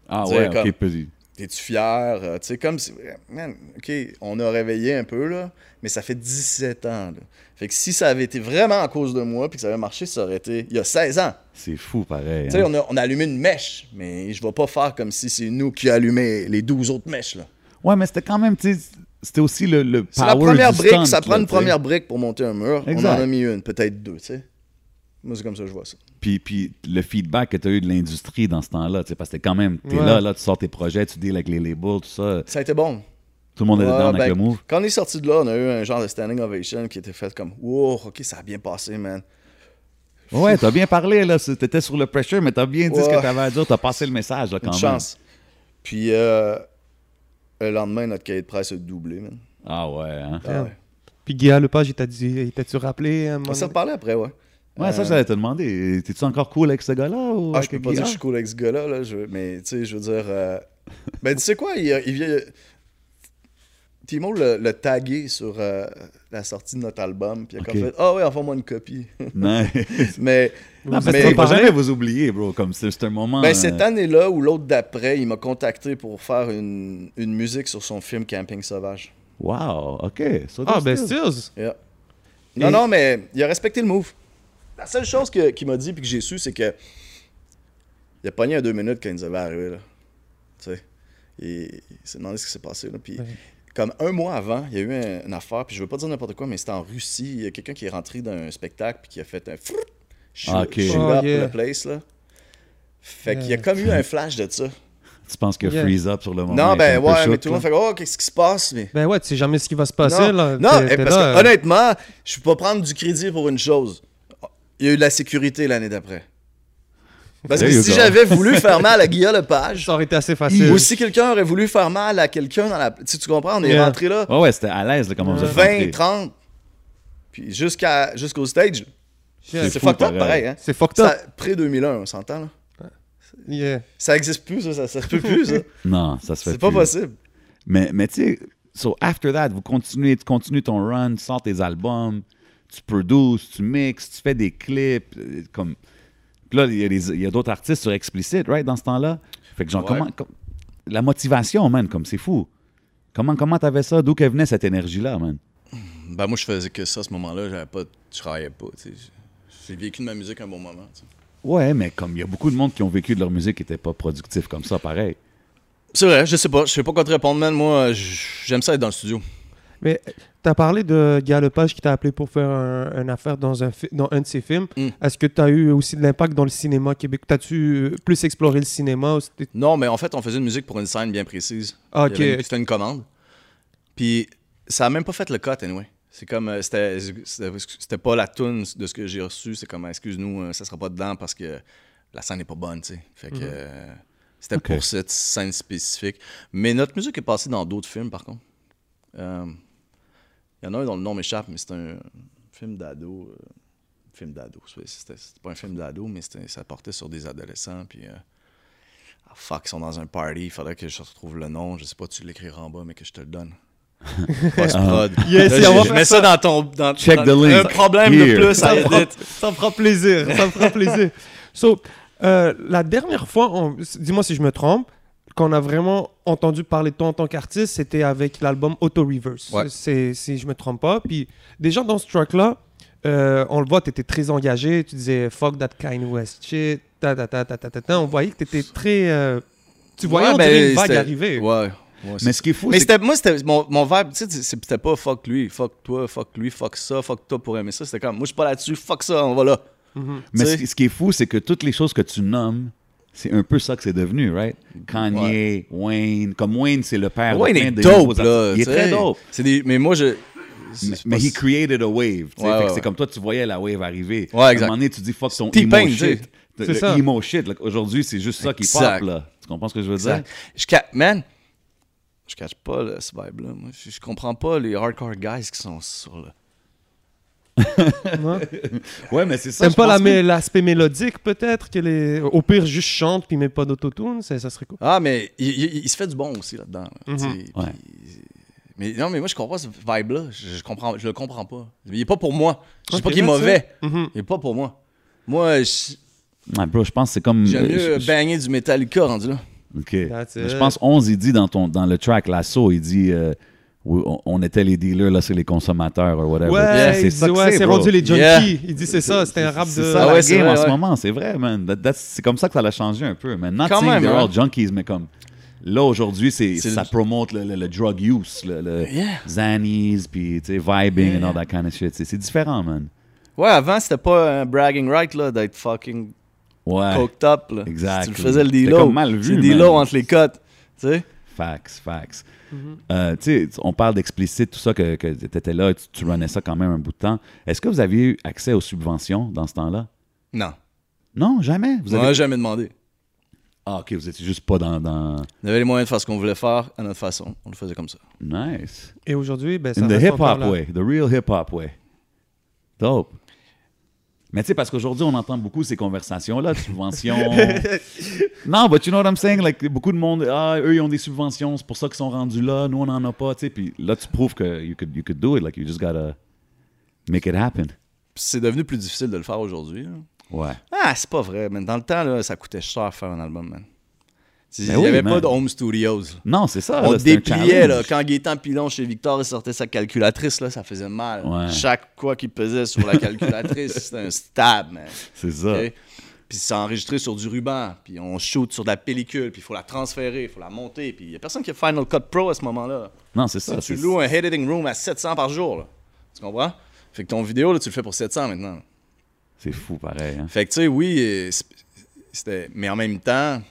[SPEAKER 2] Ah
[SPEAKER 3] tu sais,
[SPEAKER 2] ouais, ok,
[SPEAKER 3] comme-
[SPEAKER 2] petit.
[SPEAKER 3] T'es-tu fier? Euh, tu sais, comme si. Man, OK, on a réveillé un peu, là, mais ça fait 17 ans. là. Fait que si ça avait été vraiment à cause de moi puis que ça avait marché, ça aurait été il y a 16 ans.
[SPEAKER 2] C'est fou, pareil.
[SPEAKER 3] Tu sais,
[SPEAKER 2] hein.
[SPEAKER 3] on a, on a allumé une mèche, mais je vais pas faire comme si c'est nous qui allumé les 12 autres mèches, là.
[SPEAKER 2] Ouais, mais c'était quand même, tu sais, c'était aussi le, le power
[SPEAKER 3] C'est la première
[SPEAKER 2] du
[SPEAKER 3] brique,
[SPEAKER 2] stunt,
[SPEAKER 3] ça prend
[SPEAKER 2] là,
[SPEAKER 3] une
[SPEAKER 2] tu sais.
[SPEAKER 3] première brique pour monter un mur.
[SPEAKER 2] Exact.
[SPEAKER 3] On en a mis une, peut-être deux, tu sais. Moi, c'est comme ça que je vois ça.
[SPEAKER 2] Puis, puis le feedback que tu as eu de l'industrie dans ce temps-là, tu sais, parce que t'es quand même, t'es
[SPEAKER 1] Ouais.
[SPEAKER 2] là, là, tu sors tes projets, tu deals avec les labels, tout ça.
[SPEAKER 3] Ça a été bon.
[SPEAKER 2] Tout le monde est
[SPEAKER 3] Ouais,
[SPEAKER 2] dedans
[SPEAKER 3] ben,
[SPEAKER 2] avec le move.
[SPEAKER 3] Quand on est sorti de là, on a eu un genre de standing ovation qui était fait comme Wow, ok, ça a bien passé, man.
[SPEAKER 2] Ouais, t'as bien parlé, là. c'est- T'étais sur le pressure, mais t'as bien dit ce que
[SPEAKER 3] Ouais.
[SPEAKER 2] t'avais à dire. T'as passé le message, là, quand
[SPEAKER 3] Une
[SPEAKER 2] même.
[SPEAKER 3] chance. Puis euh, le lendemain, notre cahier de presse a doublé, man.
[SPEAKER 2] Ah ouais, hein.
[SPEAKER 3] Ah ouais.
[SPEAKER 1] Puis Guillaume Lepage, il t'a dit, il t'a-tu rappelé euh, un moment
[SPEAKER 3] On s'en reparlait après, ouais.
[SPEAKER 2] Ouais, ça,
[SPEAKER 3] Euh,
[SPEAKER 2] j'allais te demander. T'es-tu encore cool avec ce gars-là? Ou
[SPEAKER 3] Ah, je
[SPEAKER 2] avec
[SPEAKER 3] peux pas
[SPEAKER 2] Guy?
[SPEAKER 3] dire que je suis cool avec ce gars-là, là, je- mais tu sais, je veux dire. euh, Ben, tu sais quoi, il, il vient. Timo le- l'a tagué sur euh, la sortie de notre album, puis il a comme
[SPEAKER 2] Ok.
[SPEAKER 3] fait Ah oui, envoie-moi une copie. *laughs*
[SPEAKER 2] Nice.
[SPEAKER 3] mais
[SPEAKER 2] Non,
[SPEAKER 1] Vous
[SPEAKER 2] mais
[SPEAKER 1] êtes
[SPEAKER 2] faut
[SPEAKER 1] préparé?
[SPEAKER 2] jamais vous oublier, bro. Comme c'est c'est un moment.
[SPEAKER 3] ben,
[SPEAKER 2] euh,
[SPEAKER 3] cette année-là ou l'autre d'après, il m'a contacté pour faire une, une musique sur son film Camping Sauvage.
[SPEAKER 2] Wow, ok. So
[SPEAKER 1] Ah,
[SPEAKER 2] that's
[SPEAKER 1] ben,
[SPEAKER 2] good.
[SPEAKER 1] Stills.
[SPEAKER 3] Yeah. Non,
[SPEAKER 1] Et-
[SPEAKER 3] non, mais il a respecté le move. La seule chose que- qu'il m'a dit puis que j'ai su, c'est que. Il a pogné à deux minutes quand il nous avait arrivé, là. Tu sais. Il, il s'est demandé ce qui s'est passé, là. Puis,
[SPEAKER 1] Ouais.
[SPEAKER 3] comme un mois avant, il y a eu un- une affaire, puis je veux pas dire n'importe quoi, mais c'était en Russie. Il y a quelqu'un qui est rentré dans un spectacle puis qui a fait un. frrrt, shoot-
[SPEAKER 2] Ah, ok.
[SPEAKER 3] shoot
[SPEAKER 1] Oh,
[SPEAKER 3] up
[SPEAKER 1] yeah.
[SPEAKER 3] the place, là. Fait qu'il y a
[SPEAKER 1] Yeah.
[SPEAKER 3] comme eu un flash de ça.
[SPEAKER 2] Tu penses que
[SPEAKER 1] Yeah.
[SPEAKER 2] freeze up sur le moment.
[SPEAKER 3] non,
[SPEAKER 2] est un
[SPEAKER 3] ben
[SPEAKER 2] peu
[SPEAKER 3] ouais, mais
[SPEAKER 2] shook,
[SPEAKER 3] tout le monde
[SPEAKER 2] là?
[SPEAKER 3] fait Oh, qu'est-ce qui se passe? Mais
[SPEAKER 1] Ben ouais, tu sais jamais ce qui va se passer, là.
[SPEAKER 3] non,
[SPEAKER 1] T'es-
[SPEAKER 3] eh,
[SPEAKER 1] t'es là,
[SPEAKER 3] parce que
[SPEAKER 1] euh,
[SPEAKER 3] honnêtement, je peux pas prendre du crédit pour une chose. Il y a eu de la sécurité l'année d'après. Parce que
[SPEAKER 2] There you
[SPEAKER 3] si
[SPEAKER 2] go.
[SPEAKER 3] j'avais voulu faire mal à Guillaume
[SPEAKER 1] *laughs*
[SPEAKER 3] Lepage,
[SPEAKER 1] Ça aurait été assez facile.
[SPEAKER 3] ou si quelqu'un aurait voulu faire mal à quelqu'un dans la. Tu sais, tu comprends, on est
[SPEAKER 1] Yeah.
[SPEAKER 3] rentré là
[SPEAKER 2] Ouais, ouais, c'était à l'aise, là, comment vous êtes
[SPEAKER 3] 20,
[SPEAKER 2] rentrés.
[SPEAKER 3] 30, puis jusqu'à, jusqu'au stage.
[SPEAKER 1] Yeah.
[SPEAKER 3] C'est
[SPEAKER 2] fou,
[SPEAKER 3] fucked up
[SPEAKER 2] pareil.
[SPEAKER 3] pareil, hein.
[SPEAKER 1] C'est fucked
[SPEAKER 3] Ça,
[SPEAKER 1] up.
[SPEAKER 3] pré-2001, on s'entend, là.
[SPEAKER 1] Yeah.
[SPEAKER 3] Ça existe plus, ça, ça, ça se peut plus, ça.
[SPEAKER 2] Non, ça se fait
[SPEAKER 3] C'est pas
[SPEAKER 2] plus.
[SPEAKER 3] possible.
[SPEAKER 2] Mais, mais tu sais, so after that, vous continuez, tu continues ton run, tu sors tes albums, tu produces, tu mixes, tu fais des clips, euh, comme... Puis là, il y a, des- il y a d'autres artistes sur Explicit, right, dans ce temps-là? Fait que genre,
[SPEAKER 3] Ouais.
[SPEAKER 2] comment... com- la motivation, man, comme c'est fou. Comment comment t'avais ça? D'où qu'elle venait cette énergie-là, man?
[SPEAKER 3] Ben moi je faisais que ça à ce moment-là, j'avais pas je travaillais pas, tu sais. J'ai vécu de ma musique un bon moment, tu sais.
[SPEAKER 2] Ouais, mais comme il y a beaucoup de monde qui ont vécu de leur musique qui n'était pas productif comme ça, pareil.
[SPEAKER 3] C'est vrai, je sais pas, je sais pas quoi te répondre, man. Moi, j- j'aime ça être dans le studio.
[SPEAKER 1] Mais tu as parlé de Guy Lepage qui t'a appelé pour faire un- une affaire dans un, fi- dans un de ses films.
[SPEAKER 3] Mm.
[SPEAKER 1] Est-ce que tu as eu aussi de l'impact dans le cinéma québécois T'as-tu euh, plus exploré le cinéma ou c'était-
[SPEAKER 3] Non, mais en fait, on faisait une musique pour une scène bien précise.
[SPEAKER 1] Ah,
[SPEAKER 3] Il y avait
[SPEAKER 1] ok.
[SPEAKER 3] une- C'était une commande. Puis ça a même pas fait le cut, anyway. C'est comme, euh, c'était c'était- c'était pas la tune de ce que j'ai reçu. C'est comme, excuse-nous, euh, ça sera pas dedans parce que la scène n'est pas bonne, tu sais. Fait que euh, c'était
[SPEAKER 2] Ok.
[SPEAKER 3] pour cette scène spécifique. Mais notre musique est passée dans d'autres films, par contre. Euh, Il y en a un dont le nom m'échappe, mais c'est un film d'ado. euh, film d'ado. C'est- C'était c'était pas un film d'ado, mais c'était- ça portait sur des adolescents. Puis, euh, ah, fuck, ils sont dans un party. Il faudrait que je retrouve le nom. Je sais pas, tu l'écriras en bas, mais que je te
[SPEAKER 2] *laughs*
[SPEAKER 3] le donne. Post-prod.
[SPEAKER 2] Ah.
[SPEAKER 1] Yes,
[SPEAKER 3] Là,
[SPEAKER 1] on va
[SPEAKER 3] je, je
[SPEAKER 1] faire
[SPEAKER 3] mets ça dans ton. Dans,
[SPEAKER 2] Check
[SPEAKER 3] dans-
[SPEAKER 2] the link.
[SPEAKER 3] Un problème
[SPEAKER 2] Here.
[SPEAKER 3] de plus à
[SPEAKER 1] Ça me, fera,
[SPEAKER 3] edit.
[SPEAKER 1] ça me fera plaisir. Ça me fera plaisir. So, euh, la dernière fois, on- dis-moi si je me trompe, qu'on a vraiment entendu parler de toi en tant qu'artiste, c'était avec l'album Auto Reverse.
[SPEAKER 3] Ouais.
[SPEAKER 1] C'est, si je me trompe pas. Puis déjà dans ce track-là, euh, on le voit, tu étais très engagé. Tu disais fuck that kind West shit. Ta, ta, ta, ta, ta, ta, ta. On voyait que tu étais très. euh, tu voyais
[SPEAKER 3] Ouais,
[SPEAKER 1] on
[SPEAKER 3] ben,
[SPEAKER 1] dirait une vague
[SPEAKER 3] c'était-
[SPEAKER 1] arriver.
[SPEAKER 3] Ouais. ouais,
[SPEAKER 2] Mais ce qui est fou,
[SPEAKER 3] Mais
[SPEAKER 2] c'est que
[SPEAKER 3] c'était, moi, c'était mon, mon verbe, tu sais, c'est- c'était pas fuck lui, fuck toi, fuck lui, fuck ça, fuck toi pour aimer ça. C'était comme, moi, je suis pas là-dessus, fuck ça, on va là.
[SPEAKER 1] Mhm.
[SPEAKER 2] Mais ce
[SPEAKER 3] Tu sais.
[SPEAKER 2] qui, ce qui est fou, c'est que toutes les choses que tu nommes, c'est un peu ça que c'est devenu, right? Kanye, Wayne. Comme Wayne, c'est le père. de
[SPEAKER 3] Ouais, il
[SPEAKER 2] Ah, plein
[SPEAKER 3] est
[SPEAKER 2] de
[SPEAKER 3] dope,
[SPEAKER 2] nouveaux
[SPEAKER 3] là.
[SPEAKER 2] artistes. Il est
[SPEAKER 3] tu sais.
[SPEAKER 2] très dope.
[SPEAKER 3] C'est des, mais moi, je. c'est-
[SPEAKER 2] Mais,
[SPEAKER 3] c'est
[SPEAKER 2] mais
[SPEAKER 3] pas-
[SPEAKER 2] he created a wave. tu sais.
[SPEAKER 3] Ouais,
[SPEAKER 2] Fait que
[SPEAKER 3] ouais,
[SPEAKER 2] c'est
[SPEAKER 3] ouais.
[SPEAKER 2] comme toi, tu voyais la wave arriver.
[SPEAKER 3] Ouais,
[SPEAKER 2] À un
[SPEAKER 3] exact.
[SPEAKER 2] moment donné, tu dis fuck ton
[SPEAKER 3] T-Pain,
[SPEAKER 2] emo
[SPEAKER 3] tu sais.
[SPEAKER 2] shit. Le-
[SPEAKER 1] C'est
[SPEAKER 2] le
[SPEAKER 1] ça.
[SPEAKER 2] emo shit. là. Aujourd'hui, c'est juste ça qui
[SPEAKER 3] Exact.
[SPEAKER 2] pop, là. Tu comprends ce que je veux dire?
[SPEAKER 3] Exact. Je ca- Man, je catch pas là, ce vibe-là. Moi, je, je comprends pas les hardcore guys qui sont sur le.
[SPEAKER 1] Ouais.
[SPEAKER 2] Ouais, mais c'est ça.
[SPEAKER 1] T'aimes
[SPEAKER 2] je
[SPEAKER 1] pas la
[SPEAKER 2] pense
[SPEAKER 1] mé-
[SPEAKER 2] que-
[SPEAKER 1] l'aspect mélodique peut-être que les... Au pire, juste chante puis mets pas d'autotune, ça, ça serait cool.
[SPEAKER 3] Ah, mais il, il- il se fait du bon aussi là-dedans. là,
[SPEAKER 1] Mhm.
[SPEAKER 3] tu sais,
[SPEAKER 2] Ouais.
[SPEAKER 3] puis- Mais non, mais moi, je comprends ce vibe-là. Je, je comprends, je le comprends pas. Il est pas pour moi. Je
[SPEAKER 1] Ok,
[SPEAKER 3] sais pas qu'il est
[SPEAKER 1] that's it.
[SPEAKER 3] mauvais.
[SPEAKER 1] Mhm.
[SPEAKER 3] Il est pas pour moi. Moi, je-
[SPEAKER 2] Ouais, bro, je pense que c'est comme. euh,
[SPEAKER 3] j'aime
[SPEAKER 2] je-
[SPEAKER 3] mieux
[SPEAKER 2] je-
[SPEAKER 3] banger du Metallica rendu là.
[SPEAKER 2] OK.
[SPEAKER 1] That's
[SPEAKER 2] Mais
[SPEAKER 1] it.
[SPEAKER 2] Je pense 11, il dit dans, ton, dans le track Lasso, il dit euh, oui, on, on était les dealers, là, c'est les consommateurs, ou whatever.
[SPEAKER 1] Ouais,
[SPEAKER 2] Yeah,
[SPEAKER 1] il dit,
[SPEAKER 2] ça que
[SPEAKER 1] ouais, c'est
[SPEAKER 2] bro.
[SPEAKER 1] rendu les junkies.
[SPEAKER 3] Yeah.
[SPEAKER 1] Il dit c'est ça, c'était un rap
[SPEAKER 2] C'est
[SPEAKER 1] de.
[SPEAKER 2] ça
[SPEAKER 3] Ah
[SPEAKER 2] la
[SPEAKER 3] ouais, c'est
[SPEAKER 2] game
[SPEAKER 3] vrai,
[SPEAKER 2] en ce
[SPEAKER 3] ouais.
[SPEAKER 2] moment, c'est vrai, man. That- that's- c'est comme ça que ça l'a changé un peu, man. Not
[SPEAKER 3] Quand
[SPEAKER 2] saying
[SPEAKER 3] même,
[SPEAKER 2] they're
[SPEAKER 3] hein.
[SPEAKER 2] all junkies, mais comme là aujourd'hui, c'est
[SPEAKER 3] C'est
[SPEAKER 2] ça
[SPEAKER 3] le-
[SPEAKER 2] promote le, le- le drug use, le, le
[SPEAKER 3] Yeah.
[SPEAKER 2] zannies, puis tu sais, vibing
[SPEAKER 3] Yeah.
[SPEAKER 2] and all that kind of shit. C'est c'est différent, man.
[SPEAKER 3] Ouais, avant, c'était pas un bragging right là d'être fucking
[SPEAKER 2] Ouais.
[SPEAKER 3] coked up. Là.
[SPEAKER 2] Exact.
[SPEAKER 3] Si tu le faisais le
[SPEAKER 2] C'était
[SPEAKER 3] D-Low.
[SPEAKER 2] comme mal vu,
[SPEAKER 3] C'est
[SPEAKER 2] man.
[SPEAKER 3] D-Low entre les cotes. Tu sais?
[SPEAKER 2] Facts, facts. Euh, tu sais, on parle d'explicite, tout ça, que, que tu étais là, tu, tu runnais ça quand même un bout de temps. Est-ce que vous aviez eu accès aux subventions dans ce temps-là?
[SPEAKER 3] Non.
[SPEAKER 2] Non, jamais. Vous
[SPEAKER 3] On
[SPEAKER 2] avez...
[SPEAKER 3] n'a jamais demandé.
[SPEAKER 2] Ah, ok, vous étiez juste pas dans. dans...
[SPEAKER 3] On avait les moyens de faire ce qu'on voulait faire à notre façon. On le faisait comme ça.
[SPEAKER 2] Nice.
[SPEAKER 1] Et aujourd'hui, ben, ça
[SPEAKER 2] In the
[SPEAKER 1] reste encore
[SPEAKER 2] hip-hop
[SPEAKER 1] là.
[SPEAKER 2] way, the real hip-hop way. Dope. Mais tu sais, parce qu'aujourd'hui, on entend beaucoup ces conversations-là, de
[SPEAKER 3] *laughs*
[SPEAKER 2] subventions. non, but you know what I'm saying? Like, beaucoup de monde, ah, eux, ils ont des subventions, c'est pour ça qu'ils sont rendus là, nous, on n'en a pas, tu sais. Puis là, tu prouves que you could, you could do it, like, you just gotta make it happen.
[SPEAKER 3] C'est devenu plus difficile de le faire aujourd'hui. là.
[SPEAKER 2] Ouais.
[SPEAKER 3] Ah, c'est pas vrai, man. Dans le temps, là, ça coûtait cher faire un album, man. Il n'y
[SPEAKER 2] Ben oui,
[SPEAKER 3] avait
[SPEAKER 2] man.
[SPEAKER 3] pas de home studios. là.
[SPEAKER 2] Non, c'est ça.
[SPEAKER 3] On
[SPEAKER 2] là, c'est un
[SPEAKER 3] dépliait, là.
[SPEAKER 2] challenge.
[SPEAKER 3] Quand Gaétan Pilon chez Victor, il sortait sa calculatrice, là, ça faisait mal.
[SPEAKER 2] Ouais.
[SPEAKER 3] Chaque quoi qu'il pesait sur la calculatrice, *laughs* c'était un stab, man.
[SPEAKER 2] C'est ça.
[SPEAKER 3] Ok? Puis c'est enregistré sur du ruban, puis on shoot sur de la pellicule, puis il faut la transférer, il faut la monter, puis il n'y a personne qui a Final Cut Pro à ce moment-là.
[SPEAKER 2] Non, c'est ça.
[SPEAKER 3] tu
[SPEAKER 2] Ah, c'est-
[SPEAKER 3] loues un editing room à 700 par jour, là. Tu comprends? Fait que ton vidéo, là, tu le fais pour 700 maintenant.
[SPEAKER 2] C'est fou, pareil. hein.
[SPEAKER 3] Fait que tu sais, oui, euh, c'est- c'était. Mais en même temps.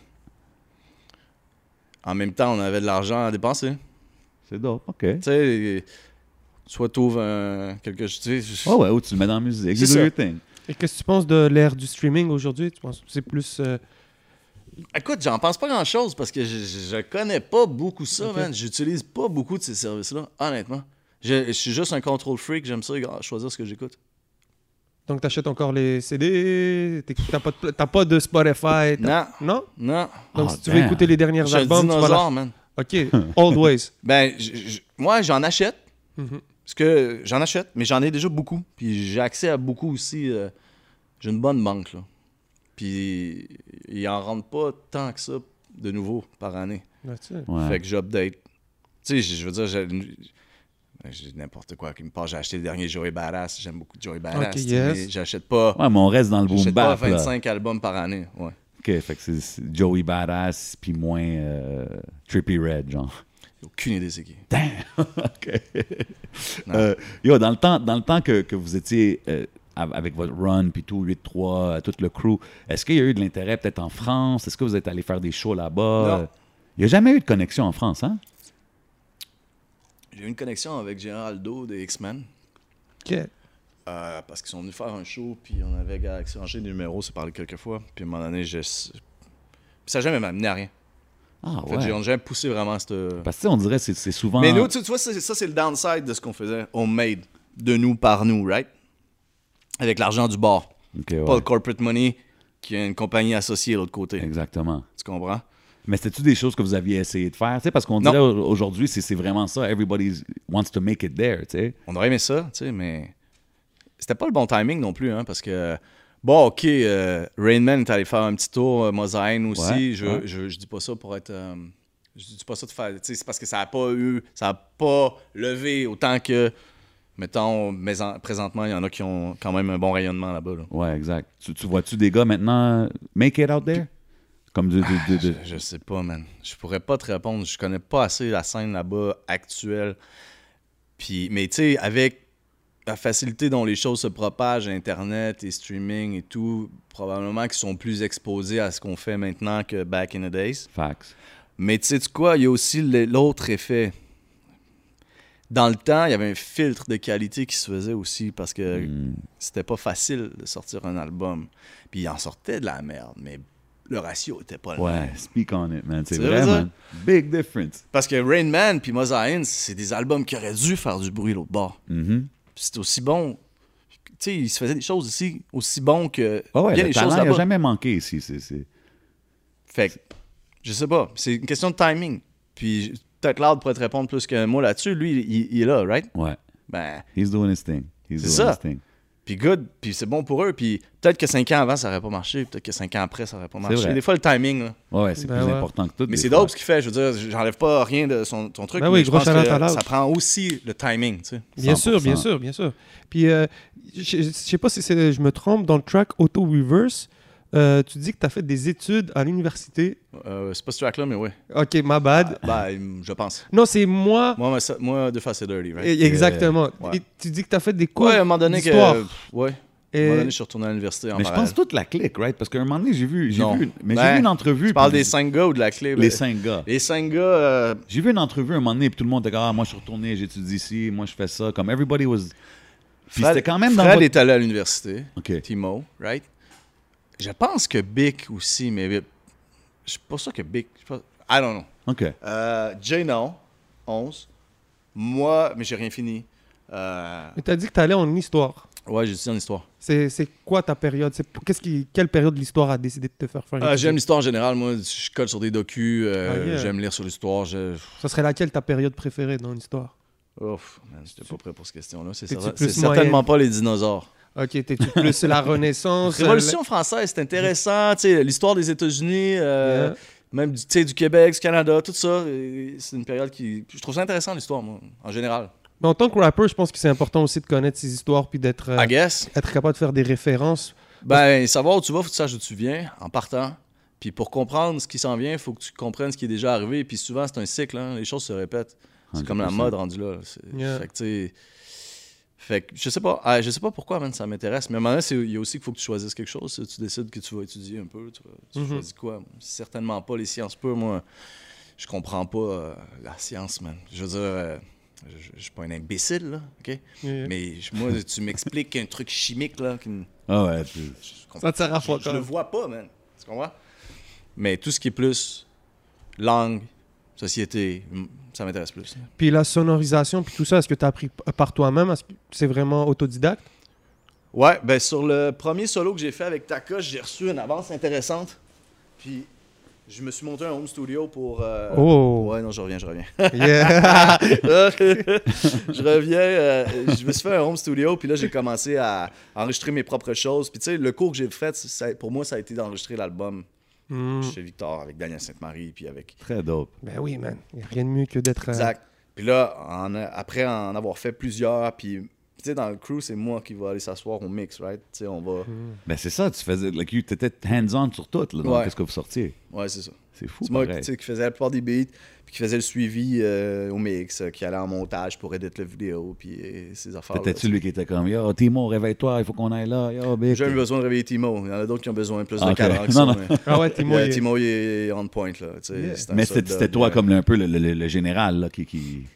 [SPEAKER 3] En même temps, on avait de l'argent à dépenser.
[SPEAKER 2] C'est dope, OK.
[SPEAKER 3] Tu sais, euh, soit t'ouvres un- quelque chose. tu sais,
[SPEAKER 2] Oh ouais, ou tu le mets dans la musique. You do
[SPEAKER 3] C'est ça.
[SPEAKER 2] your thing.
[SPEAKER 1] Et qu'est-ce que tu penses de l'ère du streaming aujourd'hui Tu penses que c'est plus. euh,
[SPEAKER 3] Écoute, j'en pense pas grand chose parce que je, je- je connais pas beaucoup ça,
[SPEAKER 1] Ok.
[SPEAKER 3] man. J'utilise pas beaucoup de ces services-là, honnêtement. Je, je suis juste un control freak, j'aime ça gra- choisir ce que j'écoute.
[SPEAKER 1] Donc, t'achètes encore les CD t'éc- T'as pas, de pla- t'as pas de Spotify t'as-
[SPEAKER 3] Non,
[SPEAKER 1] Non
[SPEAKER 3] non.
[SPEAKER 1] Donc,
[SPEAKER 2] Ah,
[SPEAKER 1] si tu veux
[SPEAKER 2] damn.
[SPEAKER 1] écouter les derniers
[SPEAKER 3] Je suis un
[SPEAKER 1] albums, tu vas la-
[SPEAKER 3] dinosaure, man.
[SPEAKER 1] Ok, *laughs* always.
[SPEAKER 3] Ben, je- je- moi, j'en achète.
[SPEAKER 1] Mhm.
[SPEAKER 3] Parce que j'en achète, mais j'en ai déjà beaucoup. Puis j'ai accès à beaucoup aussi. euh, j'ai une bonne banque, là. Puis il en rentre pas tant que ça de nouveau par année.
[SPEAKER 2] Ouais.
[SPEAKER 3] Fait que j'update. Tu sais, je je veux dire, j'ai j'ai n'importe quoi qui me passe. J'ai acheté le dernier Joey Badass. J'aime beaucoup Joey Badass.
[SPEAKER 1] Ok,
[SPEAKER 3] tu sais,
[SPEAKER 1] yes.
[SPEAKER 3] Mais j'achète pas,
[SPEAKER 2] Ouais, mais on reste dans le boom
[SPEAKER 3] j'achète pas
[SPEAKER 2] bap. là.
[SPEAKER 3] 25 albums par année. Ouais.
[SPEAKER 2] OK, fait que c'est- c'est Joey Badass, puis moins euh, Trippy Red, genre. *laughs*
[SPEAKER 3] J'ai aucune idée c'est qui.
[SPEAKER 2] OK.
[SPEAKER 3] Non.
[SPEAKER 2] Euh, yo, dans le temps, dans le temps que, que vous étiez euh, av- avec votre run, puis tout, 8-3, euh, tout le crew, est-ce qu'il y a eu de l'intérêt peut-être en France? Est-ce que vous êtes allé faire des shows là-bas?
[SPEAKER 3] Non.
[SPEAKER 2] Il n'y a jamais eu de connexion en France, hein?
[SPEAKER 3] J'ai eu une connexion avec Geraldo des X-Men.
[SPEAKER 2] *laughs*
[SPEAKER 1] Ok.
[SPEAKER 3] Euh, parce qu'ils sont venus faire un show, puis on avait gars, exchangé des numéros, c'est parlé quelques fois. Puis à un moment donné, je... puis ça n'a jamais m'amené à rien.
[SPEAKER 2] Ah
[SPEAKER 3] En fait, j'ai-
[SPEAKER 2] ouais.
[SPEAKER 3] on a jamais poussé vraiment cette.
[SPEAKER 2] Parce que tu sais, on dirait que c'est c'est souvent...
[SPEAKER 3] Mais nous, tu, tu vois, c'est- ça, c'est le downside de ce qu'on faisait homemade, de nous par nous, right? Avec l'argent du bord.
[SPEAKER 2] Ok, ouais.
[SPEAKER 3] Pas le corporate money qui a une compagnie associée de l'autre côté.
[SPEAKER 2] Exactement.
[SPEAKER 3] Tu comprends?
[SPEAKER 2] Mais c'était-tu des choses que vous aviez essayé de faire? Tu sais, parce qu'on
[SPEAKER 3] Non.
[SPEAKER 2] dirait au- aujourd'hui, c'est c'est vraiment ça. Everybody wants to make it there, tu sais.
[SPEAKER 3] On aurait aimé ça, tu sais, mais c'était pas le bon timing non plus, hein, parce que. Bon, ok, euh, Rainman est allé faire un petit tour, euh, Mosaïne aussi.
[SPEAKER 2] Ouais,
[SPEAKER 3] je,
[SPEAKER 2] ouais.
[SPEAKER 3] je, je dis pas ça pour être. euh, je dis pas ça de faire. tu sais, C'est parce que ça a pas eu. Ça a pas levé autant que. Mettons, mais en- présentement, il y en a qui ont quand même un bon rayonnement là-bas. là.
[SPEAKER 2] Ouais, exact. Tu, tu vois-tu des gars maintenant euh, make it out there? Comme de. de, de, de-
[SPEAKER 3] Ah, Je, je sais pas, man. Je pourrais pas te répondre. Je connais pas assez la scène là-bas actuelle. Puis, mais tu sais, avec la facilité dont les choses se propagent, Internet et streaming et tout, probablement qu'ils sont plus exposés à ce qu'on fait maintenant que back in the days.
[SPEAKER 2] Facts.
[SPEAKER 3] Mais tu sais -tu quoi, il y a aussi le- l'autre effet. Dans le temps, il y avait un filtre de qualité qui se faisait aussi parce que
[SPEAKER 2] Mm.
[SPEAKER 3] c'était pas facile de sortir un album. Puis il en sortait de la merde, mais le ratio était pas le même.
[SPEAKER 2] Ouais, speak on it, man. C'est
[SPEAKER 3] Tu
[SPEAKER 2] vrai,
[SPEAKER 3] vois ça?
[SPEAKER 2] man. Big difference.
[SPEAKER 3] Parce que Rain Man puis Mosaïne, c'est des albums qui auraient dû faire du bruit l'autre bord.
[SPEAKER 2] Mhm.
[SPEAKER 3] Puis C'est aussi bon. Tu sais, ils se faisaient des choses ici aussi bon que
[SPEAKER 2] Ah ouais,
[SPEAKER 3] bien
[SPEAKER 2] le
[SPEAKER 3] des
[SPEAKER 2] talent,
[SPEAKER 3] choses
[SPEAKER 2] il a
[SPEAKER 3] là-bas.
[SPEAKER 2] jamais manqué ici. c'est- c'est-
[SPEAKER 3] Fait que, je sais pas, c'est une question de timing. Puis je- peut-être Loud pourrait te répondre plus que moi là-dessus. Lui, il, il est là, right?
[SPEAKER 2] Ouais.
[SPEAKER 3] Ben,
[SPEAKER 2] He's doing his thing. He's
[SPEAKER 3] C'est
[SPEAKER 2] doing
[SPEAKER 3] ça.
[SPEAKER 2] his thing.
[SPEAKER 3] puis good, puis c'est bon pour eux. Puis peut-être que cinq ans avant, ça aurait pas marché. Peut-être que cinq ans après, ça aurait pas marché.
[SPEAKER 2] vrai.
[SPEAKER 3] Des fois, le timing, là.
[SPEAKER 2] Ouais, c'est
[SPEAKER 1] Ben
[SPEAKER 2] plus
[SPEAKER 1] ouais.
[SPEAKER 2] important que tout. des
[SPEAKER 3] Mais c'est
[SPEAKER 2] fois.
[SPEAKER 3] dope ce qu'il fait. Je veux dire, j'enlève pas rien de son, son truc.
[SPEAKER 1] Ben
[SPEAKER 3] mais
[SPEAKER 1] oui,
[SPEAKER 3] je
[SPEAKER 1] gros
[SPEAKER 3] pense que
[SPEAKER 1] shout-out à Loud.
[SPEAKER 3] ça prend aussi le timing, tu sais.
[SPEAKER 1] Bien sûr, bien
[SPEAKER 2] 100%.
[SPEAKER 1] sûr, bien sûr. Puis, euh, je je sais pas si c'est- je me trompe, dans le track Auto Reverse, euh, tu dis que tu as fait des études à l'université.
[SPEAKER 3] Euh, c'est pas ce track-là, mais ouais.
[SPEAKER 1] Ok, my
[SPEAKER 2] Ah,
[SPEAKER 1] bad.
[SPEAKER 3] Bah, je pense.
[SPEAKER 1] Non, c'est moi.
[SPEAKER 3] Moi, ma- ça- moi deux faces c'est dirty, right?
[SPEAKER 1] Et- Exactement.
[SPEAKER 3] euh, ouais.
[SPEAKER 1] Et tu dis que tu as fait des cours.
[SPEAKER 3] Quoi, à un moment donné que.
[SPEAKER 1] d'histoire.
[SPEAKER 3] pff, Ouais. À un
[SPEAKER 1] Et-
[SPEAKER 3] moment donné, je suis retourné à l'université en
[SPEAKER 2] Mais je pense toute la clique, right? Parce qu'à un moment donné, j'ai vu, j'ai
[SPEAKER 3] Non.
[SPEAKER 2] vu, mais j'ai
[SPEAKER 3] Ben,
[SPEAKER 2] vu une entrevue.
[SPEAKER 3] Tu parles
[SPEAKER 2] puis-
[SPEAKER 3] des cinq gars ou de la clé?
[SPEAKER 2] les
[SPEAKER 3] ben?
[SPEAKER 2] cinq gars.
[SPEAKER 3] Les cinq gars. euh,
[SPEAKER 2] J'ai vu une entrevue un moment donné, puis tout le monde était comme, ah, moi, je suis retourné, j'étudie ici, moi, je fais ça. Comme, everybody was. Puis
[SPEAKER 3] Fred-
[SPEAKER 2] c'était quand même dans
[SPEAKER 3] Fred
[SPEAKER 2] votre-
[SPEAKER 3] est allé à l'université.
[SPEAKER 2] OK.
[SPEAKER 3] Timo, right? Je pense que Bic aussi, mais. Je suis pas sûr que Bic. je suis pas- I don't know.
[SPEAKER 2] OK.
[SPEAKER 3] Euh, Jay, non. 11. Moi, mais j'ai rien fini. Euh,
[SPEAKER 1] Mais tu as dit que tu allais en histoire.
[SPEAKER 3] Ouais, j'ai aussi une histoire.
[SPEAKER 1] C'est c'est quoi ta période C'est- qu'est-ce qui, Quelle période l'histoire a décidé de te faire faire une
[SPEAKER 3] Ah, j'aime
[SPEAKER 1] vidéo
[SPEAKER 3] l'histoire en général. Moi, je colle sur des docus. euh,
[SPEAKER 1] Ah, yeah.
[SPEAKER 3] J'aime lire sur l'histoire. Je...
[SPEAKER 1] Ça serait laquelle ta période préférée dans l'histoire
[SPEAKER 3] Ouf, man, j'étais pas prêt pour cette question-là. C'est
[SPEAKER 1] T'es-tu
[SPEAKER 3] certain-
[SPEAKER 1] plus
[SPEAKER 3] c'est certainement
[SPEAKER 1] moyenne?
[SPEAKER 3] pas les dinosaures.
[SPEAKER 1] Ok,
[SPEAKER 3] *laughs*
[SPEAKER 1] t'es-tu plus la Renaissance euh,
[SPEAKER 3] Révolution française, c'est intéressant. tu sais, L'histoire des États-Unis, euh, même du, tu sais, du Québec, du Canada, tout ça. euh, C'est une période qui. Je trouve ça intéressant, l'histoire, moi, en général.
[SPEAKER 1] Mais en tant que rapper, je pense que c'est important aussi de connaître ces histoires puis d'être euh,
[SPEAKER 3] I guess.
[SPEAKER 1] être capable de faire des références.
[SPEAKER 3] Ben, savoir où tu vas, faut que tu saches d'où tu viens en partant. Puis pour comprendre ce qui s'en vient, faut que tu comprennes ce qui est déjà arrivé. Puis souvent, c'est un cycle, hein, les choses se répètent. C'est comme la
[SPEAKER 2] 100%.
[SPEAKER 3] mode rendue là. C'est-
[SPEAKER 1] Yeah.
[SPEAKER 3] Fait que, tu sais, fait que je sais pas, ah, je sais pas pourquoi, man, ça m'intéresse. Mais à un moment donné, c'est- il y a aussi qu'il faut que tu choisisses quelque chose. Tu décides que tu vas étudier un peu. Tu, vas- tu
[SPEAKER 1] Mhm.
[SPEAKER 3] choisis quoi Certainement pas les sciences pures. Moi, je comprends pas euh, la science, man. Je veux dire, euh, je, je- je suis pas un imbécile, là, ok
[SPEAKER 1] Yeah.
[SPEAKER 3] Mais je- moi, tu m'expliques un truc chimique là, qui me-
[SPEAKER 2] Ah ouais, puis-
[SPEAKER 3] je comprends
[SPEAKER 1] Ça te sert à
[SPEAKER 3] je,
[SPEAKER 1] quoi
[SPEAKER 3] je le vois pas, man. Tu comprends? Mais tout ce qui est plus langue, société, m- ça m'intéresse plus.
[SPEAKER 1] Puis la sonorisation, puis tout ça, est-ce que tu as appris p- euh, par toi-même Est-ce que c'est vraiment
[SPEAKER 3] *laughs*
[SPEAKER 1] autodidacte
[SPEAKER 3] Ouais, ben sur le premier solo que j'ai fait avec Taka, j'ai reçu une avance intéressante. Puis je me suis monté un home studio pour. euh,
[SPEAKER 1] Oh.
[SPEAKER 3] Ouais, non, je reviens, je reviens. *laughs*
[SPEAKER 1] Yeah.
[SPEAKER 3] je reviens, euh, je me suis fait un home studio, puis là, j'ai commencé à enregistrer mes propres choses. Puis tu sais, le cours que j'ai fait, ça- pour moi, ça a été d'enregistrer l'album
[SPEAKER 1] Mm.
[SPEAKER 3] chez Victor avec Daniel Sainte-Marie, puis avec
[SPEAKER 2] Très dope.
[SPEAKER 1] Ben oui, man. Y a rien de mieux que d'être. euh,
[SPEAKER 3] Exact. Puis là, en- après en avoir fait plusieurs, puis tu sais, dans le crew, c'est moi qui vais aller s'asseoir au mix, right? Tu sais, on va.
[SPEAKER 2] Ben c'est ça, tu faisais, like, you- t'étais hands-on sur tout, là, dans
[SPEAKER 3] Ouais.
[SPEAKER 2] qu'est-ce que vous sortiez.
[SPEAKER 3] Ouais, c'est ça.
[SPEAKER 2] C'est fou,
[SPEAKER 3] C'est moi qui,
[SPEAKER 2] pareil.
[SPEAKER 3] tu sais, qui faisais la plupart des beats, puis qui faisais le suivi euh, au mix, euh, qui allait en montage pour éditer la vidéo, puis euh, ces affaires.
[SPEAKER 2] T'étais-tu lui qui était comme, yo, Timo, réveille-toi, il faut qu'on aille là, yo, big.
[SPEAKER 3] J'ai eu besoin de réveiller Timo. Il y en a d'autres qui ont besoin plus
[SPEAKER 2] Ah,
[SPEAKER 3] de
[SPEAKER 2] ok.
[SPEAKER 3] cadran que
[SPEAKER 2] *laughs* Non,
[SPEAKER 3] ça,
[SPEAKER 2] non.
[SPEAKER 3] mais-
[SPEAKER 1] Ah ouais, Timo.
[SPEAKER 3] Euh,
[SPEAKER 1] il-
[SPEAKER 3] Timo, il est on point, là. tu sais,
[SPEAKER 1] Yeah.
[SPEAKER 3] c'est un
[SPEAKER 2] Mais
[SPEAKER 3] soldat
[SPEAKER 2] c'était c'était
[SPEAKER 3] de-
[SPEAKER 2] toi comme le- un peu le, le- le- le général, là, qui... qui...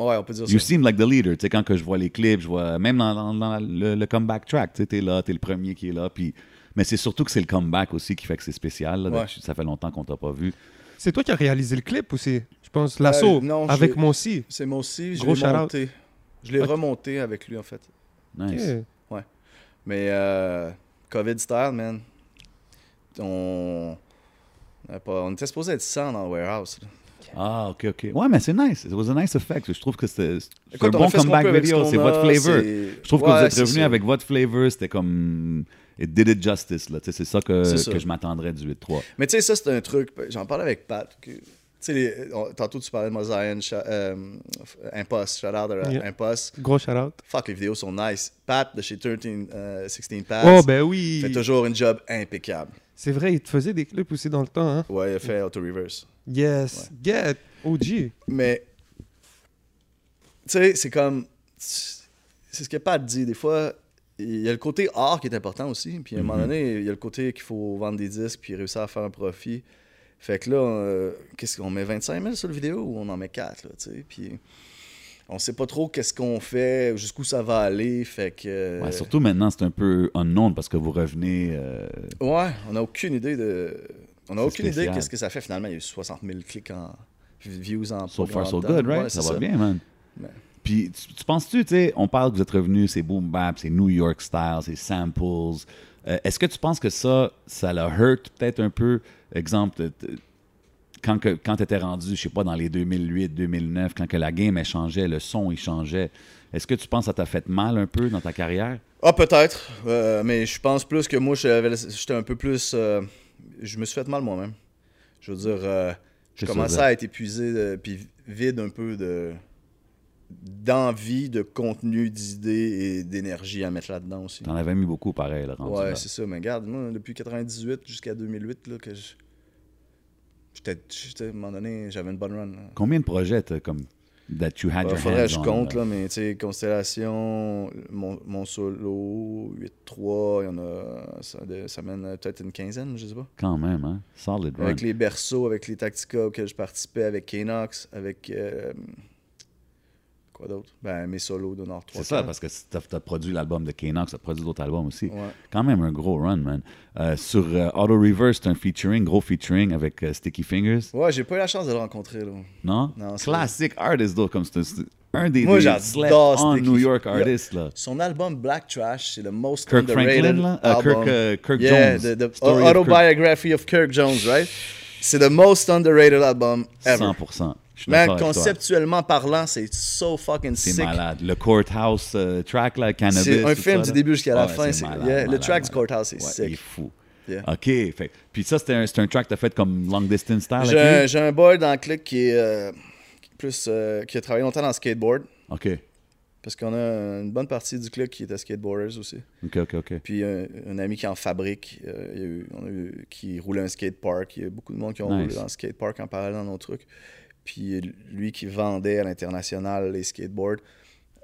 [SPEAKER 3] Ouais, on peut dire ça.
[SPEAKER 2] You seem like the leader. Tu sais, quand que je vois les clips, je vois même dans, dans- dans le, le comeback track, tu sais, t'es là, t'es le premier qui est là. Puis, mais c'est surtout que c'est le comeback aussi qui fait que c'est spécial. là.
[SPEAKER 3] Ouais.
[SPEAKER 2] Ça fait longtemps qu'on t'a pas vu.
[SPEAKER 1] C'est toi qui as réalisé le clip aussi, je pense. L'assaut,
[SPEAKER 3] Euh, non, je
[SPEAKER 1] avec
[SPEAKER 3] l'ai-
[SPEAKER 1] moi aussi.
[SPEAKER 3] C'est moi aussi, je
[SPEAKER 1] Gros
[SPEAKER 3] l'ai
[SPEAKER 1] shout-out.
[SPEAKER 3] monté. Je l'ai
[SPEAKER 1] Ok.
[SPEAKER 3] remonté avec lui, en fait.
[SPEAKER 2] Nice.
[SPEAKER 1] Yeah.
[SPEAKER 3] Mais euh, COVID style, man. On. on avait pas- on était supposé être 100 dans le warehouse. là.
[SPEAKER 2] Ah, ok, ok. Ouais, mais c'est nice. It was a nice effect. Je trouve que c'était c'est un
[SPEAKER 3] Écoute, on
[SPEAKER 2] bon
[SPEAKER 3] fait ce qu'on
[SPEAKER 2] comeback
[SPEAKER 3] peut avec
[SPEAKER 2] video.
[SPEAKER 3] ce
[SPEAKER 2] C'est
[SPEAKER 3] qu'on
[SPEAKER 2] votre
[SPEAKER 3] a,
[SPEAKER 2] flavor.
[SPEAKER 3] c'est-
[SPEAKER 2] Je trouve que
[SPEAKER 3] Ouais,
[SPEAKER 2] vous êtes
[SPEAKER 3] c'est
[SPEAKER 2] revenu
[SPEAKER 3] ça.
[SPEAKER 2] avec votre flavor. C'était comme. It did it justice, là. Tu sais, c'est ça que,
[SPEAKER 3] C'est ça.
[SPEAKER 2] que je m'attendrais du 8-3.
[SPEAKER 3] Mais tu sais, ça, c'est un truc. J'en parlais avec Pat. que- tu sais, les- on- tantôt, tu parlais de Mosaïen, cha- euh, Impost, shout out à
[SPEAKER 1] Yeah.
[SPEAKER 3] Impost.
[SPEAKER 1] Gros shout-out.
[SPEAKER 3] Fuck, les vidéos sont nice. Pat de chez 13, euh, 16 Pat
[SPEAKER 1] Oh, ben oui.
[SPEAKER 3] fait toujours une job impeccable.
[SPEAKER 1] C'est vrai, il te faisait des clips aussi dans le temps. Hein?
[SPEAKER 3] Ouais, il a fait auto-reverse.
[SPEAKER 1] Yes. Get. OG.
[SPEAKER 3] Mais, tu sais, c'est comme. C'est ce que Pat dit. Des fois, il y a le côté art qui est important aussi. Puis à un
[SPEAKER 2] Mhm.
[SPEAKER 3] moment donné, il y a le côté qu'il faut vendre des disques puis réussir à faire un profit. Fait que là, euh, qu'est-ce qu'on met 25 000 sur le vidéo ou on en met 4, là, tu sais? Puis on sait pas trop qu'est-ce qu'on fait, jusqu'où ça va aller. Fait que. euh,
[SPEAKER 2] Ouais, surtout maintenant, c'est un peu unknown parce que vous revenez. euh,
[SPEAKER 3] Ouais, on n'a aucune idée de. On n'a
[SPEAKER 2] C'est
[SPEAKER 3] aucune idée
[SPEAKER 2] spécial.
[SPEAKER 3] de qu'est-ce que ça fait finalement. Il y a eu 60 000 clics en. Views en
[SPEAKER 2] So
[SPEAKER 3] pas
[SPEAKER 2] far, so
[SPEAKER 3] grand temps.
[SPEAKER 2] good, right?
[SPEAKER 3] Ouais,
[SPEAKER 2] ça
[SPEAKER 3] c'est
[SPEAKER 2] va bien, man.
[SPEAKER 3] Ouais.
[SPEAKER 2] Puis, tu, tu penses-tu, tu sais, on parle que vous êtes revenu, c'est boom bap, c'est New York style, c'est samples. Euh, Est-ce que tu penses que ça, ça l'a hurt peut-être un peu? Exemple, t- t- quand, que, quand tu étais rendu, je sais pas, dans les 2008, 2009, quand que la game, elle changeait, le son, il changeait. Est-ce que tu penses que ça t'a fait mal un peu dans ta carrière?
[SPEAKER 3] Ah, peut-être. Euh, mais je pense plus que moi, j'avais- j'étais un peu plus. euh, je me suis fait mal moi-même. Je veux dire, euh, je
[SPEAKER 2] Qu'est-ce que
[SPEAKER 3] commençais
[SPEAKER 2] ça
[SPEAKER 3] à être épuisé, euh, puis vide un peu de d'envie, de contenu, d'idées et d'énergie à mettre là-dedans aussi.
[SPEAKER 2] T'en avais mis beaucoup, pareil, là, rendu
[SPEAKER 3] Ouais,
[SPEAKER 2] là.
[SPEAKER 3] c'est ça. Mais regarde, moi, depuis 98 jusqu'à 2008, là, que je. J'étais. j'étais- À un moment donné, j'avais une bonne run. là.
[SPEAKER 2] Combien de projets, t'as, comme, that you had
[SPEAKER 3] Ouais,
[SPEAKER 2] your
[SPEAKER 3] Bah, faudrait que
[SPEAKER 2] hands
[SPEAKER 3] je
[SPEAKER 2] on,
[SPEAKER 3] compte,
[SPEAKER 2] là?
[SPEAKER 3] là, mais tu sais, Constellation, mon, mon solo, 8-3, il y en a, ça, de- ça mène à peut-être une quinzaine, je sais pas.
[SPEAKER 2] Quand même, hein? Solid run.
[SPEAKER 3] Avec les berceaux, avec les Tactica auxquels je participais, avec Kenox, avec. euh, quoi d'autre Ben, mes solos de Nord 3.
[SPEAKER 2] C'est ça, parce que t'as as produit l'album de K-Nox, t'as produit d'autres albums aussi.
[SPEAKER 3] Ouais.
[SPEAKER 2] Quand même un gros run, man. Euh, sur euh, Auto Reverse, c'est un featuring, gros featuring avec euh, Sticky Fingers.
[SPEAKER 3] Ouais, j'ai pas eu la chance de le rencontrer, là.
[SPEAKER 2] Non?
[SPEAKER 3] Non, c'est-
[SPEAKER 2] Classic artist, though, comme c'est un- c'est un, un des,
[SPEAKER 3] Moi,
[SPEAKER 2] des
[SPEAKER 3] j'adore
[SPEAKER 2] slept-on
[SPEAKER 3] Sticky.
[SPEAKER 2] New York
[SPEAKER 3] Yeah.
[SPEAKER 2] artists, là.
[SPEAKER 3] Son album Black Trash, c'est le most
[SPEAKER 2] Kirk
[SPEAKER 3] underrated
[SPEAKER 2] Franklin, là? Euh,
[SPEAKER 3] album.
[SPEAKER 2] Kirk, euh, Kirk
[SPEAKER 3] yeah,
[SPEAKER 2] Jones.
[SPEAKER 3] the- the
[SPEAKER 2] Story of
[SPEAKER 3] autobiography of Kirk. Jones, right? C'est le most underrated album ever.
[SPEAKER 2] 100%. Je suis
[SPEAKER 3] Man,
[SPEAKER 2] d'accord avec toi.
[SPEAKER 3] conceptuellement parlant, c'est so fucking
[SPEAKER 2] C'est
[SPEAKER 3] sick.
[SPEAKER 2] malade. Le Courthouse euh, track, là, Cannabis.
[SPEAKER 3] C'est un
[SPEAKER 2] tout ça,
[SPEAKER 3] film du
[SPEAKER 2] là. Ah
[SPEAKER 3] début jusqu'à la
[SPEAKER 2] Ouais,
[SPEAKER 3] fin,
[SPEAKER 2] c'est
[SPEAKER 3] c'est-
[SPEAKER 2] malade,
[SPEAKER 3] yeah, le
[SPEAKER 2] malade,
[SPEAKER 3] track du
[SPEAKER 2] malade.
[SPEAKER 3] Courthouse est
[SPEAKER 2] Ouais,
[SPEAKER 3] sick.
[SPEAKER 2] Il est fou.
[SPEAKER 3] Yeah.
[SPEAKER 2] OK. Fait, puis ça, c'était un, c'était un track que t'as fait comme Long Distance Style
[SPEAKER 3] J'ai
[SPEAKER 2] avec
[SPEAKER 3] un,
[SPEAKER 2] lui?
[SPEAKER 3] j'ai un boy dans le clic qui est euh, qui est plus euh, qui a travaillé longtemps dans le skateboard
[SPEAKER 2] OK.
[SPEAKER 3] parce qu'on a une bonne partie du clic qui était skateboarders aussi.
[SPEAKER 2] OK, OK, OK.
[SPEAKER 3] Puis un, un ami qui en fabrique, euh, il y a eu- on a eu- qui roulait un skatepark. Il y a beaucoup de monde qui ont
[SPEAKER 2] Nice.
[SPEAKER 3] roulé dans le skatepark en parallèle dans nos trucs. Puis lui qui vendait à l'international les skateboards,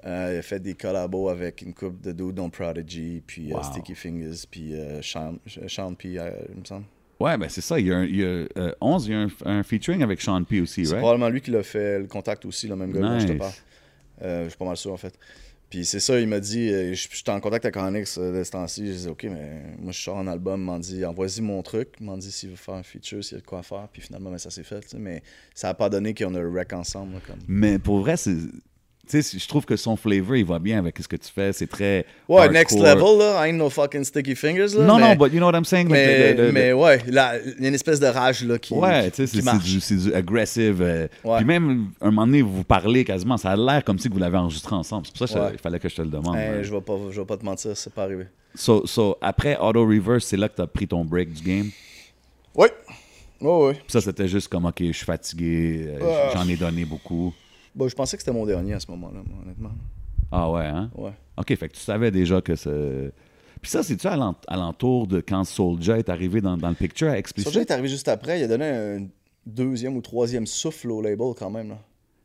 [SPEAKER 3] euh, il a fait des collabos avec une coupe de dudes dont Prodigy, puis euh,
[SPEAKER 2] Wow.
[SPEAKER 3] Sticky Fingers, puis euh, Sean, Sean P, euh, il me semble.
[SPEAKER 2] Ouais, ben c'est ça. Il y a, un, il y a euh, 11, il y a un, un featuring avec Sean P aussi,
[SPEAKER 3] C'est
[SPEAKER 2] right?
[SPEAKER 3] probablement lui qui l'a fait le contact aussi, le même gars dont je te
[SPEAKER 2] Nice.
[SPEAKER 3] parle. Euh, je suis pas mal sûr en fait. Puis c'est ça, il m'a dit, euh, je je suis en contact avec Onyx euh, de ce temps-ci. Je dis, OK, mais moi je sors un album, il m'en dit, envoie-y mon truc, il m'en dit s'il veut faire un feature, s'il y a de quoi faire. Puis finalement, ben, ça s'est fait. tu sais. Mais ça n'a pas donné qu'on a le rec ensemble. là, comme.
[SPEAKER 2] Mais pour vrai, c'est. Tu sais, je trouve que son flavor, il va bien avec ce que tu fais. C'est très.
[SPEAKER 3] Ouais,
[SPEAKER 2] hardcore.
[SPEAKER 3] next level, là. I ain't no fucking sticky fingers. Là,
[SPEAKER 2] Non,
[SPEAKER 3] mais,
[SPEAKER 2] non, but you know what I'm saying? Like,
[SPEAKER 3] mais,
[SPEAKER 2] le- le- le-
[SPEAKER 3] mais ouais, là, il y a une espèce de rage là, qui,
[SPEAKER 2] Ouais,
[SPEAKER 3] qui-
[SPEAKER 2] tu sais,
[SPEAKER 3] qui
[SPEAKER 2] c'est- c'est
[SPEAKER 3] marche.
[SPEAKER 2] du, c'est du aggressive. euh,
[SPEAKER 3] Ouais.
[SPEAKER 2] Puis même, un moment donné, vous parlez quasiment. Ça a l'air comme si vous l'avez enregistré ensemble. C'est pour ça qu'il
[SPEAKER 3] Ouais.
[SPEAKER 2] fallait que je te le demande.
[SPEAKER 3] Hey,
[SPEAKER 2] euh.
[SPEAKER 3] Eh, je vais pas, je vais pas te mentir, c'est pas arrivé.
[SPEAKER 2] So, so, après Auto Reverse, c'est là que tu as pris ton break du game.
[SPEAKER 3] Oui, oui, oui.
[SPEAKER 2] Puis ça, c'était juste comme, OK, je suis fatigué, euh,
[SPEAKER 3] Ah.
[SPEAKER 2] j'en ai donné beaucoup.
[SPEAKER 3] Bon, Bah, je pensais que c'était mon dernier à ce moment-là, moi, honnêtement.
[SPEAKER 2] Ah ouais, hein?
[SPEAKER 3] Ouais.
[SPEAKER 2] OK, fait que tu savais déjà que ce. Puis ça, c'est-tu à l'ent- alentour de quand Soulja est arrivé dans, dans le picture à Explicit?
[SPEAKER 3] Soulja est arrivé juste après, il a donné un deuxième ou troisième souffle au label quand même. Là.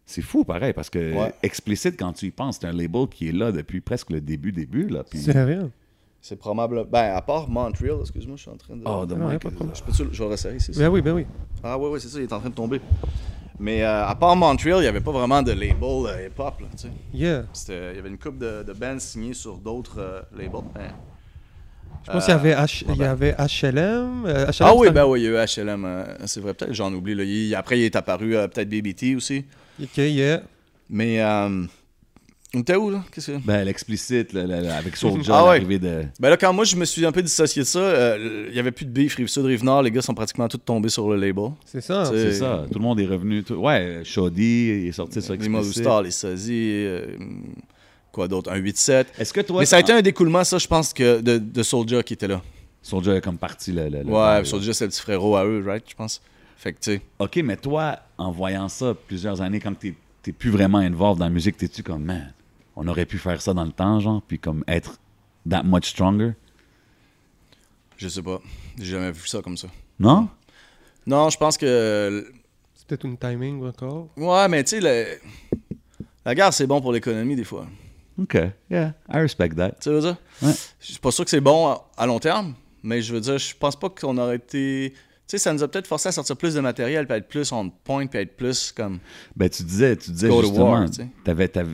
[SPEAKER 2] C'est fou, pareil, parce que
[SPEAKER 3] Ouais.
[SPEAKER 2] Explicit, quand tu y penses, c'est un label qui est là depuis presque le début, début, là. Puis...
[SPEAKER 1] Sérieux?
[SPEAKER 3] C'est probable. Ben, à part Montreal, excuse-moi, je suis en train de.
[SPEAKER 2] Oh, the
[SPEAKER 1] Ah ouais,
[SPEAKER 2] mic
[SPEAKER 1] pas de
[SPEAKER 2] is-
[SPEAKER 1] problème.
[SPEAKER 3] je, peux je vais resserrer, c'est ça.
[SPEAKER 1] Ben oui, ben oui.
[SPEAKER 3] Ah, ouais, ouais, c'est ça, il est en train de tomber. Mais euh, à part Montreal, il n'y avait pas vraiment de label euh, hip-hop. là, tu sais.
[SPEAKER 1] Yeah.
[SPEAKER 3] C'était- Il y avait une coupe de, de bands signés sur d'autres euh, labels. Ben,
[SPEAKER 1] Je pense qu'il y avait, H-
[SPEAKER 3] ouais,
[SPEAKER 1] il y avait HLM. euh, HLM,
[SPEAKER 3] Ah oui,
[SPEAKER 1] c'est-
[SPEAKER 3] ben oui, il y a eu HLM, euh, c'est vrai, peut-être, j'en oublie. Là. Il- après, il est apparu euh, peut-être BBT aussi.
[SPEAKER 1] Ok, yeah.
[SPEAKER 3] Mais. euh, on était où, là Qu'est-ce que.
[SPEAKER 2] Ben, l'explicite, le- le- le- avec Soulja,
[SPEAKER 3] Ah ouais.
[SPEAKER 2] l'arrivée de...
[SPEAKER 3] Ben là, quand moi, je me suis un peu dissocié de ça, euh, il y avait plus de beef, Rive-Sud, Rive-Nord, les gars sont pratiquement tous tombés sur le label.
[SPEAKER 1] C'est ça.
[SPEAKER 3] C'est-
[SPEAKER 2] C'est ça, tout le monde est revenu. tout- Ouais, Shoddy est sorti sur
[SPEAKER 3] Les
[SPEAKER 2] Explicit.
[SPEAKER 3] Movistar, les Sazi, euh, quoi d'autre, un 8-7.
[SPEAKER 2] Est-ce que toi...
[SPEAKER 3] Mais ça a été un découlement, ça, je pense, que de, de Soulja qui était là.
[SPEAKER 2] Soulja est comme parti, le... le- le-
[SPEAKER 3] ouais,
[SPEAKER 2] le-
[SPEAKER 3] Soulja, c'est le petit frérot à eux, right, je pense. Fait que, tu sais,
[SPEAKER 2] OK, mais toi, en voyant ça plusieurs années, quand t'es t'es plus vraiment involved dans la musique, t'es-tu comme, man, on aurait pu faire ça dans le temps, genre, puis comme être that much stronger?
[SPEAKER 3] je sais pas. J'ai jamais vu ça comme ça.
[SPEAKER 2] Non?
[SPEAKER 3] Non, je pense que
[SPEAKER 1] C'est peut-être une timing encore.
[SPEAKER 3] Ouais, mais tu sais, le- la guerre, c'est bon pour l'économie des fois.
[SPEAKER 2] OK, yeah, I respect that.
[SPEAKER 3] Tu sais, je veux dire?
[SPEAKER 2] Ouais.
[SPEAKER 3] Je suis pas sûr que c'est bon à, à long terme, mais je veux dire, je pense pas qu'on aurait été. Tu sais, ça nous a peut-être forcé à sortir plus de matériel, puis à être plus on point, puis à être plus comme.
[SPEAKER 2] Ben, tu disais, tu disais
[SPEAKER 3] Go to
[SPEAKER 2] justement,
[SPEAKER 3] war, tu sais.
[SPEAKER 2] t'avais- t'avais-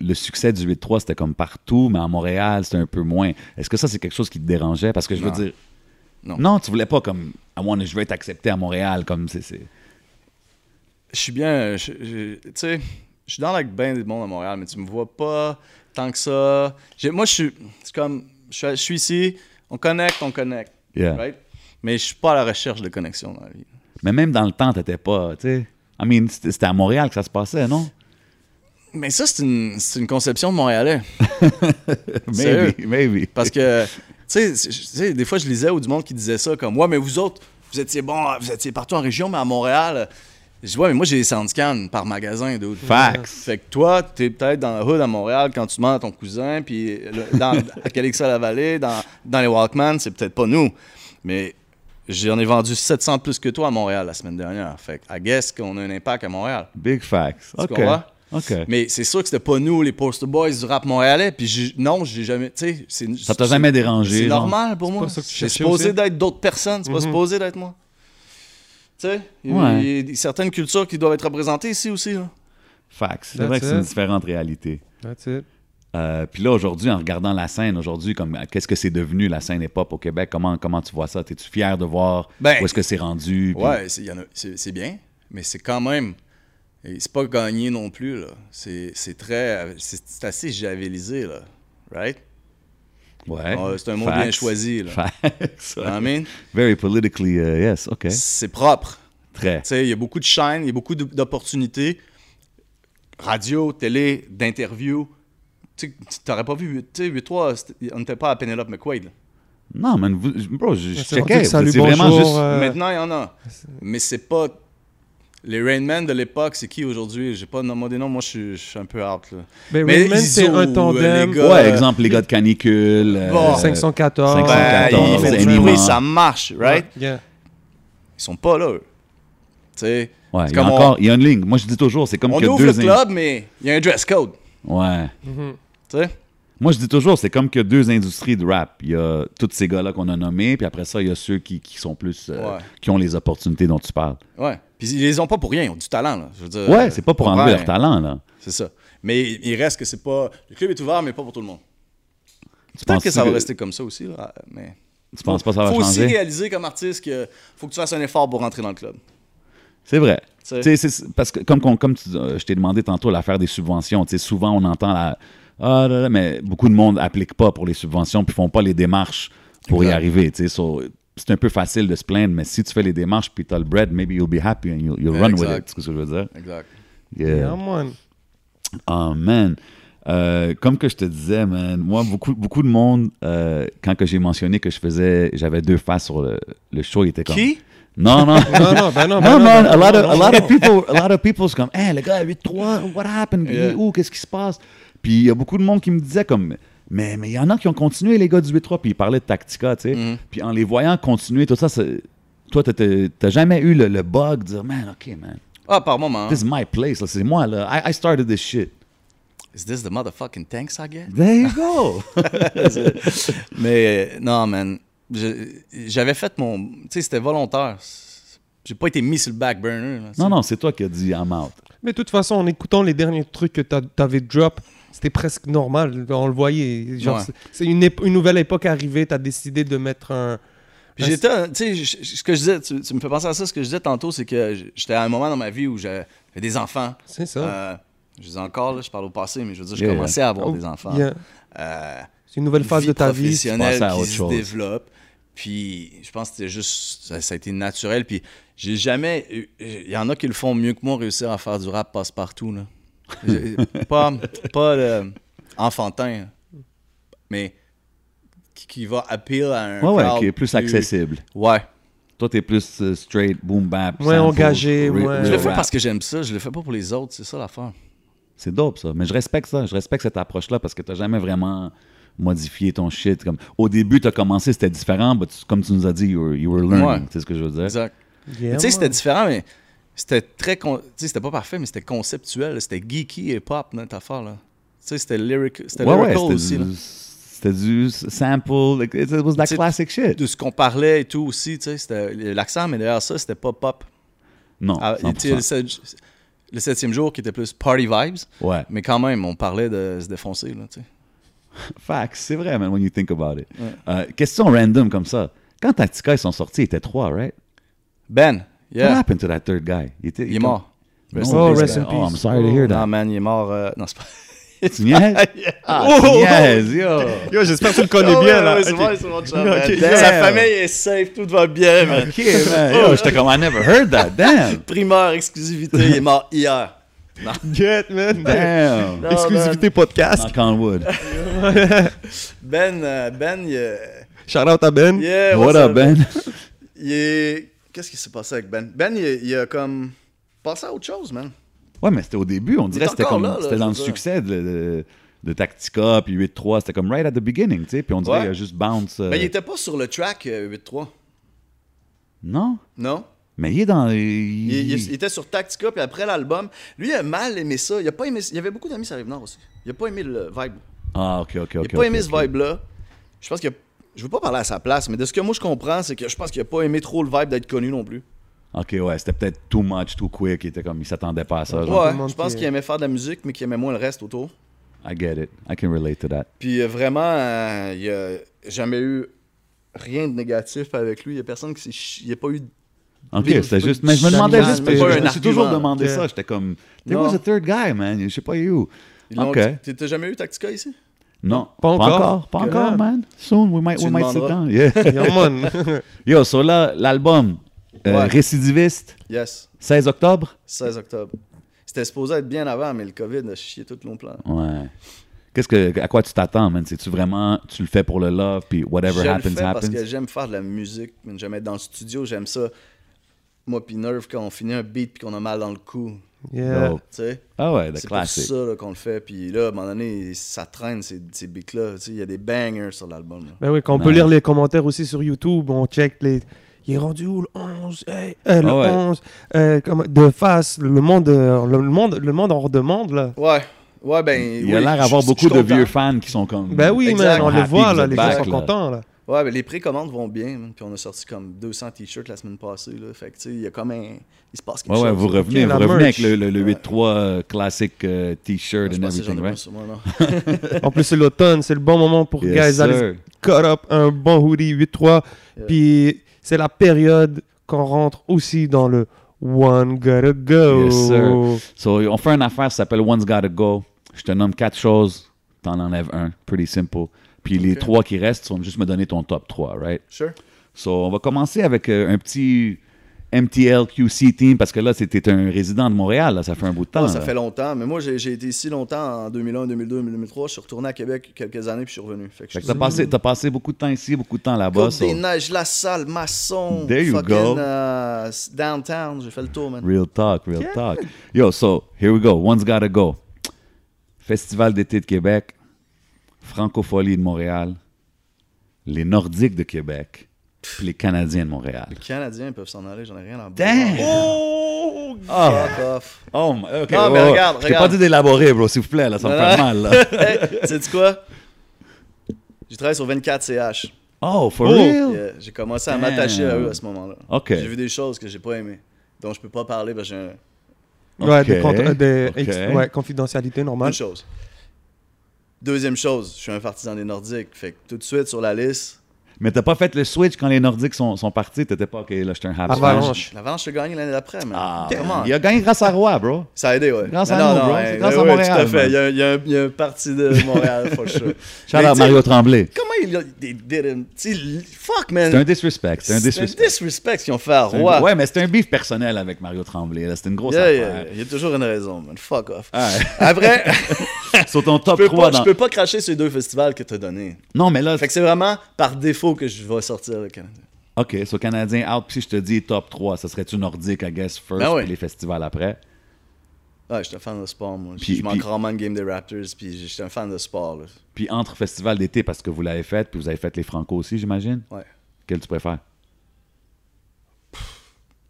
[SPEAKER 2] le succès du 8-3, c'était comme partout, mais à Montréal, c'était un peu moins. Est-ce que ça, c'est quelque chose qui te dérangeait? Parce que je veux
[SPEAKER 3] Non.
[SPEAKER 2] dire...
[SPEAKER 3] Non.
[SPEAKER 2] non, tu voulais pas comme, I wanna- je veux être accepté à Montréal, comme c'est... c'est-
[SPEAKER 3] Je suis bien. je- je- Tu sais, je suis dans la bain des monde à Montréal, mais tu me vois pas tant que ça. J'ai- Moi, je suis. C'est comme. Je suis- je suis ici, on connecte, on connecte.
[SPEAKER 2] Yeah.
[SPEAKER 3] Right? Mais je suis pas à la recherche de connexion dans la vie.
[SPEAKER 2] Mais même dans le temps, t'étais pas, tu sais. I mean, c'était c'était à Montréal que ça se passait, non?
[SPEAKER 3] Mais ça, c'est une, c'est une conception de Montréalais. Sérieux?
[SPEAKER 2] Maybe, maybe.
[SPEAKER 3] Parce que, tu sais, c'est- tu sais, des fois, je lisais ou du monde qui disait ça, comme, ouais, mais vous autres, vous étiez bon, vous étiez partout en région, mais à Montréal. Je dis, ouais, mais moi, j'ai des soundscans par magasin, d'autres.
[SPEAKER 2] Facts.
[SPEAKER 3] Fait que toi, t'es peut-être dans la hood à Montréal quand tu demandes à ton cousin, puis le- dans, à Calixa-la-Vallée, dans, dans les Walkman, c'est peut-être pas nous. Mais j'en ai vendu 700 plus que toi à Montréal la semaine dernière. Fait que, I guess qu'on a un impact à Montréal.
[SPEAKER 2] Big facts.
[SPEAKER 3] Tu
[SPEAKER 2] OK.
[SPEAKER 3] comprends?
[SPEAKER 2] OK.
[SPEAKER 3] Mais c'est sûr que c'était pas nous, les poster boys du rap montréalais. Puis j'ai- non, j'ai jamais. Tu sais, c'est-
[SPEAKER 2] Ça t'a jamais dérangé.
[SPEAKER 3] c'est
[SPEAKER 2] genre?
[SPEAKER 3] normal pour moi.
[SPEAKER 1] pas ça que tu
[SPEAKER 3] C'est
[SPEAKER 1] cherchais
[SPEAKER 3] supposé
[SPEAKER 1] aussi?
[SPEAKER 3] d'être d'autres personnes. C'est pas
[SPEAKER 1] Mhm.
[SPEAKER 3] supposé d'être moi. Tu sais, il y a-
[SPEAKER 2] Ouais.
[SPEAKER 3] il y a certaines cultures qui doivent être représentées ici aussi. là.
[SPEAKER 2] Facts. C'est
[SPEAKER 1] That's
[SPEAKER 2] vrai que c'est une
[SPEAKER 1] it.
[SPEAKER 2] différente réalité.
[SPEAKER 1] That's it.
[SPEAKER 2] Euh, Puis là, aujourd'hui, en regardant la scène, aujourd'hui, comme qu'est-ce que c'est devenu la scène hip-hop au Québec? Comment, comment tu vois ça? Es-tu fier de voir
[SPEAKER 3] Ben,
[SPEAKER 2] où est-ce que c'est rendu? Puis-
[SPEAKER 3] Ouais, c'est- il y en a- c'est c'est bien, mais c'est quand même Et c'est pas gagné non plus, là. C'est c'est très. C'est c'est assez javelisé, là. Right?
[SPEAKER 2] Ouais.
[SPEAKER 3] Ah, c'est un mot bien choisi, là.
[SPEAKER 2] *laughs*
[SPEAKER 3] Hein?
[SPEAKER 2] Facts.
[SPEAKER 3] You know what I mean?
[SPEAKER 2] Very politically, uh, yes, OK.
[SPEAKER 3] C'est propre.
[SPEAKER 2] Très.
[SPEAKER 3] Tu sais, il y a beaucoup de chaînes, il y a beaucoup d'op- d'opportunités. Radio, télé, d'interviews. Tu sais, tu- t'aurais pas vu. Tu sais, 8-3, c'était- on n'était pas à Penelope McQuaid. là.
[SPEAKER 2] Non, man, vous- bro, je, je
[SPEAKER 1] C'est vrai
[SPEAKER 2] checkais.
[SPEAKER 1] que salut,
[SPEAKER 2] C'est vraiment
[SPEAKER 1] bonjour,
[SPEAKER 2] juste...
[SPEAKER 1] euh,
[SPEAKER 3] Maintenant, il y en a. Mais c'est pas. Les Rainman de l'époque, c'est qui aujourd'hui J'ai pas nommé des noms, moi je suis- je suis un peu out. Là.
[SPEAKER 1] Ben,
[SPEAKER 3] Mais
[SPEAKER 1] Redman, c'est
[SPEAKER 3] Izzo,
[SPEAKER 1] un
[SPEAKER 3] les
[SPEAKER 1] tandem.
[SPEAKER 3] gars,
[SPEAKER 2] ouais,
[SPEAKER 3] euh,
[SPEAKER 2] exemple, les gars de canicule. euh,
[SPEAKER 3] Bon.
[SPEAKER 1] 514.
[SPEAKER 2] 514,
[SPEAKER 3] Ben, ils
[SPEAKER 2] c'est
[SPEAKER 3] font du
[SPEAKER 2] Eminem.
[SPEAKER 3] bruit, ça marche, right
[SPEAKER 1] Yeah.
[SPEAKER 3] Ils sont pas là, eux. Tu sais,
[SPEAKER 2] Ouais,
[SPEAKER 3] c'est
[SPEAKER 2] il y a
[SPEAKER 3] comme on-
[SPEAKER 2] encore, il y a une ligne. Moi, je dis toujours, c'est comme
[SPEAKER 3] on
[SPEAKER 2] que
[SPEAKER 3] ouvre le
[SPEAKER 2] deux. in-
[SPEAKER 3] club, mais il y a un dress code.
[SPEAKER 2] Ouais.
[SPEAKER 3] Tu sais
[SPEAKER 2] Moi, je dis toujours, c'est comme que deux industries de rap. Il y a tous ces gars-là qu'on a nommés, puis après ça, il y a ceux qui, qui sont plus. euh,
[SPEAKER 3] Ouais.
[SPEAKER 2] qui ont les opportunités dont tu parles.
[SPEAKER 3] Ouais. Puis ils les ont pas pour rien, ils ont du talent, là. Je veux dire,
[SPEAKER 2] ouais, c'est pas pour
[SPEAKER 3] on
[SPEAKER 2] enlever
[SPEAKER 3] prend-
[SPEAKER 2] leur talent, là.
[SPEAKER 3] C'est ça. Mais il reste que c'est pas. Le club est ouvert, mais pas pour tout le monde.
[SPEAKER 2] Tu
[SPEAKER 3] Peut-être
[SPEAKER 2] penses
[SPEAKER 3] que ça va rester comme ça aussi, là, Ah, mais.
[SPEAKER 2] Tu penses pas que ça va
[SPEAKER 3] faut aussi
[SPEAKER 2] changer?
[SPEAKER 3] réaliser comme artiste que faut que tu fasses un effort pour rentrer dans le club.
[SPEAKER 2] C'est vrai.
[SPEAKER 3] sais.
[SPEAKER 2] Tu sais, c'est- parce que comme, qu'on- comme tu- euh, je t'ai demandé tantôt l'affaire des subventions, tu sais, souvent on entend la. Ah là là, mais beaucoup de monde n'applique pas pour les subventions puis font pas les démarches pour y
[SPEAKER 3] Exact.
[SPEAKER 2] arriver. tu sais. So, c'est un peu facile de se plaindre, mais si tu fais les démarches puis tu as le bread, maybe you'll be happy and you'll, you'll run with it.
[SPEAKER 3] Exact.
[SPEAKER 2] C'est ce que je veux dire.
[SPEAKER 3] Exact.
[SPEAKER 2] Yeah.
[SPEAKER 3] Euh,
[SPEAKER 1] Yeah, man.
[SPEAKER 2] Oh man. Euh, comme que je te disais, man, moi, beaucoup, beaucoup de monde, euh, quand que j'ai mentionné que je faisais, j'avais deux faces sur le, le show, il était comme.
[SPEAKER 3] Qui?
[SPEAKER 2] Non, *laughs* non.
[SPEAKER 1] Non, non, ben non. ben
[SPEAKER 2] Non,
[SPEAKER 1] non,
[SPEAKER 2] man,
[SPEAKER 1] ben non,
[SPEAKER 2] a lot of,
[SPEAKER 1] non,
[SPEAKER 2] a lot
[SPEAKER 1] non.
[SPEAKER 2] of people, a lot of people, c'est comme, hey, le gars, à 8-3, what happened? Il est
[SPEAKER 3] Yeah.
[SPEAKER 2] où? Qu'est-ce qui se passe? Puis il y a beaucoup de monde qui me disait comme, mais mais il y en a qui ont continué, les gars du 8-3, puis ils parlaient de Tactica, tu sais.
[SPEAKER 3] Mhm.
[SPEAKER 2] Puis en les voyant continuer, tout ça, c'est- toi, t'as- t'as t'as jamais eu le, le bug de dire, man, OK, man,
[SPEAKER 3] Ah, par moment.
[SPEAKER 2] this is my place, là, c'est moi, là, I, I started this shit.
[SPEAKER 3] Is this the motherfucking tanks I
[SPEAKER 2] *laughs*
[SPEAKER 3] get?
[SPEAKER 2] There you go!
[SPEAKER 3] Mais euh, non, man. Je- J'avais fait mon. Tu sais, c'était volontaire. C'est- J'ai pas été mis sur le back burner. là, tu sais.
[SPEAKER 2] non, non, c'est toi qui as dit I'm out.
[SPEAKER 1] Mais de toute façon, en écoutant les derniers trucs que t'a- t'avais drop, c'était presque normal. On le voyait. Genre,
[SPEAKER 3] Ouais.
[SPEAKER 1] c'est- C'est une, ép- une nouvelle époque arrivée. T'as décidé de mettre un.
[SPEAKER 3] Puis J'étais. un- Tu sais, je- je- ce que je disais, tu, tu me fais penser à ça, ce que je disais tantôt, c'est que j- j'étais à un moment dans ma vie où j'avais des enfants.
[SPEAKER 1] C'est ça.
[SPEAKER 3] Euh, je dis encore, là, je parle au passé, mais je veux dire, je
[SPEAKER 2] Yeah.
[SPEAKER 3] commençais à avoir
[SPEAKER 1] Oh,
[SPEAKER 3] des enfants.
[SPEAKER 1] yeah.
[SPEAKER 3] Euh,
[SPEAKER 1] C'est une nouvelle phase
[SPEAKER 3] vie
[SPEAKER 1] de ta vie.
[SPEAKER 2] tu
[SPEAKER 3] professionnelle
[SPEAKER 2] passes à
[SPEAKER 3] qui
[SPEAKER 2] autre
[SPEAKER 3] se
[SPEAKER 2] chose.
[SPEAKER 3] développe. Puis je pense que c'était juste, ça, ça a été naturel. Puis j'ai jamais, eu- il y en a qui le font mieux que moi réussir à faire du rap passe partout là. J'ai- pas, pas le enfantin, mais qui, qui va appeler à un
[SPEAKER 2] Ouais, ouais,
[SPEAKER 3] crowd
[SPEAKER 2] qui est plus accessible.
[SPEAKER 3] Ouais.
[SPEAKER 2] Toi, t'es plus euh, straight, boom, bap.
[SPEAKER 1] Moins
[SPEAKER 2] sample,
[SPEAKER 1] engagé,
[SPEAKER 2] re-
[SPEAKER 1] moins-
[SPEAKER 2] real
[SPEAKER 3] Je le fais
[SPEAKER 2] rap.
[SPEAKER 3] parce que j'aime ça. Je le fais pas pour les autres. C'est ça l'affaire.
[SPEAKER 2] C'est dope, ça. Mais je respecte ça. Je respecte cette approche-là parce que t'as jamais vraiment modifié ton shit. Comme, au début, t'as commencé, c'était différent, mais tu- comme tu nous as dit, you were, you were learning.
[SPEAKER 3] Ouais.
[SPEAKER 2] Tu sais ce que je veux dire?
[SPEAKER 3] Exact.
[SPEAKER 1] Yeah,
[SPEAKER 3] Mais tu sais,
[SPEAKER 1] man.
[SPEAKER 3] c'était différent, mais c'était très. con- Tu sais, c'était pas parfait, mais c'était conceptuel. là. C'était geeky et pop, notre affaire, là. Tu sais, c'était lyric... c'était
[SPEAKER 2] Ouais, ouais,
[SPEAKER 3] lyrical aussi,
[SPEAKER 2] c'était
[SPEAKER 3] là.
[SPEAKER 2] du, c'était du sample. like, it was that
[SPEAKER 3] C'est-
[SPEAKER 2] classic shit.
[SPEAKER 3] De ce qu'on parlait et tout aussi, tu sais. c'était- L'accent, mais derrière ça, c'était pas pop.
[SPEAKER 2] Non,
[SPEAKER 3] Ah, tu sais, le,
[SPEAKER 2] 100%.
[SPEAKER 3] sept- le septième jour qui était plus party vibes,
[SPEAKER 2] Ouais.
[SPEAKER 3] mais quand même, on parlait de se défoncer, là, tu sais.
[SPEAKER 2] Facts, c'est vrai, man, when you think about it. Euh, question random comme ça. Quand Tactica, ils sont sortis, ils étaient trois, right?
[SPEAKER 3] Ben,
[SPEAKER 2] What
[SPEAKER 3] yeah,
[SPEAKER 2] happened to that third guy? était-
[SPEAKER 3] il est mort.
[SPEAKER 1] in
[SPEAKER 2] Ah, oh,
[SPEAKER 1] peace,
[SPEAKER 2] rest
[SPEAKER 3] Ben.
[SPEAKER 2] in
[SPEAKER 1] man.
[SPEAKER 2] peace. Oh, I'm sorry to hear
[SPEAKER 3] Non,
[SPEAKER 2] that. *laughs*
[SPEAKER 3] man, il est mort. euh, Non, c'est pas.
[SPEAKER 2] Tu niaises? *laughs* Ah, tu niaises, yo.
[SPEAKER 1] Yo, j'espère que tu le
[SPEAKER 3] *laughs*
[SPEAKER 1] connais bien, là. Ok.
[SPEAKER 3] c'est
[SPEAKER 2] *laughs*
[SPEAKER 1] Ok,
[SPEAKER 2] damn.
[SPEAKER 3] Sa famille est safe, tout va bien, man.
[SPEAKER 2] OK, man. *laughs* Yo, j'étais comme, I never heard that. Damn.
[SPEAKER 3] Primeur exclusivité, il est mort hier.
[SPEAKER 1] *laughs* Get, man.
[SPEAKER 2] *laughs* *laughs* Damn.
[SPEAKER 1] Exclusivité podcast.
[SPEAKER 2] Knock on *laughs* wood.
[SPEAKER 3] Ben, euh, Ben, il est-
[SPEAKER 1] Shout out à Ben.
[SPEAKER 3] Yeah,
[SPEAKER 2] What
[SPEAKER 3] what's
[SPEAKER 2] up, *laughs* Ben?
[SPEAKER 3] Il est- Qu'est-ce qui s'est passé avec Ben? Ben, il, est- il a comme passé à autre chose, man.
[SPEAKER 2] Ouais, mais c'était au début. On dirait
[SPEAKER 3] est
[SPEAKER 2] que c'était
[SPEAKER 3] encore
[SPEAKER 2] comme,
[SPEAKER 3] là, là,
[SPEAKER 2] c'était dans le
[SPEAKER 3] je veux dire.
[SPEAKER 2] succès de, de- de Tactica, puis 8-3. C'était comme right at the beginning, tu sais. Puis on dirait
[SPEAKER 3] Ouais.
[SPEAKER 2] qu'il a juste bounce. euh,
[SPEAKER 3] Mais Ben, il était pas sur le track euh, 8-3,
[SPEAKER 2] Non?
[SPEAKER 3] non?
[SPEAKER 2] Mais il est dans...
[SPEAKER 3] Il, il- il était sur Tactica, puis après l'album, lui, il a mal aimé ça. Il, a pas aimé... il y avait beaucoup d'amis sur rive aussi. Il a pas aimé le vibe.
[SPEAKER 2] Ah, OK, OK, OK.
[SPEAKER 3] Il a pas aimé ce vibe-là. Je pense que. Je veux pas parler à sa place, mais de ce que moi je comprends, c'est que je pense qu'il a pas aimé trop le vibe d'être connu non plus.
[SPEAKER 2] OK, ouais, c'était peut-être too much, too quick. Il était comme, il s'attendait pas à ça. genre.
[SPEAKER 1] tout le
[SPEAKER 3] Ouais,
[SPEAKER 1] monde
[SPEAKER 3] je pense
[SPEAKER 1] qui-
[SPEAKER 3] qu'il aimait faire de la musique, mais qu'il aimait moins le reste autour.
[SPEAKER 2] I get it. I can relate to that.
[SPEAKER 3] Puis euh, vraiment, euh, il n'y a jamais eu rien de négatif avec lui. Il n'y a personne qui s'est chi- Il n'y a pas eu
[SPEAKER 2] Ok,
[SPEAKER 1] Big-
[SPEAKER 2] c'était juste. Mais je me
[SPEAKER 1] Big-
[SPEAKER 2] demandais
[SPEAKER 1] Big-
[SPEAKER 2] juste.
[SPEAKER 1] Big-
[SPEAKER 2] je
[SPEAKER 1] Big-
[SPEAKER 2] me suis toujours
[SPEAKER 3] argument.
[SPEAKER 2] demandé
[SPEAKER 1] Ok.
[SPEAKER 2] ça. J'étais comme. There
[SPEAKER 3] Non.
[SPEAKER 2] was a third guy, man. Je sais pas you.
[SPEAKER 3] Ils l'ont
[SPEAKER 2] Ok.
[SPEAKER 3] dit. T'es- T'as jamais eu Tactica ici?
[SPEAKER 2] Non.
[SPEAKER 1] Pas encore.
[SPEAKER 2] Pas
[SPEAKER 1] Ok.
[SPEAKER 2] encore, man. Soon we might,
[SPEAKER 3] Tu
[SPEAKER 2] we might sit
[SPEAKER 3] demanderas.
[SPEAKER 2] down. Yeah.
[SPEAKER 1] Yeah, man.
[SPEAKER 3] *laughs*
[SPEAKER 2] Yo, so là, l'album euh,
[SPEAKER 3] Ouais.
[SPEAKER 2] Récidiviste,
[SPEAKER 3] Yes,
[SPEAKER 2] 16 octobre.
[SPEAKER 3] 16 octobre. C'était supposé être bien avant, mais le COVID a chié tout long plan.
[SPEAKER 2] Ouais. Qu'est-ce que, à quoi tu t'attends, man? C'est-tu vraiment, tu le fais pour le love, puis
[SPEAKER 3] Je
[SPEAKER 2] whatever
[SPEAKER 3] le
[SPEAKER 2] happens,
[SPEAKER 3] fais parce
[SPEAKER 2] happens?
[SPEAKER 3] que j'aime faire de la musique. man. J'aime être dans le studio, j'aime ça. Moi puis Nerve, quand on finit un beat puis qu'on a mal dans le cou,
[SPEAKER 1] Yeah.
[SPEAKER 2] Dope.
[SPEAKER 3] tu sais.
[SPEAKER 2] Ah ouais, the
[SPEAKER 3] C'est pour
[SPEAKER 2] classic.
[SPEAKER 3] ça là, qu'on le fait. Puis là, à un moment donné, ça traîne ces, ces beats-là. Tu sais, Il y a des bangers sur l'album. là.
[SPEAKER 1] Ben oui, quand on peut
[SPEAKER 2] Nice.
[SPEAKER 1] lire les commentaires aussi sur YouTube, on check les. Il est rendu où le 11 Hey, euh, Le
[SPEAKER 2] Ah ouais.
[SPEAKER 1] 11 euh, comme- De face, le monde, euh, le, monde, le monde en redemande là.
[SPEAKER 3] Ouais, ouais, ben.
[SPEAKER 2] Il y a l'air d'avoir beaucoup de vieux fans qui sont comme.
[SPEAKER 1] Ben oui,
[SPEAKER 3] Exact.
[SPEAKER 1] man, on les
[SPEAKER 2] Mhm. Happy
[SPEAKER 1] voit
[SPEAKER 2] vous
[SPEAKER 1] là,
[SPEAKER 2] êtes
[SPEAKER 1] les
[SPEAKER 2] back,
[SPEAKER 1] gens sont
[SPEAKER 2] là.
[SPEAKER 1] contents là.
[SPEAKER 3] Ouais, mais les précommandes vont bien. man. Puis on a sorti comme 200 t-shirts la semaine passée. Là. Fait que, tu sais, il y a comme un. Il se passe quelque
[SPEAKER 2] Ouais, ouais,
[SPEAKER 3] chose.
[SPEAKER 2] vous
[SPEAKER 3] là.
[SPEAKER 2] revenez,
[SPEAKER 1] Ok, la
[SPEAKER 2] vous revenez avec
[SPEAKER 1] merch.
[SPEAKER 2] le, le- le 8-3 euh, classique euh, t-shirt
[SPEAKER 3] Je
[SPEAKER 2] and
[SPEAKER 3] pense que j'en ai
[SPEAKER 2] everything,
[SPEAKER 3] pas
[SPEAKER 2] right?
[SPEAKER 3] sur moi, non.
[SPEAKER 1] En plus, c'est l'automne, c'est le bon moment pour
[SPEAKER 2] Yes,
[SPEAKER 1] guys aller se
[SPEAKER 2] sir.
[SPEAKER 1] cut up un bon hoodie 8-3.
[SPEAKER 3] Yeah.
[SPEAKER 1] Puis c'est la période qu'on rentre aussi dans le One Gotta Go. Oh!
[SPEAKER 2] Yes, sir. So, on fait une affaire, ça s'appelle One's Gotta Go. Je te nomme quatre choses, t'en enlèves un. Pretty simple. Puis les
[SPEAKER 3] Ok.
[SPEAKER 2] trois qui restent, tu vas juste me donner ton top 3, right? *laughs*
[SPEAKER 3] Sure.
[SPEAKER 2] So, on va commencer avec euh, un petit MTLQC team, parce que là, c'était un résident de Montréal, là, ça fait un bout de temps.
[SPEAKER 3] Ouais, ça
[SPEAKER 2] là.
[SPEAKER 3] fait longtemps. Mais moi, j'ai j'ai été ici longtemps en 2001, 2002, 2003. Je suis retourné à Québec quelques années puis je suis revenu. Fait que je
[SPEAKER 2] Fait que
[SPEAKER 3] suis
[SPEAKER 2] t'as passé, t'as passé beaucoup de temps ici, beaucoup de temps là-bas.
[SPEAKER 3] Côte
[SPEAKER 2] so-
[SPEAKER 3] des Neiges, La Salle, Masson,
[SPEAKER 2] There you
[SPEAKER 3] fucking
[SPEAKER 2] go.
[SPEAKER 3] euh, Downtown. J'ai fait le tour, man.
[SPEAKER 2] Real talk, real talk. Yo, so here we go. One's gotta go. Festival d'été de Québec, Francofolie de Montréal, les Nordiques de Québec, puis les Canadiens de Montréal.
[SPEAKER 3] Les Canadiens peuvent s'en aller, j'en ai rien à
[SPEAKER 2] Damn!
[SPEAKER 3] battre.
[SPEAKER 1] Oh,
[SPEAKER 2] Oh,
[SPEAKER 3] Fuck off.
[SPEAKER 2] oh my- ok.
[SPEAKER 3] Non, mais
[SPEAKER 2] ouais, ouais.
[SPEAKER 3] regarde,
[SPEAKER 2] Je t'ai pas
[SPEAKER 3] regarde.
[SPEAKER 2] dit d'élaborer, bro, s'il vous plaît, là, ça me
[SPEAKER 3] Non,
[SPEAKER 2] fait
[SPEAKER 3] non.
[SPEAKER 2] mal. là.
[SPEAKER 3] *laughs* Hey, sais-tu quoi? J'ai travaillé sur 24CH.
[SPEAKER 2] Oh, for
[SPEAKER 1] Oh.
[SPEAKER 2] real?
[SPEAKER 3] Yeah, j'ai commencé à
[SPEAKER 2] Damn.
[SPEAKER 3] m'attacher à eux à ce moment-là.
[SPEAKER 2] Ok.
[SPEAKER 3] J'ai vu des choses que j'ai pas aimées, dont je peux pas parler parce que j'ai un-
[SPEAKER 1] Ouais, des
[SPEAKER 2] Ok,
[SPEAKER 1] contra- des
[SPEAKER 2] ok.
[SPEAKER 1] ex- ouais, confidentialité
[SPEAKER 3] une
[SPEAKER 1] normale.
[SPEAKER 3] chose. Deuxième chose, je suis un partisan des Nordiques. Fait que tout de suite sur la liste,
[SPEAKER 2] Mais t'as pas fait le switch quand les Nordiques sont, sont partis, t'étais pas, ok, là, j'étais un half
[SPEAKER 1] Avalanche.
[SPEAKER 3] l'Avalanche a gagné l'année d'après, man.
[SPEAKER 2] Ah,
[SPEAKER 3] Come on.
[SPEAKER 2] il a gagné grâce à Roy, bro.
[SPEAKER 3] Ça a aidé, ouais.
[SPEAKER 2] Grâce
[SPEAKER 3] Mais
[SPEAKER 2] à nous, bro. C'est
[SPEAKER 3] hein,
[SPEAKER 2] grâce
[SPEAKER 3] ouais,
[SPEAKER 2] à
[SPEAKER 3] ouais,
[SPEAKER 2] Montréal,
[SPEAKER 3] Tout à
[SPEAKER 2] man.
[SPEAKER 3] fait. Il y a, il y a un- il y a un parti de Montréal,
[SPEAKER 2] *laughs*
[SPEAKER 3] for sure.
[SPEAKER 2] Shout
[SPEAKER 3] Mais
[SPEAKER 2] out
[SPEAKER 3] tu sais,
[SPEAKER 2] Mario Tremblay.
[SPEAKER 3] Comment il a. they didn't- tu sais, l- fuck, man.
[SPEAKER 2] C'est un disrespect, c'est un disrespect.
[SPEAKER 3] disrespect qu'ils ont fait à
[SPEAKER 2] C'est un-
[SPEAKER 3] Roi.
[SPEAKER 2] Ouais, mais c'était un beef personnel avec Mario Tremblay. là. C'était une grosse
[SPEAKER 3] Yeah,
[SPEAKER 2] affaire.
[SPEAKER 3] yeah, Il y a toujours une raison, man. Fuck off.
[SPEAKER 2] Ah, ouais.
[SPEAKER 3] Après,
[SPEAKER 2] *laughs* Sur ton
[SPEAKER 3] je
[SPEAKER 2] top
[SPEAKER 3] peux,
[SPEAKER 2] 3
[SPEAKER 3] pas,
[SPEAKER 2] dans...
[SPEAKER 3] je peux pas cracher ces deux festivals que t'as donné.
[SPEAKER 2] Non, mais là,
[SPEAKER 3] Fait que c'est vraiment par défaut que je vais sortir le Canada.
[SPEAKER 2] OK, sur Canadien out, puis si je te dis top 3, ça serait-tu Nordique, I guess, first,
[SPEAKER 3] Ben ouais.
[SPEAKER 2] puis les festivals après?
[SPEAKER 3] Ouais, j'étais un fan de sport, moi.
[SPEAKER 2] Puis-
[SPEAKER 3] je manque
[SPEAKER 2] puis-
[SPEAKER 3] rarement de game des Raptors, puis j'étais un fan de sport, là.
[SPEAKER 2] Puis entre festivals d'été, parce que vous l'avez fait, puis vous avez fait les Franco aussi, j'imagine?
[SPEAKER 3] Ouais.
[SPEAKER 2] Quel tu préfères?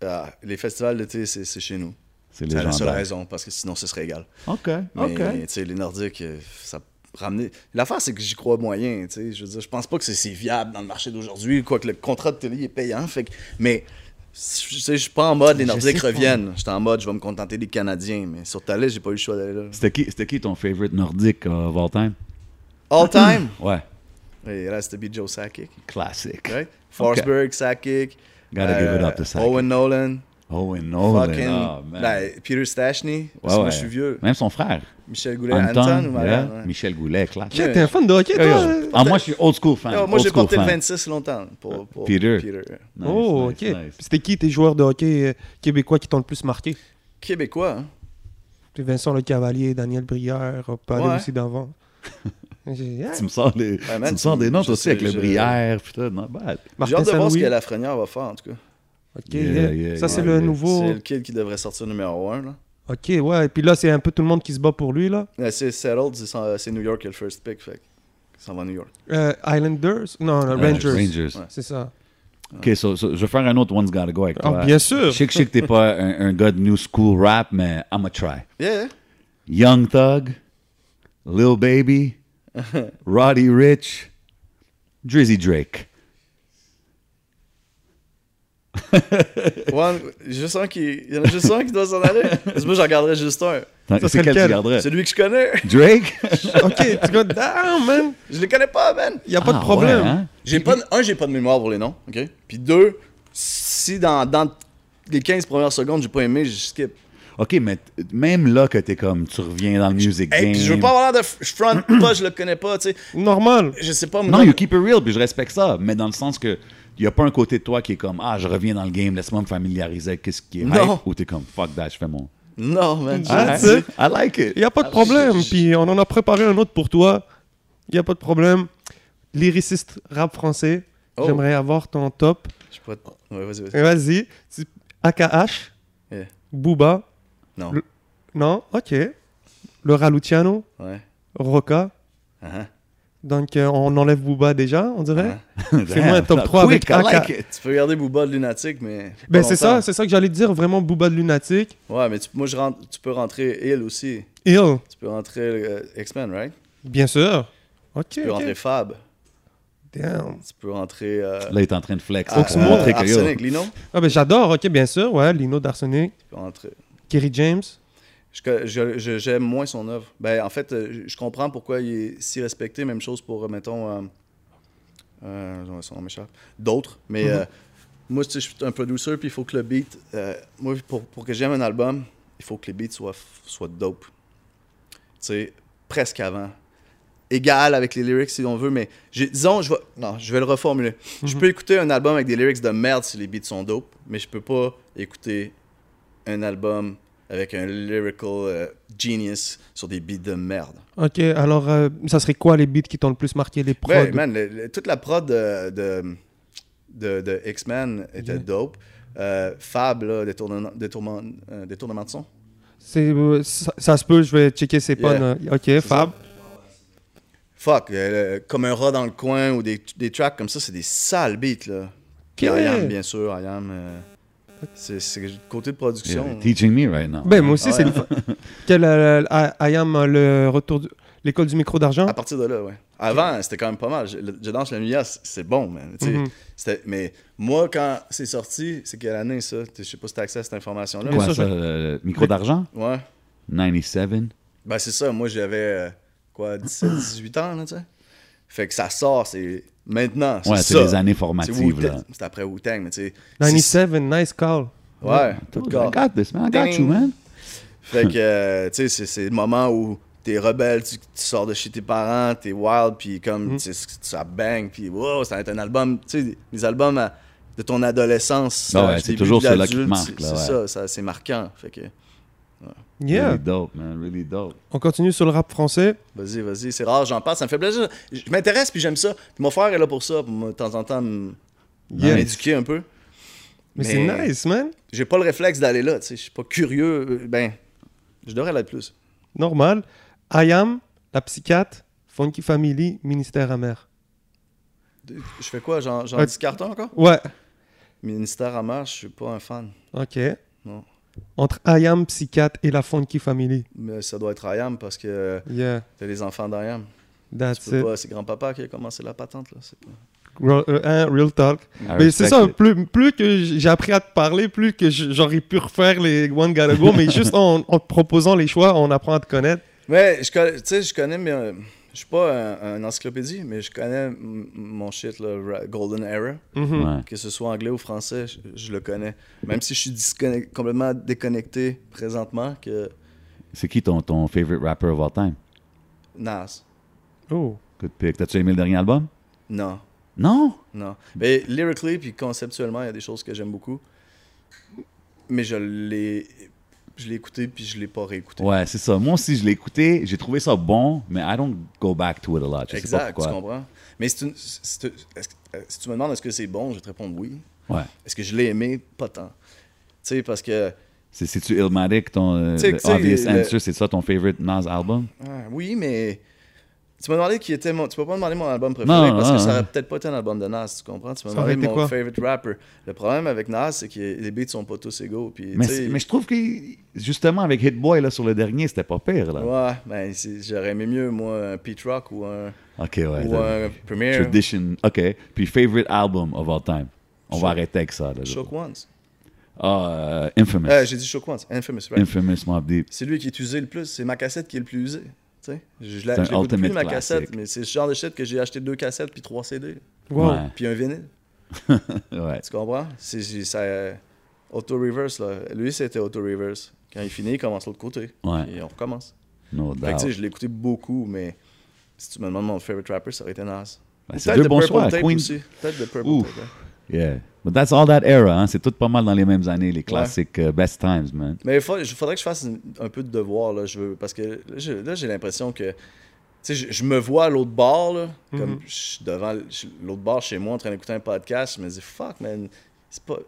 [SPEAKER 3] Ah, les festivals d'été, c'est c'est chez nous.
[SPEAKER 2] C'est
[SPEAKER 3] C'est la seule
[SPEAKER 2] légendaire.
[SPEAKER 3] raison, parce que sinon, ce serait égal.
[SPEAKER 2] OK,
[SPEAKER 3] Mais,
[SPEAKER 2] OK.
[SPEAKER 3] tu sais, les Nordiques, euh, ça ramener. L'affaire, c'est que j'y crois moyen, tu sais. Je veux dire, je pense pas que c'est- c'est viable dans le marché d'aujourd'hui, quoique le contrat de télé est payant. Fait que- mais, tu sais, je suis pas en mode les Nordiques reviennent. J'étais en mode, je vais me contenter des Canadiens. Mais sur ta liste, j'ai pas eu le choix d'aller là.
[SPEAKER 2] C'était qui, c'était qui ton favorite Nordique euh, of all time? *laughs*
[SPEAKER 3] All time,
[SPEAKER 2] Ouais,
[SPEAKER 3] it has to be Joe Sakic.
[SPEAKER 2] classic.
[SPEAKER 3] Right? Forsberg, Sakic. uh,
[SPEAKER 2] Gotta give it up to Sakic.
[SPEAKER 3] Owen Nolan.
[SPEAKER 2] Oh, and Nolan.
[SPEAKER 3] fucking.
[SPEAKER 2] ah, man.
[SPEAKER 3] ben, Peter Stachny. parce
[SPEAKER 2] Ouais,
[SPEAKER 3] que moi,
[SPEAKER 2] ouais.
[SPEAKER 3] je suis vieux.
[SPEAKER 2] Même son frère.
[SPEAKER 3] Michel Goulet,
[SPEAKER 2] Anton,
[SPEAKER 3] Anton, ou
[SPEAKER 2] yeah.
[SPEAKER 3] Marianne, ouais.
[SPEAKER 2] Michel Goulet, classique.
[SPEAKER 1] Shit, T'es un fan de hockey, toi hein?
[SPEAKER 2] Ah, moi, je suis old school fan.
[SPEAKER 3] Yo, moi,
[SPEAKER 2] old
[SPEAKER 3] j'ai
[SPEAKER 2] school
[SPEAKER 3] porté le
[SPEAKER 2] fan. Euh,
[SPEAKER 3] 26 longtemps pour, pour
[SPEAKER 2] Peter.
[SPEAKER 3] Peter.
[SPEAKER 2] Nice,
[SPEAKER 1] oh,
[SPEAKER 2] nice,
[SPEAKER 1] ok.
[SPEAKER 2] nice.
[SPEAKER 1] C'était qui tes joueurs de hockey euh, québécois qui t'ont le plus marqué
[SPEAKER 3] Québécois, hein?
[SPEAKER 1] Puis Vincent Le Cavalier, Daniel Brière, on peut aller
[SPEAKER 3] Ouais.
[SPEAKER 1] aussi
[SPEAKER 2] *laughs*
[SPEAKER 1] d'avant. J'ai- ah, yeah.
[SPEAKER 2] Tu me sors, les,
[SPEAKER 3] Ouais, man,
[SPEAKER 2] tu me sors des noms
[SPEAKER 3] je
[SPEAKER 2] toi aussi
[SPEAKER 3] sais,
[SPEAKER 2] avec le
[SPEAKER 3] je-
[SPEAKER 2] Brière, putain, not bad.
[SPEAKER 3] J'ai hâte de voir ce
[SPEAKER 1] Saint-Louis.
[SPEAKER 3] que Lafrenière va faire, en tout cas.
[SPEAKER 1] Ok,
[SPEAKER 2] Yeah,
[SPEAKER 1] yeah.
[SPEAKER 2] yeah,
[SPEAKER 1] Ça, c'est
[SPEAKER 2] yeah,
[SPEAKER 1] le
[SPEAKER 2] yeah.
[SPEAKER 1] nouveau.
[SPEAKER 3] C'est le kid qui devrait sortir numéro 1. Là.
[SPEAKER 1] Ok, ouais. Et puis là, c'est un peu tout le monde qui se bat pour lui, là.
[SPEAKER 3] Ouais, C'est settled, c'est son- c'est New York qui a le first pick, fait que ça va à New York.
[SPEAKER 1] Euh, Islanders Non, non,
[SPEAKER 2] Euh,
[SPEAKER 1] Rangers.
[SPEAKER 2] Rangers.
[SPEAKER 3] Ouais.
[SPEAKER 1] C'est ça. *laughs*
[SPEAKER 2] Ok, so, so, je vais faire un autre One's Gotta Go avec
[SPEAKER 1] Ah,
[SPEAKER 2] toi.
[SPEAKER 1] bien sûr.
[SPEAKER 2] Je sais que je sais que t'es pas un, un gars de new school rap, mais I'ma try.
[SPEAKER 3] Yeah, yeah.
[SPEAKER 2] Young Thug, Lil
[SPEAKER 3] *laughs*
[SPEAKER 2] Baby, Roddy Rich, Drizzy Drake.
[SPEAKER 3] One, *laughs* juste un qui... Il y en a juste un qui doit s'en
[SPEAKER 2] *laughs*
[SPEAKER 3] aller. Parce que moi, j'en garderais juste un.
[SPEAKER 2] Tant-
[SPEAKER 1] Ça
[SPEAKER 2] C'est
[SPEAKER 1] serait
[SPEAKER 2] quel tu
[SPEAKER 1] lequel?
[SPEAKER 2] garderais?
[SPEAKER 1] *laughs*
[SPEAKER 3] C'est lui que je connais. *laughs*
[SPEAKER 2] Drake?
[SPEAKER 1] ok, tu go down, man.
[SPEAKER 3] Je les connais pas, man.
[SPEAKER 1] Y a pas
[SPEAKER 2] Ah,
[SPEAKER 1] de problème.
[SPEAKER 2] ouais, hein?
[SPEAKER 3] J'ai pas de- un, j'ai pas de mémoire pour les noms, ok? Puis deux, si dans, dans les 15 premières secondes, j'ai pas aimé, je skip.
[SPEAKER 2] OK, mais t- même là que t'es comme, tu reviens dans le music
[SPEAKER 3] Hey,
[SPEAKER 2] game.
[SPEAKER 3] puis je veux pas avoir l'air de. f- Je *clears throat* front pas, je le connais pas, tu sais.
[SPEAKER 1] Normal.
[SPEAKER 3] Je sais pas, moi,
[SPEAKER 2] Non, you keep it real, puis je respecte ça, mais dans le sens que il n'y a pas un côté de toi qui est comme Ah, je reviens dans le game, laisse-moi me familiariser avec ce qui est
[SPEAKER 3] Non.
[SPEAKER 2] hype, ou t'es comme Fuck that, je fais mon.
[SPEAKER 3] Non, man.
[SPEAKER 1] Ah,
[SPEAKER 3] j'ai-
[SPEAKER 1] tu sais.
[SPEAKER 2] I like
[SPEAKER 1] Il
[SPEAKER 2] it.
[SPEAKER 1] n'y a pas de problème.
[SPEAKER 3] je- je-
[SPEAKER 1] Puis on en a préparé un autre pour toi. Il n'y a pas de problème. Lyriciste rap français.
[SPEAKER 3] Oh.
[SPEAKER 1] J'aimerais avoir ton top.
[SPEAKER 3] Je sais pas. Ouais, vas-y, vas-y.
[SPEAKER 1] Et Vas-y. Tu- AKH.
[SPEAKER 3] Yeah.
[SPEAKER 1] Booba.
[SPEAKER 3] Non.
[SPEAKER 1] Le- Non, ok. Le Raluciano.
[SPEAKER 3] Ouais.
[SPEAKER 1] Roca.
[SPEAKER 3] Uh-huh. *laughs*
[SPEAKER 1] Donc euh, on enlève Booba déjà, on
[SPEAKER 2] Ah.
[SPEAKER 1] dirait. Fais-moi
[SPEAKER 2] *laughs*
[SPEAKER 1] un
[SPEAKER 2] Damn,
[SPEAKER 1] top 3 avec
[SPEAKER 2] quick, I like
[SPEAKER 1] AK.
[SPEAKER 2] it.
[SPEAKER 3] Tu peux garder Booba de lunatique, mais. pas
[SPEAKER 1] Ben c'est
[SPEAKER 3] longtemps.
[SPEAKER 1] ça, c'est ça que j'allais te dire. Vraiment Booba de lunatique.
[SPEAKER 3] Ouais, mais tu- moi, je rentre, tu peux rentrer Hill aussi.
[SPEAKER 1] Ill.
[SPEAKER 3] Tu peux rentrer euh, X-Men, right?
[SPEAKER 1] Bien sûr. Ok.
[SPEAKER 3] Tu peux
[SPEAKER 1] ok.
[SPEAKER 3] rentrer Fab.
[SPEAKER 1] Damn.
[SPEAKER 3] Tu peux rentrer. Euh,
[SPEAKER 2] Là, il est en train de flex.
[SPEAKER 3] Ar-
[SPEAKER 2] pour montrer que yo,
[SPEAKER 3] euh, Arsenic, Lino. Tu
[SPEAKER 1] Ah ben j'adore, ok, bien sûr. Ouais, Lino Darsenic.
[SPEAKER 3] peux rentrer.
[SPEAKER 1] Kerry James.
[SPEAKER 3] Je co- je- je- J'aime moins son œuvre. Ben, en fait, euh, je comprends pourquoi il est si respecté. Même chose pour, euh, mettons, euh, euh, son nom m'échappe. D'autres. Mais euh, moi, tu sais, je suis un producer, puis il faut que le beat. euh, moi, pour, pour que j'aime un album, il faut que les beats soient, f- soient dope. Tu sais, presque avant. Égal avec les lyrics si on veut, mais j'ai- disons, je vais, non, je vais le reformuler. Je peux écouter un album avec des lyrics de merde si les beats sont dope, mais je peux pas écouter un album avec un lyrical euh, genius sur des beats de merde.
[SPEAKER 1] Ok, alors euh, ça serait quoi les beats qui t'ont le plus marqué les prods
[SPEAKER 3] Ouais, Ben, man, le- le- toute la prod de, de, de- de X-Men était
[SPEAKER 1] Yeah.
[SPEAKER 3] dope. Euh, Fab, là, détournement, détournement, euh, détournement de son.
[SPEAKER 1] C'est, euh, ça, ça se peut, je vais checker ses
[SPEAKER 3] Yeah.
[SPEAKER 1] pannes. euh, Ok, Fab.
[SPEAKER 3] Fuck, euh, comme un rat dans le coin ou des, des tracks comme ça, c'est des sales beats, là. Puis
[SPEAKER 1] Ok.
[SPEAKER 3] I Am, bien sûr, I Am. euh, c'est c'est le côté de
[SPEAKER 2] yeah,
[SPEAKER 3] production.
[SPEAKER 2] teaching me right now.
[SPEAKER 1] Ben moi aussi,
[SPEAKER 3] Ah Ouais.
[SPEAKER 1] c'est le. fa-
[SPEAKER 3] *laughs*
[SPEAKER 1] Quel euh, le- I- I am euh, le retour de l'école du micro d'argent.
[SPEAKER 3] À partir de là, ouais. Avant, c'était quand même pas mal. Je, le- je danse la nuit, c'est- c'est bon, man. Tu sais,
[SPEAKER 2] Mm-hmm.
[SPEAKER 1] Mhm.
[SPEAKER 3] c'était- Mais moi, quand c'est sorti, c'est quelle année, ça? Je sais pas si t'as accès à cette information-là.
[SPEAKER 1] Bien
[SPEAKER 2] Ah, Quoi
[SPEAKER 1] sûr,
[SPEAKER 2] ça,
[SPEAKER 1] je-
[SPEAKER 2] le micro d'argent?
[SPEAKER 3] mais- Ouais.
[SPEAKER 2] 97.
[SPEAKER 3] Ben, c'est ça. Moi, j'avais, euh, quoi, 17, 18 ans, là, tu sais. Fait que ça sort, c'est maintenant. C'est
[SPEAKER 2] Ouais, c'est
[SPEAKER 3] ça.
[SPEAKER 2] des années
[SPEAKER 3] C'est
[SPEAKER 2] formatives, là.
[SPEAKER 3] Wu-Tang. C'est après Wu-Tang, mais tu sais.
[SPEAKER 1] 97, nice call.
[SPEAKER 3] c'est- Ouais,
[SPEAKER 2] I
[SPEAKER 3] tout corps.
[SPEAKER 2] got this, man. I got you, man. *laughs*
[SPEAKER 3] Fait que, euh, tu sais, c'est- c'est le moment où t'es rebelle, tu, tu sors de chez tes parents, t'es wild, puis
[SPEAKER 2] Mm.
[SPEAKER 3] comme, tu sais, ça bang, puis wow, ça va être un album, tu sais, les albums à- de ton adolescence.
[SPEAKER 2] Ah ouais,
[SPEAKER 3] euh,
[SPEAKER 2] c'est
[SPEAKER 3] début
[SPEAKER 2] toujours
[SPEAKER 3] de
[SPEAKER 2] ceux-là qui te
[SPEAKER 3] l'adulte,
[SPEAKER 2] marquent,
[SPEAKER 3] C'est
[SPEAKER 2] là,
[SPEAKER 3] c'est
[SPEAKER 2] ouais.
[SPEAKER 3] ça, ça, c'est marquant. Fait que,
[SPEAKER 1] Yeah.
[SPEAKER 2] Really dope, man. Really dope.
[SPEAKER 1] On continue sur le rap français.
[SPEAKER 3] vas-y, vas-y, c'est rare, j'en parle, ça me fait plaisir. Je je m'intéresse, puis j'aime ça. Puis mon frère est là pour ça, pour me- de temps en temps me-
[SPEAKER 2] Yeah.
[SPEAKER 3] m'éduquer un peu.
[SPEAKER 1] Mais,
[SPEAKER 3] Mais-
[SPEAKER 1] c'est nice, man.
[SPEAKER 3] J'ai pas le réflexe d'aller là, tu sais, je suis pas curieux. euh, Ben, je devrais l'être plus.
[SPEAKER 1] Normal. I am, la psychiatre, Funky Family, ministère amer.
[SPEAKER 3] Je fais quoi, j'en j'en
[SPEAKER 2] Euh,
[SPEAKER 1] Ah,
[SPEAKER 3] dis carton encore?
[SPEAKER 1] Ouais.
[SPEAKER 3] Ministère à marche, je suis pas un fan.
[SPEAKER 1] Ok.
[SPEAKER 3] Non.
[SPEAKER 1] Entre I am, psychiatre et la Funky Family.
[SPEAKER 3] Mais ça doit être IAM parce que
[SPEAKER 1] Yeah.
[SPEAKER 3] t'as les enfants d'IAM.
[SPEAKER 1] That's
[SPEAKER 3] Tu peux
[SPEAKER 1] it.
[SPEAKER 3] pas, c'est grand-papa qui a commencé la patente. Là. c'est pas-
[SPEAKER 1] Real, euh, hein, real talk.
[SPEAKER 2] I
[SPEAKER 1] Mais c'est
[SPEAKER 2] respect
[SPEAKER 1] ça,
[SPEAKER 2] it.
[SPEAKER 1] plus, plus que j'ai appris à te parler, plus que j- j'aurais pu refaire les One Gotta Go, mais juste en, en te proposant les choix, on apprend à te connaître.
[SPEAKER 3] Mais je, connais- tu sais, je connais, mais euh, je suis pas un, un encyclopédie, mais je connais m- mon shit, là, Ra- Golden Era.
[SPEAKER 1] Mhm.
[SPEAKER 2] Ouais.
[SPEAKER 3] Que ce soit anglais ou français, je, je le connais. Même si je suis disconnect- complètement déconnecté présentement, que
[SPEAKER 2] C'est qui ton, ton favorite rapper of all time?
[SPEAKER 3] Nas.
[SPEAKER 1] Oh.
[SPEAKER 2] Good pick. T'as-tu aimé le dernier album?
[SPEAKER 3] Non,
[SPEAKER 2] Non?
[SPEAKER 3] non. Mais lyrically puis conceptuellement, il y a des choses que j'aime beaucoup. Mais je l'ai, je l'ai écouté puis je l'ai pas réécouté.
[SPEAKER 2] Ouais, c'est ça. Moi aussi, je l'ai écouté. J'ai trouvé ça bon, mais I don't go back to it a lot. Je sais pas
[SPEAKER 3] Exact, tu
[SPEAKER 2] pourquoi.
[SPEAKER 3] comprends. Mais c'est une- c'est- est-ce que- euh, si tu me demandes est-ce que c'est bon, je vais te répondre oui.
[SPEAKER 2] Ouais.
[SPEAKER 3] Est-ce que je l'ai aimé? Pas tant. Tu sais, parce que
[SPEAKER 2] C'est- C'est-tu Illmatic, ton euh,
[SPEAKER 3] T'sais-
[SPEAKER 2] le
[SPEAKER 3] t'sais,
[SPEAKER 2] Obvious
[SPEAKER 3] le-
[SPEAKER 2] Answer, c'est ça ton favorite Nas album?
[SPEAKER 3] ah, oui, mais tu m'as demandé qui était mon. Tu peux pas me demander mon album préféré
[SPEAKER 2] Non,
[SPEAKER 3] parce
[SPEAKER 2] non,
[SPEAKER 3] que ça
[SPEAKER 2] non.
[SPEAKER 3] aurait peut-être pas été un album de Nas, tu comprends? Tu m'as
[SPEAKER 1] Ça aurait
[SPEAKER 3] demandé
[SPEAKER 1] été
[SPEAKER 3] mon
[SPEAKER 1] quoi?
[SPEAKER 3] favorite rapper. Le problème avec Nas, c'est que les beats sont pas tous égaux. Puis,
[SPEAKER 2] Mais,
[SPEAKER 3] tu sais,
[SPEAKER 2] c'est- mais je trouve que, justement, avec Hit Boy, là, sur le dernier, c'était pas pire, là.
[SPEAKER 3] Ouais, ben, c'est- j'aurais aimé mieux, moi, un Pete Rock ou un,
[SPEAKER 2] OK, ouais.
[SPEAKER 3] ou
[SPEAKER 2] t'as-
[SPEAKER 3] un Premier.
[SPEAKER 2] Tradition. OK. Puis, favorite album of all time. On
[SPEAKER 3] Shook.
[SPEAKER 2] va arrêter avec ça. là.
[SPEAKER 3] Shook Ones.
[SPEAKER 2] Ah, euh, Infamous.
[SPEAKER 3] Euh, J'ai dit Shook Ones, Infamous, right?
[SPEAKER 2] Infamous Mob Deep.
[SPEAKER 3] c'est lui qui est usé le plus. C'est ma cassette qui est le plus usée. Tu sais, je je
[SPEAKER 2] C'est
[SPEAKER 3] la
[SPEAKER 2] un
[SPEAKER 3] je l'écoute plus
[SPEAKER 2] ultimate
[SPEAKER 3] ma
[SPEAKER 2] classic.
[SPEAKER 3] cassette, mais c'est ce genre de shit que j'ai acheté deux cassettes puis trois CD,
[SPEAKER 1] Wow.
[SPEAKER 2] Ouais.
[SPEAKER 3] puis un vinyle.
[SPEAKER 2] Ouais.
[SPEAKER 3] Tu comprends? C'est c'est- ça. euh, Auto-reverse, là. Lui, c'était auto-reverse. Quand il finit, il commence l'autre côté.
[SPEAKER 2] Ouais. Ben
[SPEAKER 3] Et on recommence.
[SPEAKER 2] No
[SPEAKER 3] Fait que, tu sais,
[SPEAKER 2] doubt.
[SPEAKER 3] je l'ai écouté beaucoup, mais si tu me demandes mon favorite rapper, ça aurait été Nas.
[SPEAKER 2] Ben,
[SPEAKER 3] Ou
[SPEAKER 2] c'est
[SPEAKER 3] peut-être
[SPEAKER 2] deux
[SPEAKER 3] The
[SPEAKER 2] bons
[SPEAKER 3] Purple
[SPEAKER 2] choix.
[SPEAKER 3] Tape
[SPEAKER 2] Queen.
[SPEAKER 3] aussi. Peut-être de Purple
[SPEAKER 2] Ouf.
[SPEAKER 3] Tape, hein.
[SPEAKER 2] Yeah. But that's all that era, hein. C'est tout pas mal dans les mêmes années, les classiques euh, best times, man.
[SPEAKER 3] Mais il faudrait, que je fasse une- un peu de devoir, là, je veux, parce que là, je- là, j'ai l'impression que, tu sais, je, je me vois à l'autre bord, là,
[SPEAKER 2] Mhm.
[SPEAKER 3] comme je suis devant l- je- l'autre bord chez moi en train d'écouter un podcast, je me dis, fuck, man, c'est pas...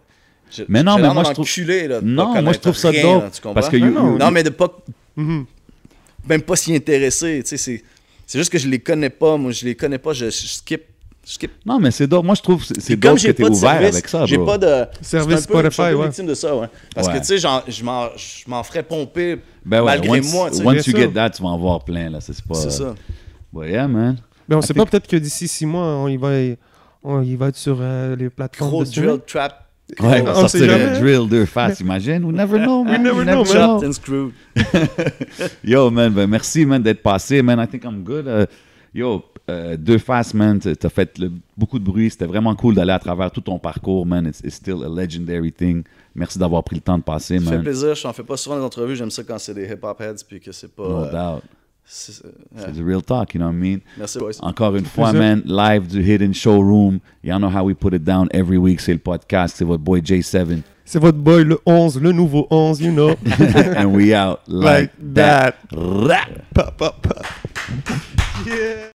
[SPEAKER 2] Mais non, mais moi, je trouve-
[SPEAKER 3] Enculé, là, de
[SPEAKER 2] Non,
[SPEAKER 3] pas
[SPEAKER 2] moi, je
[SPEAKER 3] connaître
[SPEAKER 2] trouve ça
[SPEAKER 3] rien,
[SPEAKER 2] dope,
[SPEAKER 3] là, tu comprends?
[SPEAKER 2] parce que you-
[SPEAKER 1] Non, non,
[SPEAKER 3] Non, mais de pas...
[SPEAKER 1] Mhm.
[SPEAKER 3] Même pas s'y intéresser, tu sais, c'est... C'est juste que je les connais pas, moi, je les connais pas, je, je skip... Je skip.
[SPEAKER 2] Non, mais c'est dope. Moi, je trouve que c'est- c'est
[SPEAKER 3] Puis comme
[SPEAKER 2] dope que
[SPEAKER 3] j'ai
[SPEAKER 2] t'es
[SPEAKER 3] pas de
[SPEAKER 2] ouvert
[SPEAKER 3] service,
[SPEAKER 2] avec ça,
[SPEAKER 3] j'ai
[SPEAKER 2] bro.
[SPEAKER 3] pas de
[SPEAKER 1] Service
[SPEAKER 3] c'est un peu- je suis un peu
[SPEAKER 1] Spotify, ouais.
[SPEAKER 3] victime de ça, ouais. Parce
[SPEAKER 2] Ouais.
[SPEAKER 3] que tu sais, j'en- je m'en, je m'en ferais pomper
[SPEAKER 2] Ben ouais,
[SPEAKER 3] malgré
[SPEAKER 2] once,
[SPEAKER 3] moi, tu sais.
[SPEAKER 1] ouais,
[SPEAKER 2] once you
[SPEAKER 1] Bien sûr.
[SPEAKER 2] get that, tu vas en voir plein, là. C'est pas...
[SPEAKER 3] C'est ça.
[SPEAKER 2] But yeah, man.
[SPEAKER 1] Mais Ben, on
[SPEAKER 2] I
[SPEAKER 1] sait pas, peut-être que d'ici six mois, on, il, va, on- il va être sur euh, les plateformes
[SPEAKER 3] Gros
[SPEAKER 1] de streaming.
[SPEAKER 3] drill trap.
[SPEAKER 2] Ouais,
[SPEAKER 1] on
[SPEAKER 2] on
[SPEAKER 1] sait
[SPEAKER 2] sortir
[SPEAKER 1] jamais,
[SPEAKER 2] un
[SPEAKER 1] hein.
[SPEAKER 2] drill deux faces, imagine. We never
[SPEAKER 3] *laughs*
[SPEAKER 2] know, man.
[SPEAKER 1] never know, man.
[SPEAKER 3] Chopped and screwed.
[SPEAKER 2] Yo, man, ben merci, man, d'être passé, man. I think I'm good. Euh, yo, euh, deux faces, man. t- T'as fait le- beaucoup de bruit. C'était vraiment cool d'aller à travers tout ton parcours, man. It's, it's still a legendary thing. Merci d'avoir pris le temps de passer,
[SPEAKER 3] Ça fait
[SPEAKER 2] man.
[SPEAKER 3] plaisir, je n'en fais pas souvent des entrevues, j'aime ça quand c'est des hip-hop heads, puis que c'est pas...
[SPEAKER 2] No
[SPEAKER 3] euh,
[SPEAKER 2] doubt.
[SPEAKER 3] c'est- euh,
[SPEAKER 2] C'est du real talk, you know what I mean?
[SPEAKER 3] Merci, boys.
[SPEAKER 2] Encore une fois,
[SPEAKER 1] plaisir.
[SPEAKER 2] man, live du Hidden Showroom. Y'all know how we put it down every week. C'est le podcast. C'est votre boy J7.
[SPEAKER 1] C'est votre boy, le 11, le nouveau 11, you
[SPEAKER 2] *laughs*
[SPEAKER 1] know.
[SPEAKER 2] And we out
[SPEAKER 1] like
[SPEAKER 2] like,
[SPEAKER 1] that.
[SPEAKER 2] that. Rap.
[SPEAKER 1] Pa, pa, pa. Yeah.